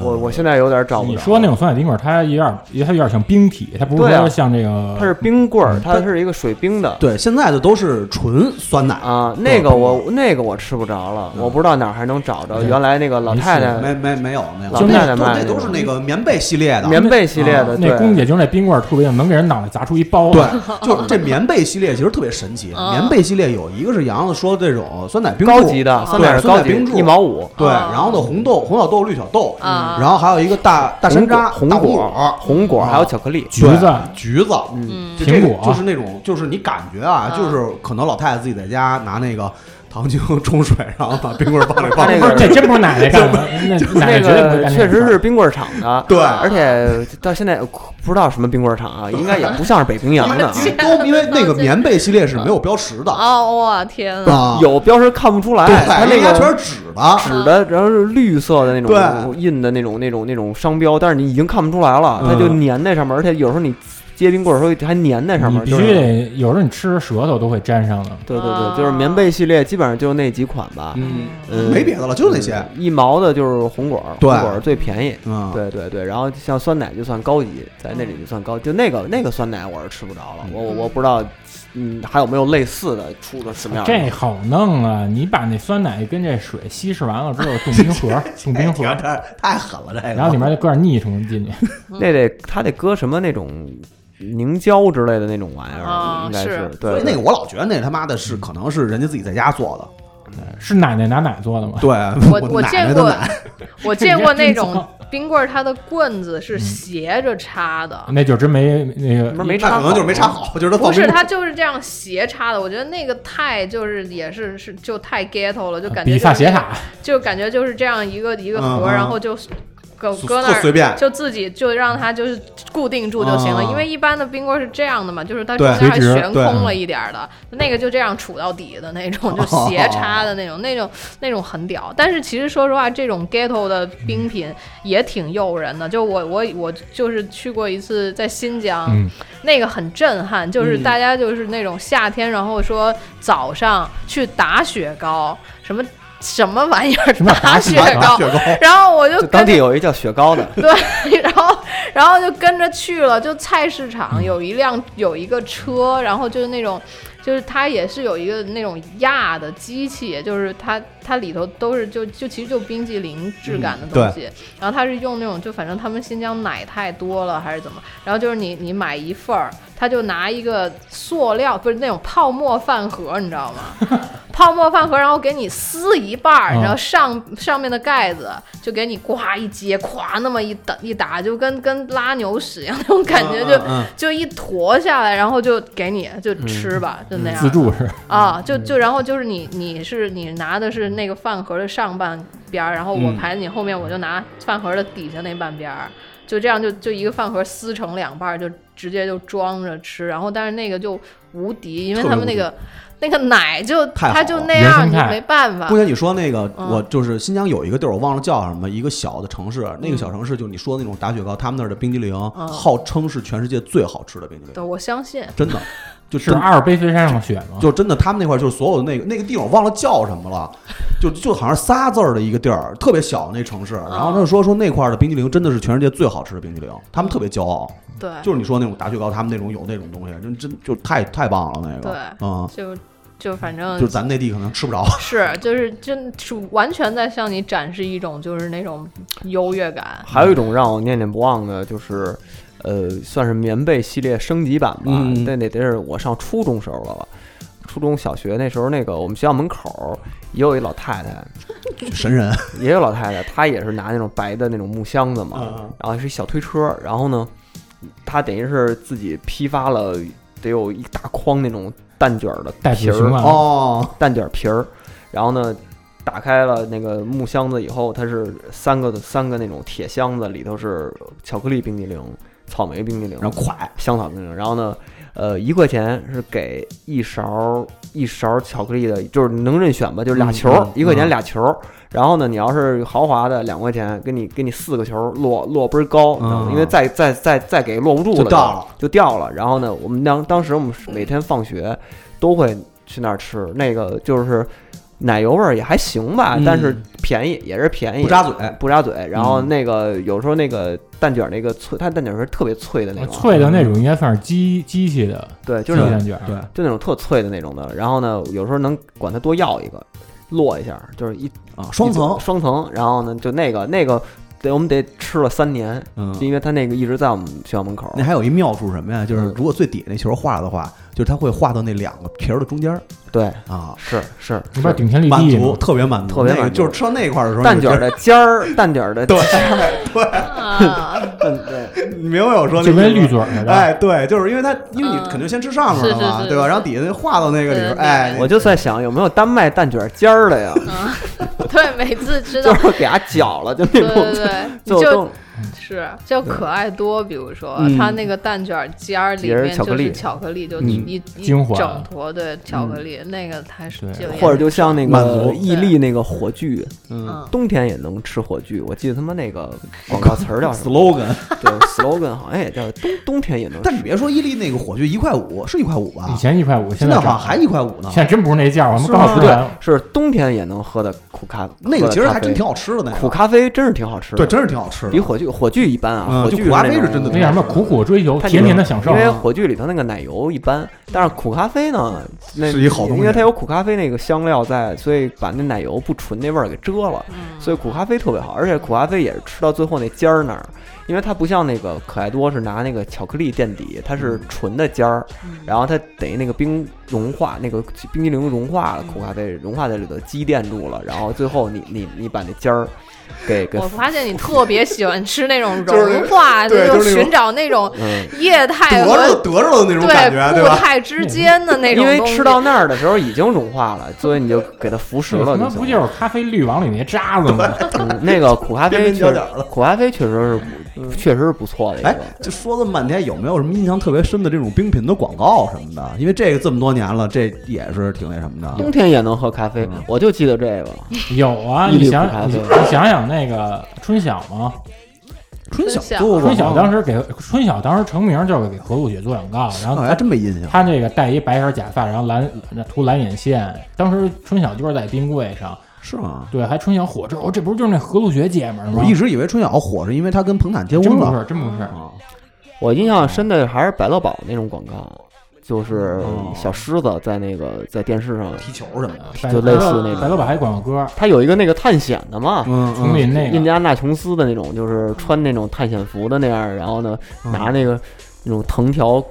S3: 我我现在有点找不着。
S4: 你说那种酸奶冰棍儿，它有点儿，它有点儿像冰体，它不是
S3: 对啊
S4: 说像这个，
S3: 它是冰棍儿，
S4: 嗯
S3: 它是一个水冰的。
S5: 对，现在的都是纯酸奶，
S3: 啊，那个我那个我吃不着了，我不知道哪儿还能找着。
S4: 嗯
S3: 原来那个老太太
S5: 没没没有没有，
S3: 老
S5: 就那
S3: 太太
S5: 都
S3: 卖
S5: 那
S3: 那
S5: 都
S3: 个
S5: 是那个棉被系列的，
S3: 棉被系列的，
S4: 啊那
S3: 对
S4: 龚，姐就是那冰棍儿特别像，能给人脑袋砸出一包。
S5: 对，
S4: <laughs>
S5: 就是这棉被系列其实特别神奇，
S4: 嗯
S6: 啊
S5: 棉被系列有一个是杨子说这种酸奶冰
S3: 高
S5: 柱
S3: 级的，酸
S5: 对
S3: 奶是高级
S5: 冰柱
S3: 一毛五。
S5: 对，
S6: 啊
S4: 嗯
S5: 然后呢红豆红小豆绿小豆，
S6: 啊
S5: 然后还有一个大大山楂
S3: 红
S5: 大
S3: 红
S5: 果
S3: 果、红果还有巧克力，
S4: 橘
S5: 对
S4: 子
S5: 橘子，
S6: 嗯
S5: 就这
S4: 苹
S5: 个
S4: 果啊嗯
S5: 就是那种，就是你感觉啊，
S6: 啊
S5: 就是可能老太太自己在家拿那个糖精 <laughs> 冲水，然后把冰棍儿
S3: <laughs>
S5: 放里放
S3: 那
S5: 里
S4: 不
S3: 个
S4: <laughs> 是，这真不是奶奶干的， <laughs> 那奶
S3: 那
S4: 奶绝对不会
S3: 个
S4: 干这
S3: 确
S4: 事
S3: 实
S4: 儿
S3: 是冰棍儿厂的，
S5: 对，
S3: 而且到现在不知道什么冰棍儿厂啊，应该也不像是北冰洋的
S5: 因为都因为那个棉被系列是没有标识的
S6: 哦，哇天呐，
S5: 啊，
S3: 有标识看不出来，
S5: 对，
S3: 它那
S5: 人家全
S3: 个
S5: 是纸的，
S3: 纸的，然后是绿色的那种
S5: 对
S3: 印的那种那种那种商标，但是你已经看不出来了，它就
S5: 嗯
S3: 粘在上面，而且有时候你接冰棍儿的时候还粘在上
S4: 你
S3: 面，
S4: 必
S3: 就
S4: 须
S3: 是
S4: 得，有时候你吃舌头都会粘上的。
S3: 对对
S6: 啊
S3: 对，就是棉被系列基本上就是那几款吧，
S4: 嗯，
S3: 嗯，
S5: 没别的了，就那些，
S3: 一毛的就是红果儿，
S5: 对
S3: 红果儿最便宜。
S5: 嗯，
S3: 对对对，然后像酸奶就算高级，在那里就算高，就那个那个酸奶我是吃不着了，我我我不知道，嗯，还有没有类似的出的什么样的？
S4: 这好弄啊！你把那酸奶跟这水稀释完了之后，冻
S3: <laughs>
S4: 冰盒，冻冰盒，
S5: 哎这太狠了，这个，
S4: 然后里面再搁点腻虫进去。
S3: 那得它得搁什么那种凝胶之类的那种玩意儿，
S6: 啊
S3: 应该
S6: 是
S5: 所
S3: 对
S5: 以那个我老觉得那他妈的是可能是人家自己在家做的，
S4: 是奶奶拿奶做的吗？
S5: 对，
S6: 我我
S5: 奶奶
S6: 见
S5: 的
S6: 过
S5: 奶，，
S6: <laughs> 我见过那
S4: 你还
S6: 种
S4: 真
S6: 冰棍儿，它的棍子
S5: 嗯
S6: 是斜着插的，
S4: 那就真没那
S3: 什
S4: 个
S3: 么没
S5: 那
S3: 插
S5: 可能就是没插好，就是他
S6: 不
S5: 放
S6: 是，
S5: 冰
S6: 它就是这样斜插的。我觉得那个太就是也是是就太 ghetto 了，就感觉
S4: 比萨
S6: 就是
S4: 斜塔，
S6: 就感觉就是这样一个一个
S5: 嗯
S6: 盒，
S5: 嗯
S6: 然后就搁搁
S5: 特
S6: 那
S5: 随
S6: 儿。
S5: 便，
S6: 就自己就让它就是固定住就行了，
S5: 嗯嗯
S6: 因为一般的冰棍儿是这样的嘛，就是它中
S5: 对
S6: 间还
S4: 垂直
S6: 悬空
S5: 对
S6: 了一点儿的，那个就这样杵到底的那种，就斜
S5: 哦
S6: 插的那种，那种那种很屌。但是其实说实话，这种 ghetto 的冰品也挺诱人的。就我我我就是去过一次在新疆，
S4: 嗯，
S6: 那个很震撼，就是大家就是那种夏天，然后说早上去打雪糕，什么什么玩意儿
S4: 什么叫打
S6: 雪
S4: 雪
S5: 拿拿
S6: 糕，
S5: 雪糕，
S6: 然后我就
S3: 就当
S6: 跟
S3: 地
S6: 着
S3: 有一叫雪糕的，
S6: 对， <laughs> 然后然后就跟着去了，就菜市场有一辆有一个车，然后就是那种。就是它也是有一个那种压的机器，就是它它里头都是就就其实就冰激凌质感的东西，然后它是用那种就反正他们新疆奶太多了还是怎么，然后就是你你买一份儿，他就拿一个塑料不是那种泡沫饭盒，你知道吗？泡沫饭盒，然后给你撕一半儿，
S4: 嗯
S6: 然后上上面的盖子就给你刮一揭，咵那么一打一打，就跟跟拉牛屎一样那种感觉，就
S5: 嗯
S6: 就一坨下来，然后就给你就吃吧，就那样
S4: 嗯自助是
S6: 啊，就就然后就是你你是你拿的是那个饭盒的上半边儿，然后我
S5: 嗯
S6: 排你后面，我就拿饭盒的底下那半边儿。就这样就就一个饭盒撕成两半儿，就直接就装着吃。然后但是那个就无敌，因为
S5: 特别
S6: 他们那个那个奶就
S5: 太好
S6: 它就
S5: 了
S6: 那
S4: 原
S6: 样，
S4: 生
S6: 你
S4: 态
S6: 没办法
S5: 姑。且你说那个，
S6: 嗯
S5: 我就是新疆有一个地儿，我忘了叫什么，一个小的城市，那个小城市就你说的那种打雪糕，他们那儿的冰激凌
S6: 嗯
S5: 号称是全世界最好吃的冰激
S6: 对，
S5: 凌，
S6: 我相信。
S5: 真
S6: <laughs>
S5: 的，就是
S4: 是阿尔卑斯山上的雪吗？
S5: 就真的，他们那块儿就是所有的那个那个地方，我忘了叫什么了，就就好像仨字儿的一个地儿，特别小那城市。然
S6: 嗯
S5: 后他就说说那块儿的冰激凌真的是全世界最好吃的冰激凌，他们特别骄傲，
S6: 对，
S5: 就是你说那种打雪糕，他们那种有那种东西，真真就太太棒了那个，
S6: 对嗯
S5: 嗯，
S6: 就就反正
S5: 就是咱内地可能吃不着，
S6: 是就是真是完全在向你展示一种就是那种优越感。
S3: 还有一种让我念念不忘的，就是，呃，算是棉被系列升级版吧。
S5: 嗯
S3: 但那得是我上初中时候了吧，初中小学那时候，那个我们学校门口也有一老太太，
S5: 神人，
S3: 也有老太太，她也是拿那种白的那种木箱子嘛，
S5: 嗯嗯
S3: 然后是一小推车，然后呢，她等于是自己批发了得有一大筐那种蛋卷儿的
S4: 带
S3: 皮
S4: 皮
S3: 儿
S4: 熊啊
S5: 哦，
S3: 蛋卷皮儿，然后呢，打开了那个木箱子以后，它是三个三个那种铁箱子，里头是巧克力冰激凌、草莓冰激凌、
S5: 然后快，
S3: 香草冰激凌，然后呢，呃，一块钱是给一勺一勺巧克力的，就是能任选吧，就是俩球，
S5: 嗯嗯
S3: 一块钱俩球。然后呢，你要是豪华的，两块钱给你给你四个球，落落倍儿高，你知道吗
S5: 嗯
S3: 因为再再再再给落不住了，
S5: 就掉了，
S3: 就掉了。然后呢，我们当当时我们是每天放学都会去那儿吃，那个就是奶油味儿也还行吧，
S5: 嗯
S3: 但是便宜也是便宜，哎
S5: 不扎嘴
S3: 不扎嘴。然后
S5: 嗯
S3: 那个有时候那个蛋卷儿那个脆，它蛋卷儿是特别脆的那
S4: 啊
S3: 种，
S4: 脆的那种应该算是机机器的
S3: 对，就
S4: 鸡
S3: 是
S4: 蛋卷儿，
S5: 对
S3: 就那种特脆的那种的。然后呢，有时候能管他多要一个，落一下，就是一
S5: 啊，双层
S3: 一，双层。然后呢，就那个那个得我们得吃了三年，
S5: 嗯，
S3: 因为他那个一直在我们学校门口
S5: 那。还有一妙处是什么呀？就是
S3: 嗯
S5: 如果最底下那球画的话，就是它会画到那两个皮儿的中间儿
S3: 对，
S5: 啊，
S3: 是是
S4: 你不是
S3: 是。
S4: 顶天立
S5: 满
S4: 地
S5: 足
S4: 吗？
S5: 特别满足，
S3: 特别
S5: 那个
S3: 满足
S5: 就是吃到那块儿的时候，
S3: 蛋卷儿
S5: 的，
S3: 的尖儿，蛋卷儿
S5: <laughs>
S3: 的
S5: 对
S6: 啊，
S3: 嗯对，
S5: 你明白我说
S4: 就
S5: 那意思吗
S4: 跟绿嘴儿似的。
S5: 哎，对，就是因为它，因为你
S6: 嗯
S5: 肯定先吃上面了
S6: 是是
S5: 嘛，
S6: 是
S5: 对吧？
S6: 是
S5: 然后底下那画到那个里边
S6: 对
S5: 儿，
S6: 对
S5: 哎，
S3: 我就在想有没有丹麦蛋卷儿尖儿的呀，
S6: 对，每次知
S3: 就
S6: 道，
S3: 是给它搅了，就那
S6: 对
S3: 种
S6: 对，对，
S5: <laughs>
S3: 就
S6: 就
S3: 就
S6: 是叫可爱多，比如说
S5: 嗯
S6: 它那个蛋卷尖儿里
S3: 也是
S6: 面
S3: 巧克
S6: 就
S3: 力
S6: 是巧克力，就
S5: 嗯
S6: 一一
S4: 精华
S6: 整坨对巧克力，那个它是
S4: 对
S6: 就也
S3: 或者就像那
S5: 满足
S3: 个伊利那个火炬，
S5: 嗯
S6: 嗯
S3: 冬天也能吃火炬。我记得他妈那个广告词儿叫什么？
S5: slogan。
S3: 对 slogan 好像也叫冬冬天也能
S5: 但
S3: 吃
S5: 你。别说伊利那个火炬一块五，是一块五吧
S4: 以？前一块
S3: 哎
S4: 五，
S5: 现
S4: 在
S5: 在
S4: 涨
S5: 好像还一块五呢
S4: 现。在真不是那价儿，我们
S3: 啊是
S4: 刚好
S3: 吗
S4: 不
S3: 对
S4: 对，
S3: 是冬天也能喝的苦咖，
S5: 啊那个其实还真挺
S3: 好
S5: 好吃的，那
S3: 苦
S5: 个
S3: 咖啡真是挺好吃的，
S5: 对，真是挺好吃
S3: 比
S5: 的。
S3: 火炬火炬一般啊，
S5: 嗯
S3: 火
S5: 就
S3: 炬
S5: 苦咖
S3: 那
S5: 啡是
S3: 种
S5: 真的
S4: 那叫什么苦苦追
S5: 哦
S4: 求，
S3: 它
S4: 甜甜的享受
S3: 因。为
S5: 啊
S3: 火炬里头那个奶油一般，但是苦咖啡呢，那
S5: 是一好东西
S3: 因为它有苦咖啡那个香料在，所以把那奶油不纯那味儿给遮了，
S6: 嗯
S3: 所以苦咖啡特别好，而且苦咖啡也是吃到最后那尖儿那儿，因为它不像那个可爱多是拿那个巧克力垫底，它
S6: 嗯
S3: 是纯的尖儿，然后它等于那个冰融化，那个冰激凌融化了，苦咖啡融化在里头积淀住了，然后最后你你你把那尖儿给给
S6: 我发现你特别喜欢吃那种
S5: <laughs> 就是那
S6: 融化
S5: 对
S6: 的，就
S5: 就是那种
S6: 寻找那种
S3: 嗯。
S6: 液态
S5: 得
S6: 和
S5: 着哎得着的那种感觉，
S6: 哎
S5: 对
S6: 对固
S5: 吧？
S6: 态之间的那种
S3: 因
S6: 东西，
S3: 为吃到那儿的时候已经融化了，所以你就给它腐蚀
S4: 是他
S3: 了就
S4: 妈不
S3: 行
S4: 就
S3: 了。
S4: 是咖啡滤网里那渣子吗？
S3: 嗯，那个苦咖
S5: 边
S3: 啡
S5: 边
S3: 确
S5: 角
S3: 实
S5: 角的，
S3: 苦咖啡确实是不
S6: 嗯
S3: 确实是不错的一
S5: 哎
S3: 个。，
S5: 就说这么半天，有没有什么印象特别深的这种冰品的广告什么的？因为这个这么多年了，这也是挺那什么
S3: 冬
S5: 的。
S3: 天也能喝咖啡
S5: 嗯，
S3: 我就记得这个。
S6: 嗯
S4: 有啊，
S3: 伊利
S4: 你
S3: 苦
S4: 想
S3: 咖
S4: 你
S3: 啡
S4: 你想想那个春晓嘛，
S5: 春晓
S6: 春晓
S5: 做过
S4: 春晓
S5: 吗
S4: 当时给春晓当时成名就是给何露雪做广告，
S3: 哎
S4: 然
S5: 我
S4: 后
S5: 还真没印象。
S4: 他那个戴一白色假发，然后蓝涂蓝眼线，当时春晓就是在冰柜上，
S5: 是吗？
S4: 对，还春晓火之后，这不是就是那何露雪姐们儿吗？
S5: 我一直以为春晓火是因为他跟彭坦结
S4: 真
S5: 婚
S4: 不
S5: 了。
S4: 是，真不是，
S5: 啊，
S3: 我印象深的还是百乐宝那种广告，就是
S5: 哦
S3: 小狮子在那个在电视
S6: 嗯
S3: 上，
S5: 踢球什么的。
S4: 百
S3: 就类似那种
S4: 百乐宝还广告歌，
S3: 它有一个那个探险的嘛，
S5: 嗯
S4: 丛林那
S3: 印
S4: 个
S3: 第安纳琼斯的那种，就是穿那种探险服的那样，然后呢
S5: 嗯
S3: 拿那个那种藤条。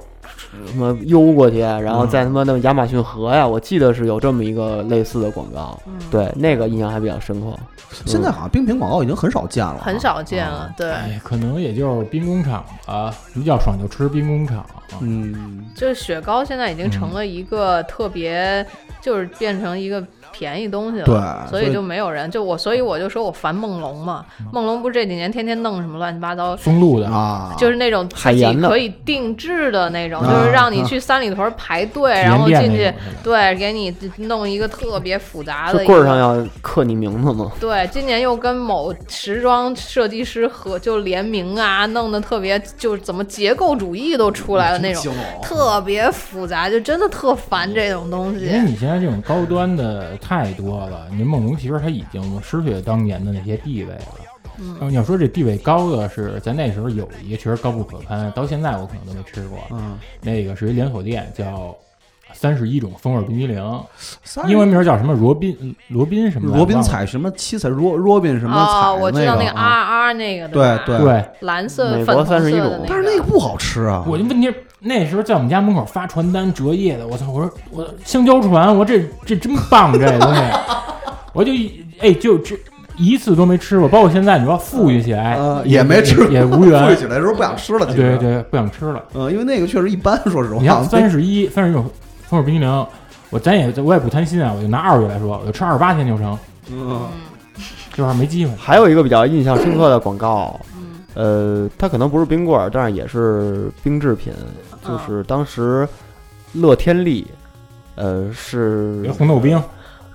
S3: 什么悠过去，啊然后在他妈的亚马逊河呀，我记得是有这么一个类似的广告，
S6: 嗯
S3: 对那个印象还比较深刻。
S5: 现在好像冰品广告已经很少见了，啊
S6: 很。少见了，对。
S4: 哎，可能也就是兵工厂吧，比较爽就吃兵工厂。啊
S5: 嗯，
S6: 就是雪糕现在已经成了一个特别，就是变成一个便宜东西了，
S5: 对
S6: 所
S5: 所以
S6: 以就没有人就我，所以我就说我烦梦龙嘛，梦龙不是这几年天天弄什么乱七八糟。
S4: 封路的，
S5: 啊，
S6: 就是那种自
S3: 海
S6: 己
S3: 盐的
S6: 可以定制的那种，
S5: 啊
S6: 就是让你去三里屯排队，
S4: 体
S6: 然
S4: 验
S6: 后
S4: 店
S6: 进
S4: 那种，
S6: 去
S4: 是吧
S6: 对，给你弄一个特别复杂的
S3: 是
S6: 一
S3: 棍儿
S6: 个
S3: 上要刻你名字吗？
S6: 对，今年又跟某时装设计师合就联名啊，弄得特别就是怎么结构主义都出来了那种，特别复杂，就真的特烦这种东
S4: 因为
S5: 嗯
S6: 西。
S4: 你现在这种高端的太多了，你梦龙其实它已经失去了当年的那些地位了。嗯，你要说这地位高的是在那时候有一个确实高不可攀，到现在我可能都没吃过。
S5: 嗯，
S4: 那个是一连锁店，叫三十一种风味冰激凌，
S5: 三
S4: 英文名叫什么罗宾罗宾什么来着
S5: 罗宾
S4: 忘了
S5: 彩什么七彩罗罗宾什么彩
S6: 哦，
S5: 的
S6: 我知道那
S5: 个啊
S6: 个 R R 那个，
S5: 对
S6: 吧
S5: 对
S4: 对，
S6: 蓝色
S3: 美
S6: 粉
S3: 国
S6: 红色
S3: 31
S6: 的
S3: 种
S5: 但是那个
S6: 个。
S5: 不好吃啊，
S4: 我就问题，那时候在我们家门口发传单折页的，我操！我说我香蕉船，我这这真棒，这东
S5: <laughs>
S4: 西，我就一哎就这一次都没吃过，包括现在你说富裕起来、
S5: 呃也没吃
S4: 哎也无缘，
S5: 贵起来的时候不想吃了，
S4: 对
S5: 其
S4: 对，
S5: 实
S4: 对，不想吃了。
S5: 嗯，因为那个确实一般，说实话，
S4: 你看
S5: 没
S4: 三十一三十一种风味冰激凌，我咱也我也不贪心啊，我就拿二月来说，我就吃二十八天就成，
S5: 嗯
S4: 这玩意儿没机会。
S3: 还有一个比较印象深刻的广告，
S6: 嗯
S3: 呃，它可能不是冰棍儿，但是也是冰制品，就
S6: 嗯
S3: 是当时乐天利，呃，是
S4: 红豆冰，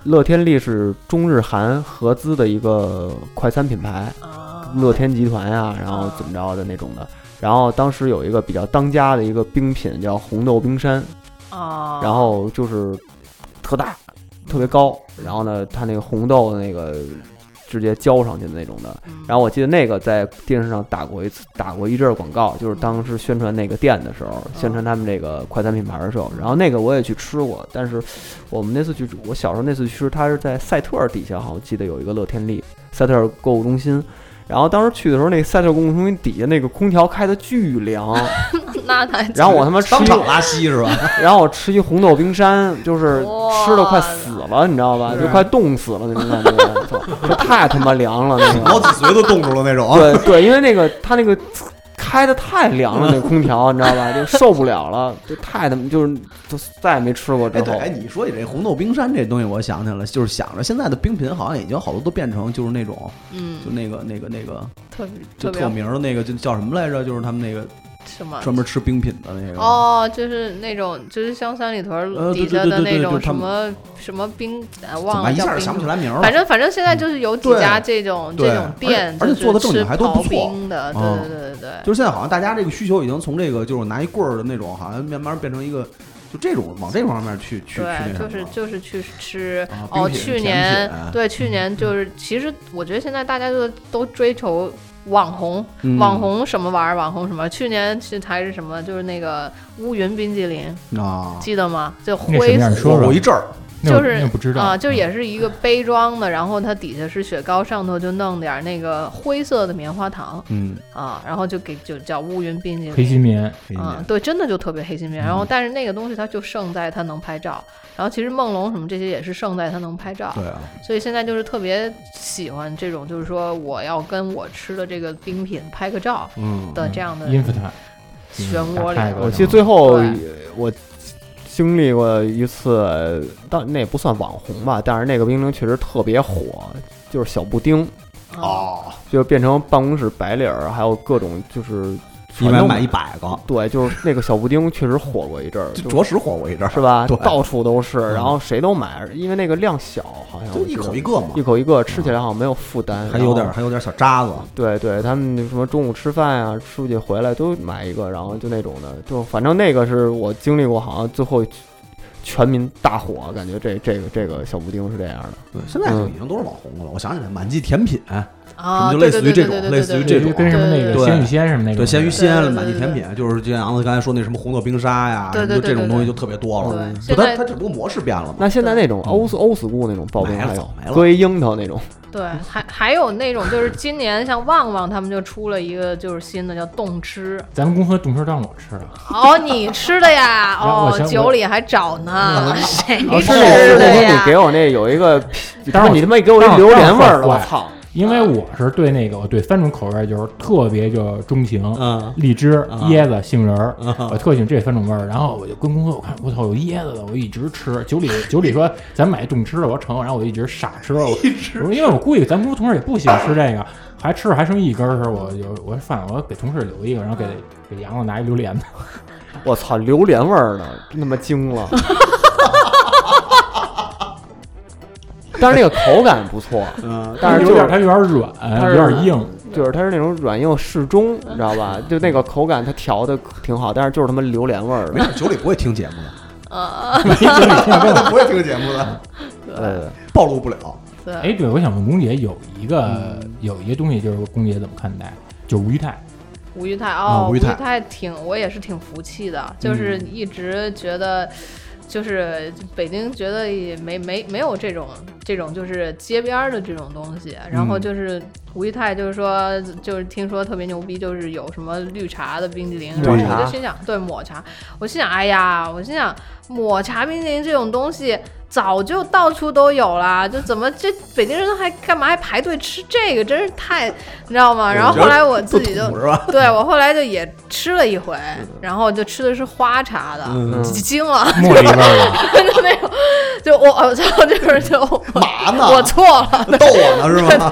S3: 乐天利是中日韩合资的一个快餐品牌，
S6: 啊
S3: 乐天集团呀、然后怎么着的那种的。然后当时有一个比较当家的一个冰品叫红豆冰山，
S6: 哦，
S3: 然后就是特大，特别高，然后呢，它那个红豆的那个直接浇上去的那种的。
S6: 嗯
S3: 然后我记得那个在电视上打过一次，打过一阵儿广告，就是当时宣传那个店的时候，宣传他们这个快餐品牌的时候。然后那个我也去吃过，但是我们那次去，我小时候那次去吃，它是在赛特尔底下，好像记得有一个乐天利赛特尔购物中心。然后当时去的时候，那赛特尔购物中心底下那个空调开的巨
S5: <laughs>
S3: 凉，
S6: 那才
S3: 然后我他妈吃
S5: 当
S3: 一
S5: 场拉稀
S3: <laughs>
S5: 是吧？
S3: 然后我吃一红豆冰山，就是
S6: 哇
S3: 吃的快死了，你知道吧？就快冻死了那种感觉，
S5: <laughs>
S3: 就就太他妈凉了那
S5: 脑
S3: 个。
S5: 脊髓都冻住了那种。啊
S3: 对对，因为那个它那个开的太凉了，那空调你知道吧？就受不了了，就太他妈就是就再也没吃过之
S5: 哎，
S3: 后
S5: 对，。哎，你说起这红豆冰山这东西，我想起来了，就是想着现在的冰品好像已经好多都变成就是那种，
S6: 嗯
S5: 就，那个那个那个，
S6: 特
S5: 就
S6: 特
S5: 特有
S6: 别
S5: 名儿的那个，就叫什么来着？就是他们那个
S6: 什么
S5: 专门吃冰品的那个。
S6: 哦，就是那种，就是像三里屯
S5: 呃
S6: 儿
S5: 对
S6: 底下
S5: 对对
S6: 的
S5: 对
S6: 那
S5: 对就
S6: 种
S5: 是他
S6: 什
S5: 们
S6: 么什么冰，哎，
S5: 怎
S6: 忘
S5: 么
S6: 了
S5: 一
S6: 叫
S5: 下
S6: 冰
S5: 想不
S6: 什
S5: 起
S6: 么。
S5: 来名儿了？
S6: 反正反正现在就是有几
S5: 哦对
S6: 家这种
S5: 对
S6: 这种
S5: 而且
S6: 店，
S5: 而且
S6: 就
S5: 做得
S6: 是
S5: 正经
S6: 吃
S5: 还都不
S6: 刨
S5: 错
S6: 冰的，对
S5: 嗯
S6: 对对对对。
S5: 就是现在好像大家这个需求已经从这个就是拿一棍儿的那种，好像慢慢变成一个就这种往这种方面去去去那
S6: 对，
S5: 什
S6: 就
S5: 么
S6: 是
S5: 了。
S6: 就是去吃
S5: 啊冰
S6: 哦，
S5: 品
S6: 去
S5: 甜
S6: 年
S5: 品啊嗯
S6: 对去年就是，其实我觉得现在大家就都追求网红，
S5: 嗯
S6: 网红什么玩意儿，网红什么，去年是还是什么，就是那个乌云冰激凌，
S5: 啊，
S6: 记得吗？就
S4: 那什么
S6: 灰
S4: 样
S6: 色
S4: 儿说
S5: 我
S4: 说
S5: 一，阵儿
S4: 那我
S6: 就是
S4: 那我不知道
S6: 啊，就
S5: 嗯
S6: 也是一个杯装的，然后它底下是雪糕，上头就弄点儿那个灰色的棉花糖
S5: 嗯，
S6: 啊，然后就给就叫乌云冰激
S4: 黑
S6: 凌。
S4: 心棉，
S5: 黑
S6: 嗯，
S5: 面嗯
S6: 对，真的就特别黑心面。然后，但是那个东西它就胜在它能拍照。然后，其实梦龙什么这些也是胜在它能拍照。
S5: 对啊，
S6: 所以现在就是特别喜欢这种，就是说我要跟我吃的这个冰品拍个照
S5: 嗯，
S6: 的这样的
S4: 英芙坦，
S6: 漩涡
S4: 嗯太
S6: 里。
S4: 过
S3: 我
S4: 了
S3: 记得最后
S6: 对
S3: 我经历过一次，但那也不算网红吧，但是那个冰凌确实特别火，就是小布丁，
S6: 嗯，
S5: 哦，
S3: 就变成办公室白领儿，还有各种就是
S5: 一
S3: 反
S5: 百
S3: 正
S5: 买一百个，
S3: 对，就是那个小布丁确实火过一阵儿，
S5: 就
S3: 就
S5: 着实火过一阵儿，
S3: 是吧
S5: 对？
S3: 到处都是，然后谁都买，因为那个量小，好像
S5: 就
S3: 我
S5: 一
S3: 记
S5: 口
S3: 得
S5: 一个嘛
S3: 一，口一个，吃起来好像没有负担，
S5: 还有点
S3: 然后
S5: 还有点小渣子，
S3: 对对，他们就什么中午吃饭啊，出去回来都买一个，然后就那种的，就反正那个是我经历过，好像最后全民大火，感觉这这个这个小布丁是这样的。
S5: 对，嗯现在就已经都是网红了。我想起来，满记甜品，
S6: 啊，
S5: 就
S6: 对
S5: 类似于
S6: 对对
S5: 这种
S6: 对对
S5: 类
S6: 对
S5: 似于
S6: 对
S5: 这
S6: 对
S5: 种
S4: 跟什么那
S5: 对
S4: 个鲜芋仙什么那个，
S5: 对，咸鱼鲜、
S6: 对对
S5: 满记甜品，就是就像杨子刚才说那什么红豆冰沙呀，
S6: 对对
S5: 就这
S6: 对
S5: 种
S6: 对
S5: 东西
S6: 对
S5: 就特别多了。
S6: 对
S5: 不
S6: 现在
S5: 它它只不过模式变了嘛。
S3: 那现在那种欧欧 school 那种刨冰
S5: 没了
S3: 还有
S5: 早没了
S3: 搁一樱桃那种，
S6: 对，还还有那种就是今年像旺旺他们就出了一个就是新的叫冻吃，
S4: 咱们公司的冻吃让我吃了，
S6: 哦，你吃
S3: <laughs>
S6: 的呀？
S4: 然后我
S6: 哦
S4: 先，
S6: 酒里还找呢， <laughs> 谁
S5: 哎
S3: 哦，是那
S6: 吃
S3: 个
S6: 的
S3: 那天
S5: <laughs>
S6: 呀
S3: 你？给我那有一个，
S4: 当时我
S3: 你他妈给我一榴莲味儿了，我操！啊
S4: 因为我是对那个我对三种口味就是特别就钟情，
S5: 嗯
S4: 荔枝、
S3: 啊
S4: 椰子、杏仁儿，
S5: 嗯
S4: 我特喜欢这三种味儿。然后我就跟工作我看，我操，有椰子的，我一直吃。九里九里说咱买冻吃的，我说成，然后我一直傻吃，我我说因为我估计咱们同事也不喜欢吃这个，还吃着还剩一根儿时候，我就我说算了，我给同事留一个，然后给给杨子拿一榴莲的。
S3: 我操，榴莲味儿的，真他妈惊
S5: <laughs>
S3: 了。但是那个口感不错，
S5: 嗯，
S3: 但是
S4: <laughs> 有
S3: 就
S4: 点
S3: 是
S4: 它有点软，
S3: 它
S4: 有
S3: 是
S4: 点硬。
S3: 就是它是那种软硬适中，你知道吧？就那个口感它调的挺好，但是就是他妈榴莲味儿
S5: 没
S3: 的。
S5: 事，九里不会听节
S6: <laughs>
S5: 目的，
S6: 呃，
S5: 不会听节目的，
S3: 呃，
S5: 暴露不了。
S4: 哎，对，我想问龚姐有一个有一个东西，就是龚姐怎么看待，就是无鱼泰。
S6: 吴裕泰
S5: 啊
S6: 哦，
S5: 吴
S6: 吴
S5: 裕
S6: 裕
S5: 泰嗯
S6: 泰挺，我也是挺服气的，就是一直觉得，就是北京觉得也没没没有这种这种就是街边儿的这种东西，然后就是吴裕泰就是说就是听说特别牛逼，就是有什么绿茶的冰激凌，然
S3: 抹
S6: 后我
S3: 茶
S6: 就心想，对抹茶，我心想，哎呀，我心想抹茶冰激凌这种东西。早就到处都有啦，就怎么这北京人还干嘛还排队吃这个，真是太你知道吗？然后后来我自己就
S5: 不土是吧？
S6: <laughs> 对我后来就也吃了一回，然后就吃的是花茶的，
S5: 嗯
S6: 惊惊了， <laughs>
S4: 茉莉味儿的，
S6: 就那种，就我我操，就是 <laughs> 就
S5: 嘛呢？
S6: 我错
S5: <laughs>
S6: 了，
S5: 逗我呢
S6: 嗯
S5: 是
S6: <laughs>
S5: 吗？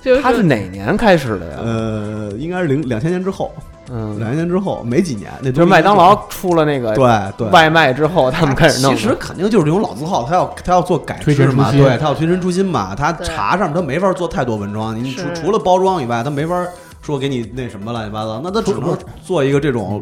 S6: 就是
S3: 它是哪年开始的呀？
S5: 呃，应该是零两千年之后，
S3: 嗯，
S5: 两千年之后没几年，那
S3: 就是麦当劳出了那个
S5: 对对
S3: 外卖之后，他们开始弄的。
S5: 其实肯定就是这种老字号，他要他要做改
S4: 推
S5: 制
S4: 陈
S5: 嘛，
S4: 出新
S5: 对，他要推陈出新嘛。他
S6: 对
S5: 茶上面他没法做太多文章，你除
S6: 是
S5: 除了包装以外，他没法说给你那什么乱七八糟，那他只能做一个这种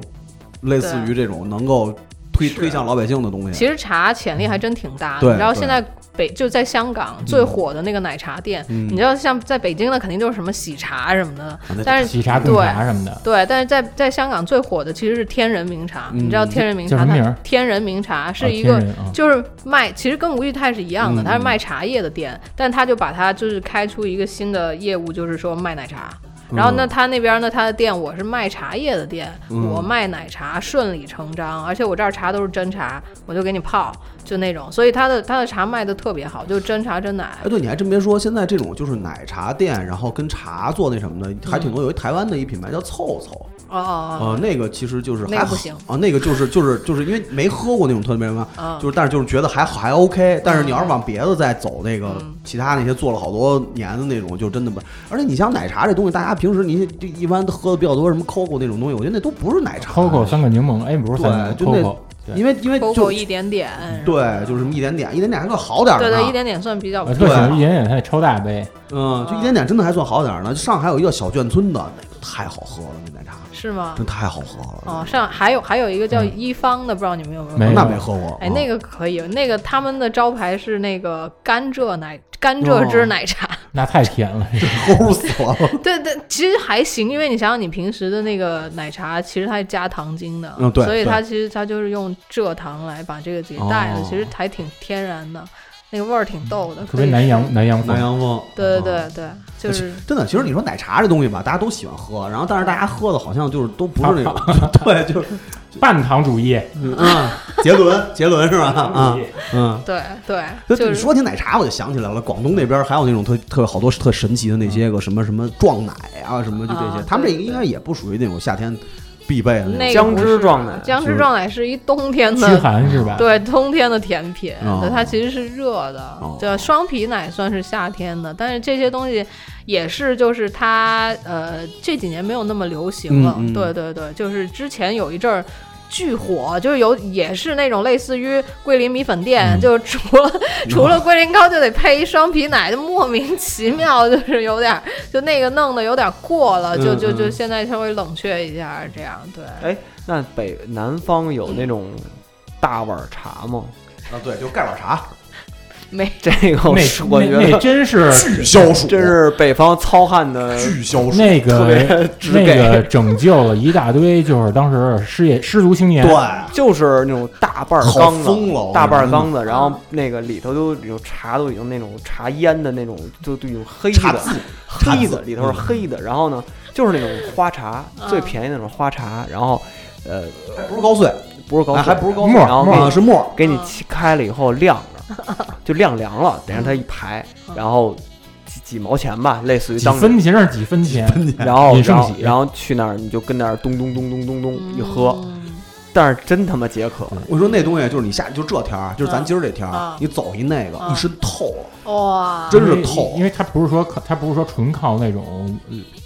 S5: 类似于这种能够推推向老百姓的东西。
S6: 其实茶潜力还真挺大的，
S5: 对
S6: 你知道
S5: 对
S6: 现在北就在香港最火的那个奶茶店，
S5: 嗯
S6: 你知道像在北京的肯定就是什么喜茶什么的，
S5: 啊
S6: 但是
S4: 喜茶、贡
S6: 对
S4: 茶什么的。
S6: 对，但是在在香港最火的其实是天人茗茶，
S5: 嗯
S6: 你知道天人茗
S4: 叫
S6: 茶
S4: 什么名
S6: 它
S4: 儿
S6: 天人茗茶
S4: 哦
S6: 是一个
S4: 天人啊
S6: 就是卖，其实跟吴裕泰是一样的，
S5: 嗯
S6: 它是卖茶叶的店，但他就把它就是开出一个新的业务，就是说卖奶茶。然后那他那边呢，他的店我是卖茶叶的店，
S5: 嗯
S6: 我卖奶茶顺理成章，而且我这儿茶都是真茶，我就给你泡，就那种，所以他的他的茶卖的特别好，就是真茶真奶。
S5: 哎，对，你还真别说，现在这种就是奶茶店，然后跟茶做那什么的，
S6: 嗯
S5: 还挺多。有一台湾的一品牌叫凑凑，
S6: 哦哦
S5: 呃，那个其实就是
S6: 那
S5: 还
S6: 个不
S5: 好
S6: 行
S5: 啊，那个就是就是就是因为没喝过那种特别什么，
S6: 哦，
S4: 呃
S5: 就
S6: 嗯
S5: 是但是就是觉得还好还 OK，但是你要是往别的再走那个
S6: 嗯
S5: 其他那些做了好多年的那种，就真的不。而且你像奶茶这东西，大家平时你这一般喝的比较多，什么 COCO 那种东西，我觉得那都不是奶茶
S4: Coco 三个柠檬，哎，不是三个
S5: 对就那
S4: Coco，对
S5: 因为因为
S6: ，COCO
S5: 就
S6: 一点点，嗯
S5: 对，就是什么一点点，一点点还算好点儿
S6: 对
S5: 呢。
S4: 啊
S6: 对，一点点算比较
S4: 我
S6: 不
S4: 特
S6: 错
S5: 对
S4: 喜欢一点点它那超大杯，
S5: 嗯，就一点点真的还算好点儿呢。上海有一个小眷村的，那个太好喝了，那奶茶
S6: 是吗？
S5: 真太好喝了。
S6: 哦，上还有还有一个叫一方的，不知道你们有没有？
S4: 没
S5: 那没喝哦过，
S6: 哎，那
S5: 个
S6: 个可以，那个他们的招牌是那个甘蔗奶甘蔗汁奶茶， <laughs>
S4: 那太甜了。
S5: 啊 <laughs> 齁死了。
S6: 对对，其实还行，因为你想想你平时的那个奶茶，其实它是加糖精的，
S5: 嗯对
S6: 所以
S5: 对
S6: 它其实它就是用蔗糖来把这个给带的，
S5: 哦
S6: 其实还挺天然的，那个味儿挺逗的，
S4: 嗯特别
S6: 可以
S4: 南
S6: 试
S4: 洋。南洋
S5: 南
S4: 风，
S5: 洋风，
S6: 对
S5: 嗯
S6: 对对对，就是
S5: 真的，其实你说奶茶这东西吧，大家都喜欢喝，然后但是大家喝的好像就是都不是那 <laughs> 种，对，就是
S4: 半糖主义，
S5: 嗯，杰伦，杰伦是吧？啊，嗯。
S6: 对对，
S5: 就
S6: 就
S5: 你
S6: 是
S5: 说起奶茶，我就想起来了，广东那边还有那种特特好多特神奇的那些个什么什么撞奶啊，什么就这些
S6: 啊，
S5: 他们这
S6: 对
S5: 个
S6: 对
S5: 应该也不属于那种夏天必备的
S6: 那
S5: 种
S6: 个
S3: 姜汁
S6: 不是
S3: 撞奶
S6: 姜
S5: 是
S6: 汁撞奶是一冬天
S4: 驱
S6: 的
S4: 寒是吧？
S6: 对，冬天的甜品，
S5: 哦
S6: 对，它其实是热的
S5: 哦。
S6: 对，双皮奶算是夏天的，但是这些东西也是，就是它呃这几年没有那么流行了。
S5: 嗯嗯
S6: 对对对，就是之前有一阵儿。巨火，就是有也是那种类似于桂林米粉店，
S4: 嗯
S6: 就是除
S5: <laughs>
S6: 了除了桂林糕就得配一双皮奶，就莫名其妙，就是有点儿就那个弄得有点过了，就
S5: 嗯
S6: 就
S5: 嗯
S6: 就现在稍微冷却一下这样，对。
S3: 那北南方有那种大碗茶吗？
S5: 啊，对，就盖碗茶，
S3: 这个我是我
S4: 那
S3: 觉
S4: 那那
S3: 得
S4: 真是
S5: 巨消暑，
S3: 这是北方糙汉的
S5: 巨消暑，
S4: 那
S3: 特
S4: 个
S3: 别直
S4: 那个
S3: 给，
S4: 拯救了一大堆，就是当时失业失足青年
S5: 对，，
S3: 就是那种大半儿
S5: 好
S3: 缸
S5: 疯了
S3: 子
S5: 我，
S3: 大半儿
S5: 真的
S3: 缸子，然后那个里头都有茶都已经那种茶烟的那种，就就有黑
S5: 茶
S3: 的
S5: 渍，茶
S3: 黑
S5: 渍嗯
S3: 的里头是黑的，然后呢就是那种花茶，
S6: 嗯
S3: 最便宜的那种花茶，然后呃
S5: 还不是高碎，
S3: 不是高
S5: 哎
S3: 碎
S5: 还不是高
S4: 沫
S3: 然后
S4: 沫
S3: 给
S5: 啊，
S3: 你
S5: 是沫，
S3: 给你切开了以后晾着，就晾凉了，等让它一排，然后挤几毛钱吧，类似于
S4: 几
S3: 当
S4: 分钱是几分钱，
S3: 然后
S4: 饮
S3: 然
S4: 胜
S3: 后
S4: 喜
S3: 然后去那儿你就跟那儿咚咚咚咚咚咚一喝，
S6: 嗯
S3: 但是真他妈解渴，
S5: 我说那东西就是你下就这天儿，就是咱今儿这天儿
S6: 啊，
S5: 你走一那个
S6: 啊
S5: 一身透了，
S6: 哇，
S5: 真是
S4: 啊因为
S5: 透
S4: 因为它不是说靠它不是说纯靠那种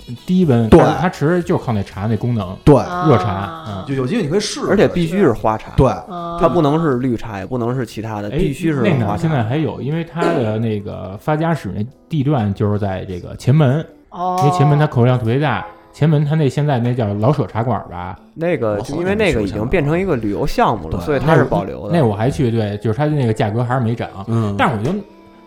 S4: 呃低温，
S5: 对
S4: 它它其实就靠那茶那功能，
S5: 对，
S6: 啊
S4: 热茶嗯
S5: 就有机会你可以试试，
S3: 而且必须是花茶，
S5: 对，
S6: 啊
S3: 它不能是绿茶，也不能是其他的，
S4: 哎
S3: 呃必须是
S4: 那哪
S3: 花
S4: 儿现
S3: 茶。
S4: 在还有，因为它的那个发家史那地段就是在这个前门，
S6: 哦，
S4: 因为前门它口味量特别大。前门它那现在那叫老舍茶馆吧，
S3: 那个
S5: 我
S3: 就
S5: 好
S3: 因为
S5: 久没
S3: 那
S5: 吃
S3: 个
S5: 过
S3: 已
S5: 香
S3: 经
S5: 肠
S3: 变成一个旅游项目了，
S5: 对
S3: 所以
S4: 那
S3: 它是
S4: 我
S3: 保留的。
S4: 那我还去，对，就是它的那个价格还是没涨，
S5: 嗯，
S4: 但是我就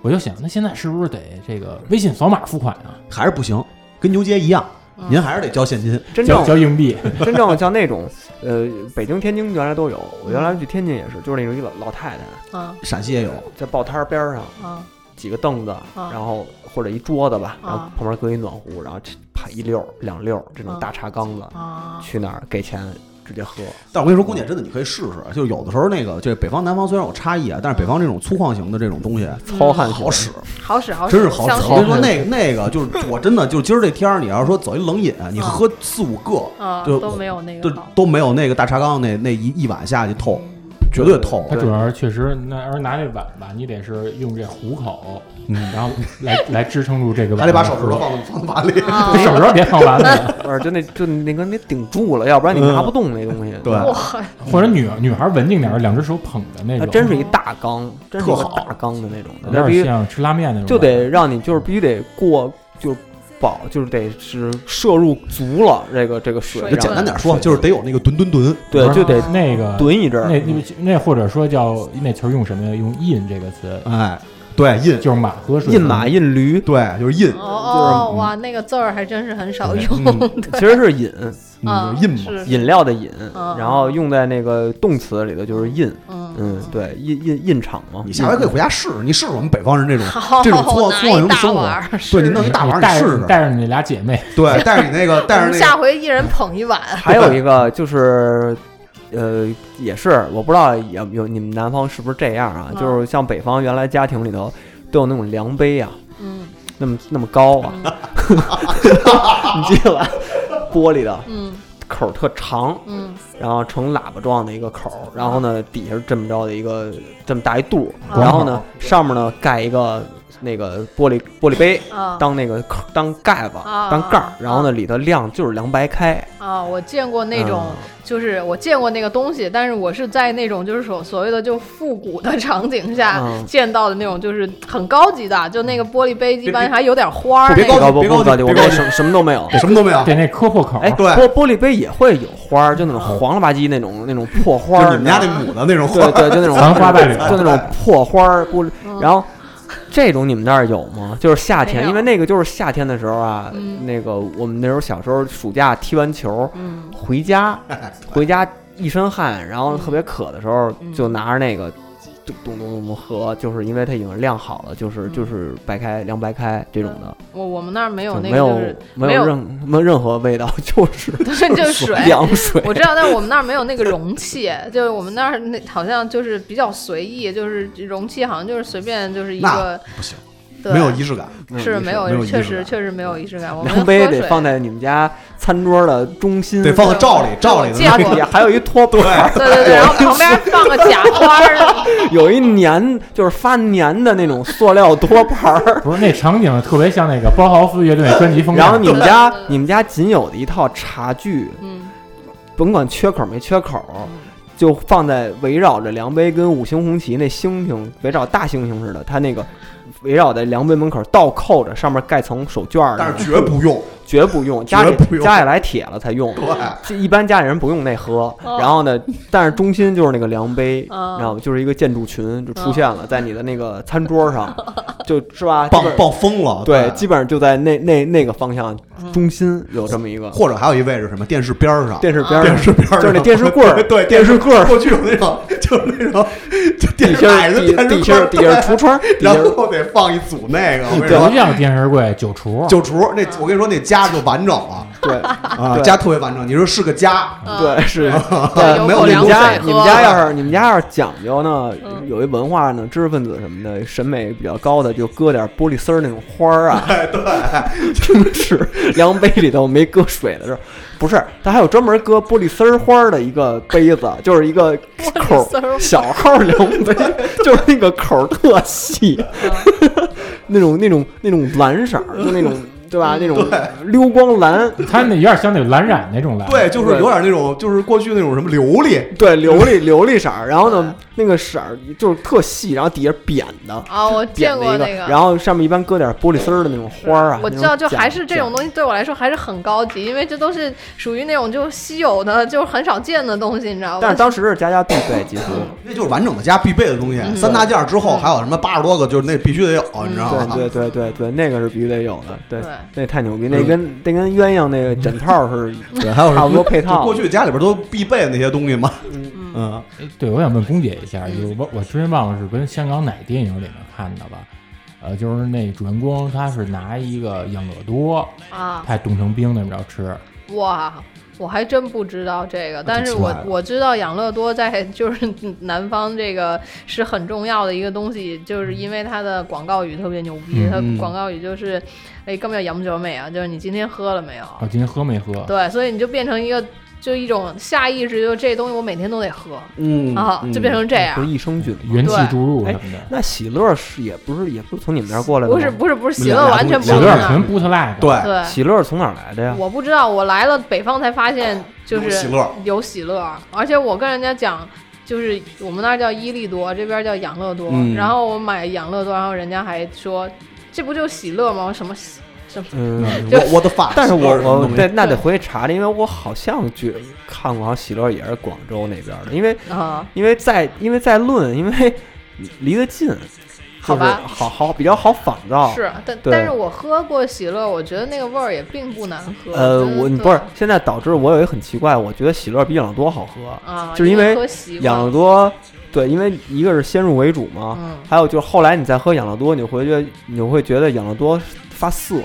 S4: 我就想，那现在是不是得这个微信扫码付款啊？
S5: 还是不行，跟牛街一样，
S6: 嗯
S5: 您还是得交现金。
S3: 真
S4: 交
S3: 正
S4: 交硬币，
S3: 真正像那种，呃，北京、天津原来都有。我原来去天津也是，就是那种一老老太太
S6: 啊
S5: 陕西也有，
S3: 在报摊儿边儿上
S6: 啊
S3: 几个凳子，然后或者一桌子吧，然后
S6: 啊
S3: 旁边搁一暖壶，然后啪一溜儿两溜儿这种大茶缸子，
S6: 啊，
S3: 去那儿给钱直接喝。
S5: 但我跟你说，姑娘真的你可以试试，就有的时候那个这北方南方虽然有差异啊，但是北方这种粗犷型的这种东西
S3: 糙汉
S5: <laughs>
S3: 型
S5: 好使，
S6: 好使好使，
S5: 真是好
S6: 像
S5: 使。
S6: 是
S5: 我跟你说，那个那个就是我真的就是今儿这天儿，你要是说走一冷饮，啊你喝四五个，
S6: 啊
S5: 就
S6: 都没有那
S5: 都
S6: 个好，
S5: 都没有那个大茶缸那那一一碗下去透，
S6: 嗯
S5: 绝对透。
S4: 它主要是确实，那要是拿那碗吧，你得是用这虎口，然后来来支撑住这个碗，
S5: 还得把手指头放放碗里。
S6: 啊
S4: 手指头别放碗里，
S3: 而呃就那就那个那顶住了，要不然你拿不动那东西。
S5: 对，
S6: 哇，
S4: 或者女女孩文静点儿，两只手捧着那
S3: 它
S4: 种，
S3: 真是一大缸，真是一个
S5: 特好
S3: 大缸的那种的，
S4: 有
S3: 那必
S4: 点
S3: 须
S4: 像吃拉面那种，
S3: 就得让你就是必须得过就是饱，就是得是摄入足了这个这个水
S6: 水
S5: 就
S3: 量，
S5: 简单点说，就是得有那个吨吨吨，
S3: 对，就得
S4: 那个
S3: 蹲一阵
S4: 啊那
S3: 儿。
S4: 那那或者说叫那词儿用什么呀？用“印”这个词，
S5: 哎，对，印，
S4: 就是马喝水，
S3: 印马印
S5: <laughs>
S3: 驴，
S5: 对，就是
S6: <laughs>
S5: 印，
S6: 哦
S5: 嗯
S6: 哦哇，那个字儿还真是很少用，
S3: 其实是饮
S6: 啊
S5: 嗯，印嘛，
S6: 嗯是
S3: 饮料的饮，
S6: 嗯
S3: 然后用在那个动词里头就是印，
S6: 嗯
S3: 嗯，，对，印印印厂嘛。
S5: 你下回可以回家试试，你试试我们北方人这种
S6: 好，
S5: 这种粗犷
S6: 拿
S5: 粗犷
S6: 一
S5: 型的
S6: 大
S5: 生
S6: 碗
S5: 活
S6: 儿，
S5: 对
S6: 是
S5: 你弄一大碗
S4: 你
S5: 儿你
S4: 带
S5: 试
S4: 着
S5: 试，
S4: 带着你俩姐妹，
S5: 对，带着你那
S6: <laughs>
S5: 个
S6: 我
S5: 带
S6: 们
S5: 着那
S6: 下
S5: 个，
S6: 回一人捧一碗，
S3: 还有一个就是，呃，也是我不知道有有你们南方是不是这样啊？
S6: 嗯
S3: 就是像北方原来家庭里头都有那种量杯啊，
S6: 嗯
S3: 那么那么高
S6: <laughs>
S3: 啊， <laughs> 你记得吧？玻璃的
S6: 嗯
S3: 口儿特长，
S6: 嗯，
S3: 然后成喇叭状的一个口儿，然后呢底下是这么着的一个这么大一肚儿，
S6: 啊
S3: 然后呢上面呢盖一个那个玻璃玻璃杯。
S6: 啊
S3: 当那个口当盖子
S6: 啊
S3: 当盖儿
S6: 啊，
S3: 然后呢里头晾就是凉白开，
S6: 啊，我见过那种
S3: 嗯，
S6: 就是我见过那个东西，但是我是在那种就是所所谓的就复古的场景下
S3: 嗯
S6: 见到的那种，就是很高级的，就那个玻璃杯一般还有点花
S5: 嗯
S6: 儿
S5: 别
S6: 那
S5: 高
S6: 种，
S5: 级
S3: 不
S5: 别
S3: 不
S5: 高
S3: 高
S5: 级
S3: 级，
S5: 别
S3: 我们
S5: 高
S3: 这
S5: 级
S3: 什什么都没有。
S5: 什么都没有，
S4: 得那磕破口，
S3: 哎，
S5: 对嗯
S3: 玻玻璃杯也会有花儿，就那种黄了吧唧那种那种破花
S5: 就
S3: 儿，
S5: 是你们家那母的那
S6: <laughs>
S5: 种，
S3: 对对，就那种
S4: 繁花败柳
S3: 就那种破花儿玻璃。
S6: 嗯
S3: 然后这种你们那儿有吗？就是夏
S6: 没
S3: 天，
S6: 有
S3: 因为那个就是夏天的时候啊，
S6: 嗯
S3: 那个我们那时候小时候暑假踢完球
S6: 嗯
S3: 回家，
S5: <laughs>
S3: 回家一身汗，然后特别渴的时候，
S6: 嗯
S3: 就拿着那个。就咚咚咚咚喝，就是因为它已经晾好了，就是
S6: 嗯
S3: 就是白开凉白开这种的，
S6: 我我们那儿没有
S3: 就
S6: 那
S3: 没
S6: 个，
S3: 有
S6: 就是
S3: 没
S6: 没有
S3: 有任没有任何味道， <laughs> 就是
S6: 对，就是水。 <laughs>
S3: 凉水。
S6: 我知道，但是我们那儿没有那个容器，就是我们那儿那好像就是比较随意，就是容器好像就是随便就是一
S5: <laughs> 那
S6: 个，
S5: 不行，
S6: 对
S5: 没有仪式感。
S6: 是没有，
S5: 没有仪式
S6: 确
S5: 感
S6: 实确实没有仪式感。我们
S3: 量杯
S6: 喝
S3: 得
S6: 水
S3: 放在你们家餐桌的中心，
S5: 得放在罩里，罩里的
S6: 见
S5: 那
S3: 还
S5: 个
S6: 过
S3: 有还有一托盘儿，
S6: 对
S3: <laughs>
S6: 对对，然后旁边放个假花儿，
S3: 有一粘就是发粘的那种塑料托盘
S4: <laughs>
S3: 儿。
S4: 不是那场景特别像那个包豪斯乐队专辑封面，
S3: 然后你们家
S6: 对对对
S3: 你们家仅有的一套茶具，
S6: 嗯，
S3: 甭管缺口没缺口，就放在围绕着量杯跟五星红旗那星星，围绕大猩猩似的，它那个围绕在量杯门口倒扣着，上面盖层手绢儿，
S5: 但是绝不
S4: <laughs>
S5: 用。
S3: 绝不用，家
S5: 绝
S3: 里
S5: 不用
S3: 家里来铁了才用。
S5: 对，
S3: 这一般家里人不用那喝，
S6: 哦
S3: 然后呢，但是中心就是那个量杯，
S6: 哦
S3: 然后就是一个建筑群就出现了，在你的那个餐桌
S6: <laughs>
S3: 上，就是吧，基
S5: 棒
S3: 本
S5: 棒疯了。
S3: 对，基本上就在那那那个方向
S6: 嗯
S3: 中心有这么一个
S5: 或者还有一位置什么电视边儿上，
S3: 电视边
S5: 电
S3: 儿
S5: 视边儿上
S3: 就是那电视棍儿
S5: <laughs> 对，电视棍儿。过去有那种， <laughs> 就是那种就电
S3: 底
S5: 视
S3: 下
S5: 矮的
S3: 底
S5: 电
S3: 底
S5: 视
S3: 下
S5: 棍儿，
S3: 底下是橱窗，底下
S5: 然
S3: 是
S5: 后得放一组那个。我跟你
S4: 不
S5: 说，
S4: 叫电视柜，酒厨，
S5: 酒厨那，我跟你说那家就完整了。
S3: 对嗯
S5: 啊，
S3: 对
S5: 家特别完整。你说是个家，
S3: <laughs> 对是。
S6: 嗯有
S3: 对，没有
S6: 口
S3: 你
S6: 粮
S3: 们家，
S6: 不
S3: 你
S6: 给
S3: 们
S6: 喝
S3: 家要是你们家要是讲究呢，
S6: 嗯
S3: 有一文化呢，知识分子什么的，审美比较高的，就搁点玻璃丝儿那种花儿啊，对， <laughs> 真是量杯里头没搁水的时候，不是，它还有专门搁玻璃丝儿花儿的一个杯子，就是一个口
S6: 丝儿
S3: 儿小号量
S6: <laughs>
S3: 杯，就是那个口儿特细，
S6: 嗯
S3: <laughs> 那种那种那种蓝色儿，就那种对吧？
S6: 嗯
S3: 那种溜光蓝，
S4: 它那有点像那蓝染那种蓝，
S5: 对，就是有点那种，就是过去那种什么琉璃，
S6: <laughs>
S3: 对，琉璃琉璃色儿，然后呢，那个色儿就是特细，然后底下扁的，
S6: 啊，我
S3: 扁
S6: 见
S3: 的
S6: 过
S3: 一
S6: 那个，
S3: 然后上面一般搁点玻璃丝儿的那种花儿啊。
S6: 我
S3: 那
S6: 知道，就
S3: 假
S6: 还是这种
S3: 假
S6: 东西对我来说还是很高级，因为这都是属于那种就是稀有的，就是很少见的东西，你知道吗？
S3: 但是当时是家家必备，几乎。
S5: 那就是完整的家必备的东西。
S6: 嗯
S5: 三大件儿之后还有什么八十多个，就是那必须得有，你知道吗？
S3: 对对对对对，那个是必须得有的，对
S6: 嗯对，
S3: 那太牛逼，那跟那跟鸳鸯那个枕套是
S5: 嗯 <laughs> 对，还有什
S3: 差不多
S5: 么
S3: 配
S5: 就
S3: 套
S5: 过。去家里边都必备的那些东西嘛。
S6: 嗯
S5: 嗯，
S4: 对，我想问龚姐一下，就是我我之前忘了是跟香港哪电影里面看的吧？呃，就是那主人公他是拿一个养乐多，
S6: 啊，
S4: 他冻成冰那么着吃，
S6: 哇。我还真不知道这个，但是
S5: 挺奇
S6: 我
S5: 怪的
S6: 我知道养乐多在就是南方这个是很重要的一个东西，就是因为它的广告语特别牛逼，它
S5: 嗯
S6: 广告语就是，哎，今日饮咗未啊？就是你今天喝了没有？
S4: 我今天喝没喝？
S6: 对，所以你就变成一个就一种下意识，就这东西我每天都得喝
S3: 嗯
S6: 啊，就变成这样
S3: 不。是益生菌吗？
S4: 元气
S6: 对哎
S4: 注入什么的，
S3: 那喜乐是也不是也不是从你们那儿过来的吗？
S6: 不是不是不是，
S5: 们
S6: 喜
S5: 俩
S6: 乐
S5: 俩不一
S6: 完全不
S5: 样
S4: 有
S6: 是
S4: 点
S6: 那
S4: 纯
S6: 样
S4: boot leg。
S5: 对，
S6: 对，
S3: 喜乐是从哪儿来的呀？
S6: 我不知道，我来了北方才发现，就是
S5: 有喜乐
S6: 有喜乐，而且我跟人家讲，就是我们那儿叫伊利多，这边叫养乐多，
S5: 嗯
S6: 然后我买养乐多，然后人家还说这不就喜乐吗？我什么喜什么？
S3: 嗯，
S6: 就
S5: 我我的发，
S3: 但是我
S5: 啊什么
S3: 我
S5: 东西
S3: 对那得
S6: 对
S3: 回去查查，因为我好像觉看过，好像喜乐也是广州那边的，因为
S6: 啊、
S3: 因为在因为在论，因为离得近，
S6: 好
S3: 就是
S6: 吧
S3: 好好比较好仿造。
S6: 是，但
S3: 哦对
S6: 但是我喝过喜乐，我觉得那个味儿也并不难喝。
S3: 呃，
S6: 真
S3: 我
S6: 的
S3: 不是现在导致我有一个很奇怪，我觉得喜乐比养乐多好喝，
S6: 啊，
S3: 就是因为
S6: 喝习惯
S3: 养乐多对，因为一个是先入为主嘛，
S6: 嗯
S3: 还有就是后来你再喝养乐多，你会觉得你会觉得养乐多发涩，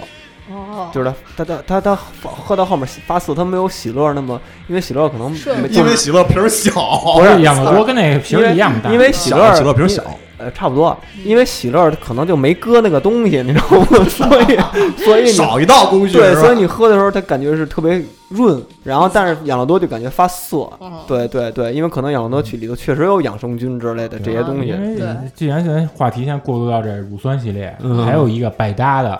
S6: 哦，
S3: 就是它它它它它喝到后面发涩，它没有喜乐那么，因为喜乐可能
S6: 顺
S3: 没
S5: 因为喜乐瓶儿小，
S4: 不是养乐多跟那瓶
S3: 因
S4: 儿
S3: 为
S4: 一样大，嗯
S3: 因为喜
S5: 小
S3: 乐
S5: 啊喜乐瓶儿
S3: 因为
S5: 小
S3: 呃，差不多，因为喜乐可能就没搁那个东西，你知道吗？ <laughs> 所
S5: <laughs>
S3: 以所以你
S5: 少一道工序，
S3: 对，
S5: 是吧
S3: 所以你喝的时候，它感觉是特别润，然后但是养乐多就感觉发涩。
S4: 嗯
S6: 哦
S3: 对对对，因为可能养乐多曲里头确实有养生菌之类的这
S4: 嗯
S3: 些东西
S4: 因。为
S6: 对
S4: 既然现在话题先过渡到这乳酸系列，
S5: 嗯
S4: 还有一个百搭的，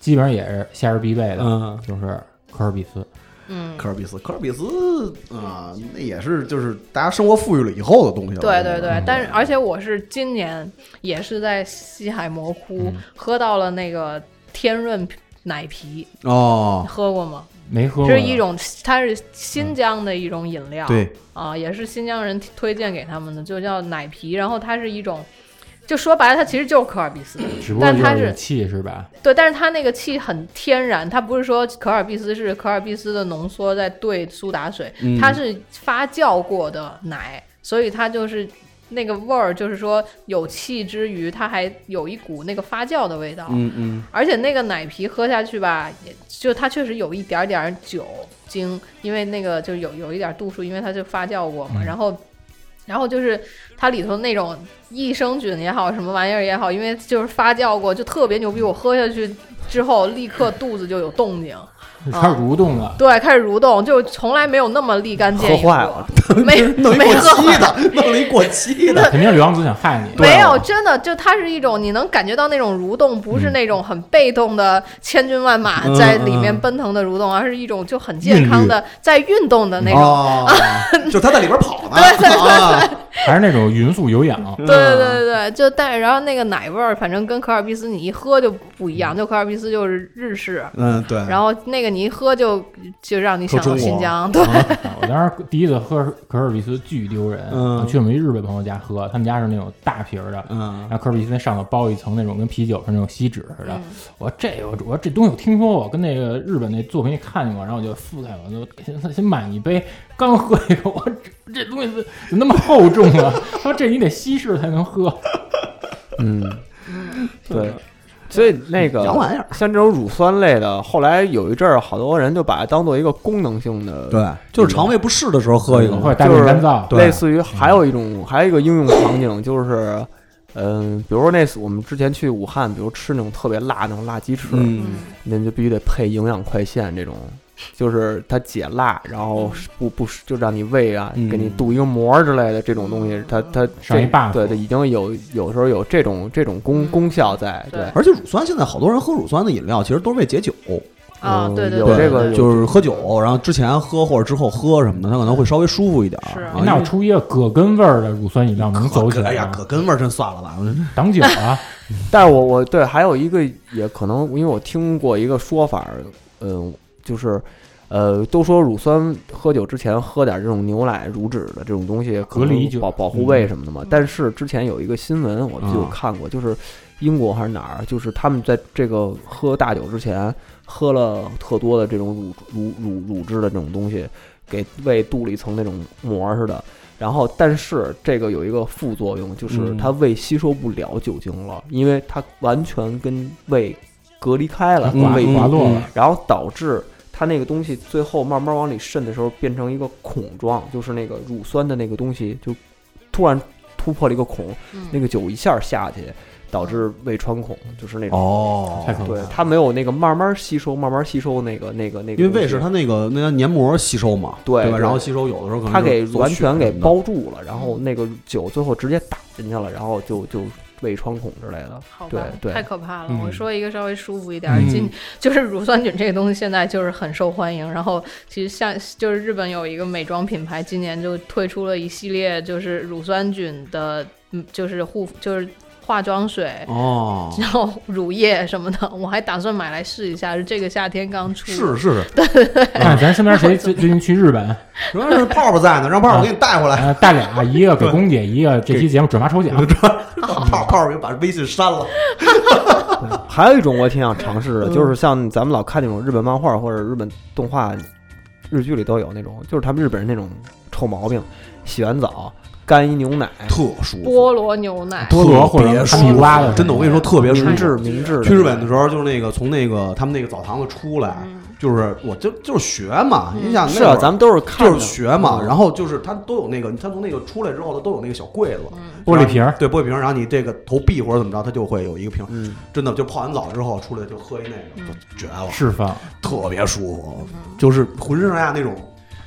S4: 基本上也是夏日必备的，
S5: 嗯，
S4: 就是科尔必斯。
S6: 嗯，
S5: 科尔比斯，科尔比斯啊，那也是就是大家生活富裕了以后的东西了。
S6: 对对对
S5: 嗯，
S6: 但是而且我是今年也是在西海魔窟
S3: 嗯
S6: 喝到了那个天润奶啤，
S5: 哦，
S6: 喝过吗？
S4: 没喝过
S6: 这
S4: 的，
S6: 是一种，它是新疆的一种饮料，
S5: 对，
S6: 啊，也是新疆人推荐给他们的，就叫奶啤。然后它是一种，就说白了，它其实就是可尔必斯，
S4: 只不过
S6: 但它
S4: 就是
S6: 是
S4: 气是吧？
S6: 对，但是它那个气很天然，它不是说可尔必斯是可尔必斯的浓缩再兑苏打水，
S5: 嗯
S6: 它是发酵过的奶，所以它就是那个味儿，就是说有气之余，它还有一股那个发酵的味道，
S5: 嗯嗯，
S6: 而且那个奶皮喝下去吧，也就它确实有一点点儿酒精，因为那个就有有一点度数，因为它就发酵过嘛。
S4: 嗯
S6: 然后，然后就是它里头那种益生菌也好，什么玩意儿也好，因为就是发酵过，就特别牛逼。我喝下去之后，立刻肚子就有动静，
S4: 它是蠕动了，
S6: 对，开始蠕动，就从来没有那么立竿见影
S3: 喝坏
S6: 过， <laughs> 没
S5: <laughs> 弄一
S6: 没
S5: 过
S6: 喝
S5: 期的，弄了一过期的，
S4: 肯定刘洋子想害你。
S6: 嗯
S4: 啊
S6: 没有，真的就它是一种你能感觉到那种蠕动，不是那种很被动的千军万马
S5: 嗯
S6: 在里
S5: 嗯
S6: 面
S5: 嗯
S6: 奔腾的蠕动，而是一种就很健康的在运动的那种。
S5: 哦，
S6: <laughs>
S5: 就是他在里边跑呢，啊
S4: 还是那种匀速有氧，
S6: 对对对对对，就但然后那个奶味儿，反正跟可尔必斯你一喝就不一样，就可尔必斯就是日式，
S5: 嗯对，
S6: 然后那个你一喝就就让你想
S5: 特中
S6: 到
S5: 国
S6: 新疆，对，
S4: 我当时第一次喝可尔必斯巨丢人，
S5: 嗯
S4: 我去我们一日本朋友家喝，他们家是那种大瓶儿的，
S5: 嗯
S4: 然后可尔必斯那上头包一层那种跟啤酒是那种锡纸似的。
S6: 嗯
S4: 我说这我我这东西我听说过，跟那个日本那作品里看见过，然后我就覆盖我就先先买一杯，刚喝一口，我这这东西怎么那么厚重 <laughs> 啊？他说这你得稀释才能喝。
S3: 嗯，对。所以那个
S5: 洋玩意儿
S3: 像这种乳酸类的，后来有一阵儿，好多人就把它当做一个功能性的，
S5: 对，嗯就是肠胃不适的时候喝一个
S4: 或者
S5: 嘛。
S4: 大
S3: 就
S4: 便
S3: 是
S4: 干燥，
S5: 对
S3: 类似于还有一种，还有一个应用场景就是，嗯、比如说那次我们之前去武汉，比如吃那种特别辣那种辣鸡翅，
S5: 嗯，
S3: 那就必须得配营养快线这种，就是它解辣，然后是不不是就让你胃啊，
S5: 嗯
S3: 给你镀一个膜儿之类的这种东西，它它
S4: 上一
S3: 这
S4: buff
S3: 对对，已经有有时候有这种这种功功效在，
S6: 对
S3: 对
S5: 而且乳酸现在好多人喝乳酸的饮料，其实都是为解酒。
S6: <laughs> 啊，
S3: 嗯
S6: 对对
S3: 有
S6: 对，
S3: 这个
S6: 对
S3: 有
S5: 就是喝酒，然后之前喝或者之后喝什么的，它可能会稍微舒服一点儿。
S6: 是
S5: 啊
S4: 哎那我出一个葛根味儿的乳酸饮料能走起
S5: 哎
S4: 来
S5: 呀，
S4: 吗
S5: 可？根味儿真
S4: <laughs>
S5: 算了吧，
S4: 挡酒啊，
S3: 但是我我对还有一个也可能，因为我听过一个说法儿，嗯、就是，呃，都说乳酸喝酒之前喝点这种牛奶乳脂的这种东西，可
S4: 隔
S3: 能
S4: 离酒
S3: 保保护
S4: 嗯
S3: 胃什么的嘛。但是之前有一个新闻，我就有
S5: 啊
S3: 看过，就是英国还是哪儿，就是他们在这个喝大酒之前喝了特多的这种乳乳乳乳汁的这种东西，给胃镀了一层那种膜儿似的。然后，但是这个有一个副作用，就是
S5: 嗯
S3: 它胃吸收不了酒精了，因为它完全跟胃隔离开了，
S4: 滑
S3: 胃
S5: 嗯
S3: 壁
S4: 滑落了，
S3: 然后导致它那个东西最后慢慢往里渗的时候，变成一个孔状，就是那个乳酸的那个东西就突然突破了一个孔，
S6: 嗯
S3: 那个酒一下下去，导致胃穿孔，就是那种。
S5: 哦
S4: 太可怕
S3: 对，
S4: 了。
S3: 它没有那个慢慢吸收，慢慢吸收那个那个那个东西，
S5: 因为胃是它那个那个黏膜吸收嘛，
S3: 对
S5: 吧？
S3: 对
S5: 然后吸收有的时候可能
S3: 它给
S5: 就走
S3: 完
S5: 血
S3: 全给
S5: 什么的
S3: 包住了，然后那个酒最后直接打进去了，然后就就胃穿孔之类的。
S6: 好
S3: 对
S6: 吧，
S3: 对
S6: 太可怕了。
S4: 嗯
S6: 我说一个稍微舒服一点儿，
S4: 嗯
S6: 今 <laughs> 就是乳酸菌这个东西现在就是很受欢迎。然后其实像就是日本有一个美妆品牌，今年就推出了一系列就是乳酸菌的，嗯，就是护就是化妆水。
S5: 哦，
S6: 然后乳液什么的，我还打算买来试一下，是这个夏天刚出。
S5: 是是，
S4: 看咱身边谁最最近去日本，
S5: 主要是泡泡在呢，让泡泡给你
S3: <laughs>
S5: 带回来。
S4: 呃，带俩，一个给公姐，一个这期节目转发抽奖，
S5: 泡泡儿又把微信删了，
S3: 还有一种我挺想尝试的，就是像咱们老看那种日本漫画或者日本动画、日剧里都有那种，就是他们日本人那种臭毛病，洗完澡干一牛奶，
S5: 特舒服，
S6: 菠萝牛奶，
S4: 菠萝哎或者
S5: 特别舒
S4: 安提
S5: 服
S4: 瓜的
S5: 真的，我跟你说特别舒
S3: 明
S5: 服。
S3: 治明治的
S5: 去日本的时候，就是那个从那个他们那个澡堂子出来，就是我就就是学嘛，你想
S3: 是
S5: 那会
S3: 啊，
S5: 儿
S3: 咱们都是看
S5: 就是学嘛，
S3: 嗯
S5: 然后就是它都有那个，它从那个出来之后，它都有那个小柜子，
S6: 嗯
S4: 玻璃瓶儿
S5: 然后对玻璃瓶儿，然后你这个投币或者怎么着，它就会有一个瓶儿，
S3: 嗯，
S5: 真的就泡完澡之后出来就喝一那个，
S6: 嗯
S5: 就绝了，
S4: 释放。
S5: 特别舒服，就是浑身上下那种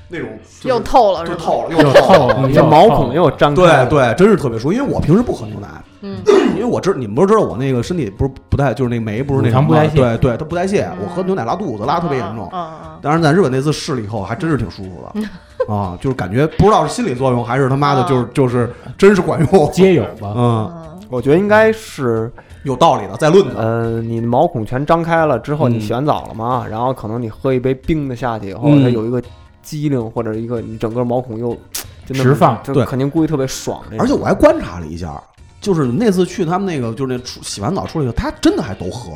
S5: 那种就是
S6: 又透了是
S5: 就
S6: 吧？
S5: 透了
S4: 又
S5: 又透
S4: 透
S5: 了。
S4: 了，
S3: 你这毛孔又张开
S5: 哦对
S3: 了，
S5: 对，真是特别舒服，因为我平时不喝牛奶，
S6: 嗯，
S5: 因为我知你们都知道我那个身体不是不太就是那个酶不是那
S4: 乳糖
S5: 什么
S4: 不代谢
S5: 对对，它不代谢，我喝牛奶拉肚子，拉特别严重
S6: 嗯。嗯
S5: 当然，在日本那次试了以后，还真是挺舒服的啊，就是感觉不知道是心理作用还是他妈的，
S6: 啊
S5: 就是就是真是管用，
S4: 皆有吧？
S5: 嗯，
S6: 嗯嗯，
S3: 我觉得应该是，
S5: 有道理的，再论的，
S3: 呃，你毛孔全张开了之后，
S5: 嗯
S3: 你洗完澡了嘛，然后可能你喝一杯冰的下去以后，
S5: 嗯
S3: 它有一个机灵或者一个你整个毛孔又就那么
S4: 释放
S3: 就
S5: 对
S3: 肯定估计特别爽那种。
S5: 而且我还观察了一下。就是那次去他们那个，就是那出洗完澡出来以后，他真的还都喝，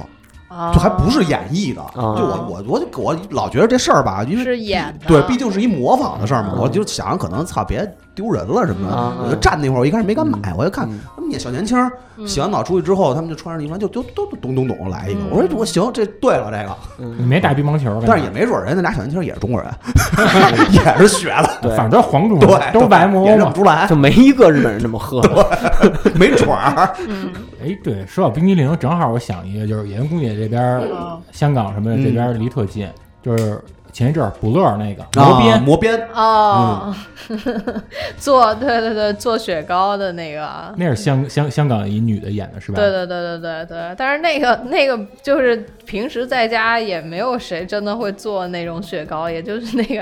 S6: 啊
S5: 就还不是演绎的。就
S3: 啊
S5: 我我我就我老觉得这事儿吧，因为
S6: 是演的，
S5: 对，
S4: 啊
S5: 毕竟是一模仿的事儿嘛，
S3: 嗯
S5: 我就想可能操别丢人了什么的，
S3: 啊
S5: 我就站那会儿，我一开始没敢买，我就看
S3: 嗯
S5: 他们那小年轻儿
S6: 嗯
S5: 洗完澡出去之后，他们就穿上衣服就就都都懂懂懂来一个，
S6: 嗯
S5: 我说我行，这对了这个，
S4: 你没打乒乓球啊呗？
S5: 但是也没准儿人家俩小年轻儿也是中国人， <laughs> 也是学的，
S3: 对
S4: 反正黄种
S5: 对，
S4: 嗯都白馍
S5: 也认
S4: 嘛
S5: 不。出来，
S3: 就没一个日本人这么喝。
S5: 没
S4: <laughs>
S5: 准儿，啊
S4: 哎，对，说到冰激凌，正好我想一个，就是盐公姐这边儿，
S6: 嗯
S4: 香港什么的这边儿离特近，就是前一阵儿补乐那个
S5: 嗯啊
S4: 毛边，
S5: 磨边，
S6: 哦， <laughs> 做对对对，做雪糕的那个，啊
S4: 那是香香香港一女的演的是吧？
S6: 对对对对对对。但是那个那个就是平时在家也没有谁真的会做那种雪糕，也就是那个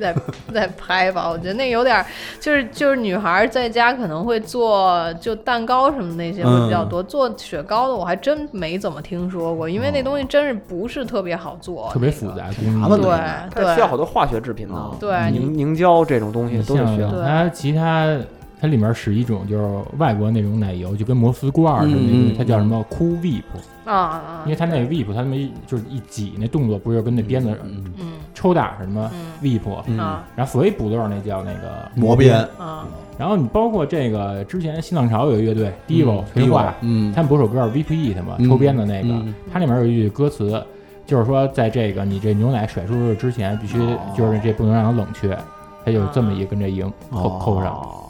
S4: <laughs>
S6: 在在拍吧。我觉得那有点儿就是就是女孩儿在家可能会做就蛋糕什么那些会比
S4: 嗯
S6: 较多，做雪糕的我还真没怎么听说过，因为那东西真是不是特别好做，
S4: 哦特别
S6: 那个
S4: 复。杂工艺
S5: 麻烦的
S6: 对
S3: 它需要好
S6: 对
S3: 多化学制品呢，
S6: 对，你
S3: 凝凝胶这种东西
S4: 你
S3: 都是需要
S4: 像
S6: 对
S4: 它其他它里面使一种就是外国那种奶油，就跟摩斯罐儿似的那
S5: 嗯嗯
S4: 种，它叫什么 Cool Whip，
S6: 啊啊
S4: 因为，它那个 whip 它那么一就是一挤那动作，不是跟那鞭子
S5: 嗯
S6: 嗯
S4: 抽打是什么
S6: 嗯
S4: whip，
S5: 嗯，
S6: 啊
S4: 然后所以补豆那叫那个
S5: 磨边。
S4: 嗯
S6: 啊
S4: 然后你包括这个之前新浪潮有一乐队 Devo 黑化，
S5: 嗯，
S4: 他们不是有首歌 VPE 他吗？
S5: 嗯
S4: 抽鞭 E 的那个
S5: 嗯，
S4: 它里面有一句歌词，就是说在这个你这牛奶甩出去之前，必须
S5: 哦
S4: 就是这不能让它冷却，它有这么一个跟这一个扣扣上。
S5: <laughs> 哦。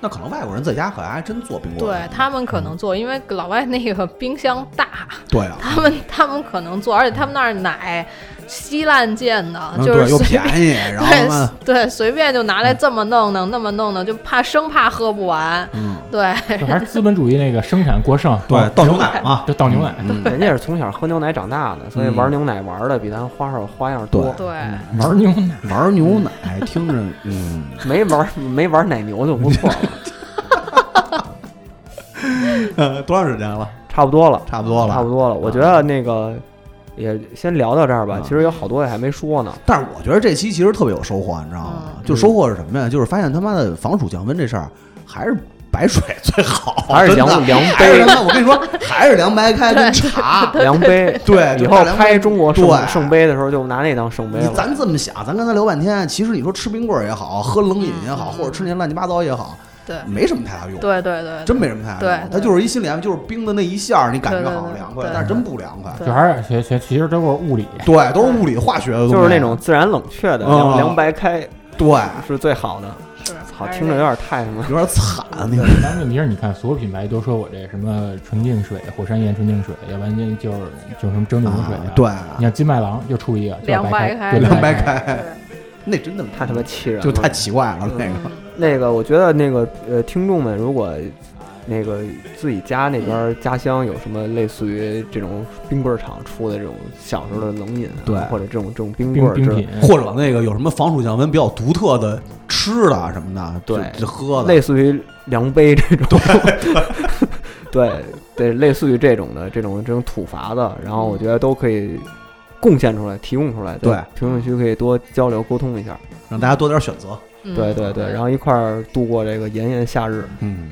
S5: 那可能外国人在家可还真做冰棍
S6: 对
S5: 儿。
S6: 他们可能做，因为老外那个冰箱大，
S5: 对啊，
S6: 他们他们可能做，而且他们那儿奶稀烂贱的，
S5: 嗯
S6: 就
S5: 对
S6: 是
S5: 又
S6: 随
S5: 便
S6: <laughs>
S5: 宜，然后呢，
S6: 对对，随便就拿来这么弄弄，那么弄弄，就怕生怕喝不完。
S5: 嗯，
S6: 对， <laughs>
S4: 就还是资本主义那个生产过剩，
S5: 对，倒牛奶嘛，
S4: 就倒牛奶。
S5: 嗯，
S3: 人家是从小喝牛奶长大的，所以
S5: 嗯
S3: 玩牛奶玩的比咱花哨花样多。
S6: 对，
S4: 玩牛奶，
S5: 玩牛奶 <laughs> 听着，嗯，
S3: 没玩没玩奶牛就不错了，
S5: 呃，多长时间了？
S3: 差不多了，
S5: 差不多了，嗯
S3: 差不。多了。我觉得那个也先聊到这儿吧，其实有好多也还没说
S5: <laughs>
S3: 呢。
S5: 但是我觉得这期其实特别有收获，你知道吗？
S6: 嗯
S5: 就收获是什么呀？就是发现他妈的防暑降温这事儿还是。白水最好，
S3: 还是
S5: 真的
S3: 凉凉
S5: 还是
S3: 杯
S5: 凉我跟你说，还是凉白开跟茶。
S3: 量杯，
S5: 对，
S3: 以
S5: 就
S3: 后
S5: 大凉
S3: 拍中国圣
S5: 对
S3: 圣杯的时候就拿那当圣杯
S5: 你
S3: 了。
S5: 咱这么想，咱刚才聊半天，其实你说吃冰棍儿也好，喝冷饮也好，
S6: 嗯
S5: 或者吃那些乱七八糟也好，
S6: 对，
S5: 没什么太大用，
S6: 对对对，
S5: 真没嗯什么太大用。
S6: 对
S5: 它就是一心理安慰，就是冰的那一下儿，你感觉
S6: 对对
S5: 好像
S6: 对
S5: 凉快
S6: 对，
S5: 但是真不凉快。
S6: 对
S4: 就还是学学，其实都是物理。
S5: 对，都是物理化学的东西，
S3: 就是那种自然冷却的凉
S5: 嗯
S3: 凉白开
S5: 对，
S3: 是最好的。
S6: 是
S3: 操，
S6: 还是
S3: 听着有点太他妈
S5: 有点惨。那个
S4: <laughs> 但问题是，你看所有品牌都说我这什么纯净水、火山岩纯净水，要不然就就是就是什么蒸馏水
S5: 啊，对，
S4: 你看金麦郎又出一个，叫
S6: 凉
S4: 白
S6: 白开
S4: 对
S5: 凉白
S4: 开。
S5: 开，那真的
S3: 太他妈气人了，
S5: 就太奇怪了， <laughs> 那个
S6: 嗯
S3: <laughs> 那个，我觉得那个呃，听众们如果那个自己家那边儿家乡有什么类似于这种冰棍儿厂出的这种小时候的冷饮啊，
S5: 对
S3: 或者这种这种冰棍
S4: 冰
S3: 儿之
S4: 冰
S3: 类
S4: 品，嗯
S5: 或者那个有什么防暑降温比较独特的吃的啊什么的，就
S3: 对
S5: 就喝的
S3: 类，似于凉杯这种，对 <laughs> 对类似于这种的这种这种土法子，然后我觉得都可以贡献出来，提供出来，在
S5: 对
S3: 评论区可以多交流沟通一下，
S5: 让大家多点选择。
S6: 嗯
S3: 对对对，然后一块儿度过这个炎炎夏日。
S5: 嗯，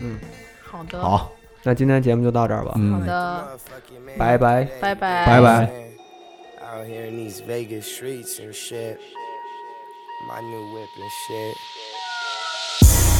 S6: 好的，好
S5: 好，
S3: 那今天节目就到这儿吧，
S5: 嗯，
S6: 的，
S3: 拜拜。
S6: 拜拜，
S5: 拜拜。
S1: Out here in these Vegas streets and shit. My new whip and shit.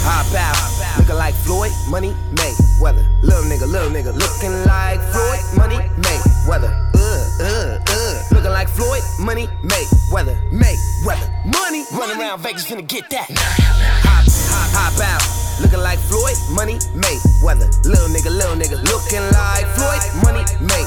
S1: Hop out, looking like Floyd, money, May, weather. Little nigga, little nigga, looking like Floyd, money, May, weather. Uh, uh, uh. Looking like Floyd, money, May, weather, May, weather. Money, run around Vegas, finna get that. Hop, hop, hop out. Looking like Floyd, money, Uh, May, weather. Little nigga, little nigga, looking like Floyd, money, May,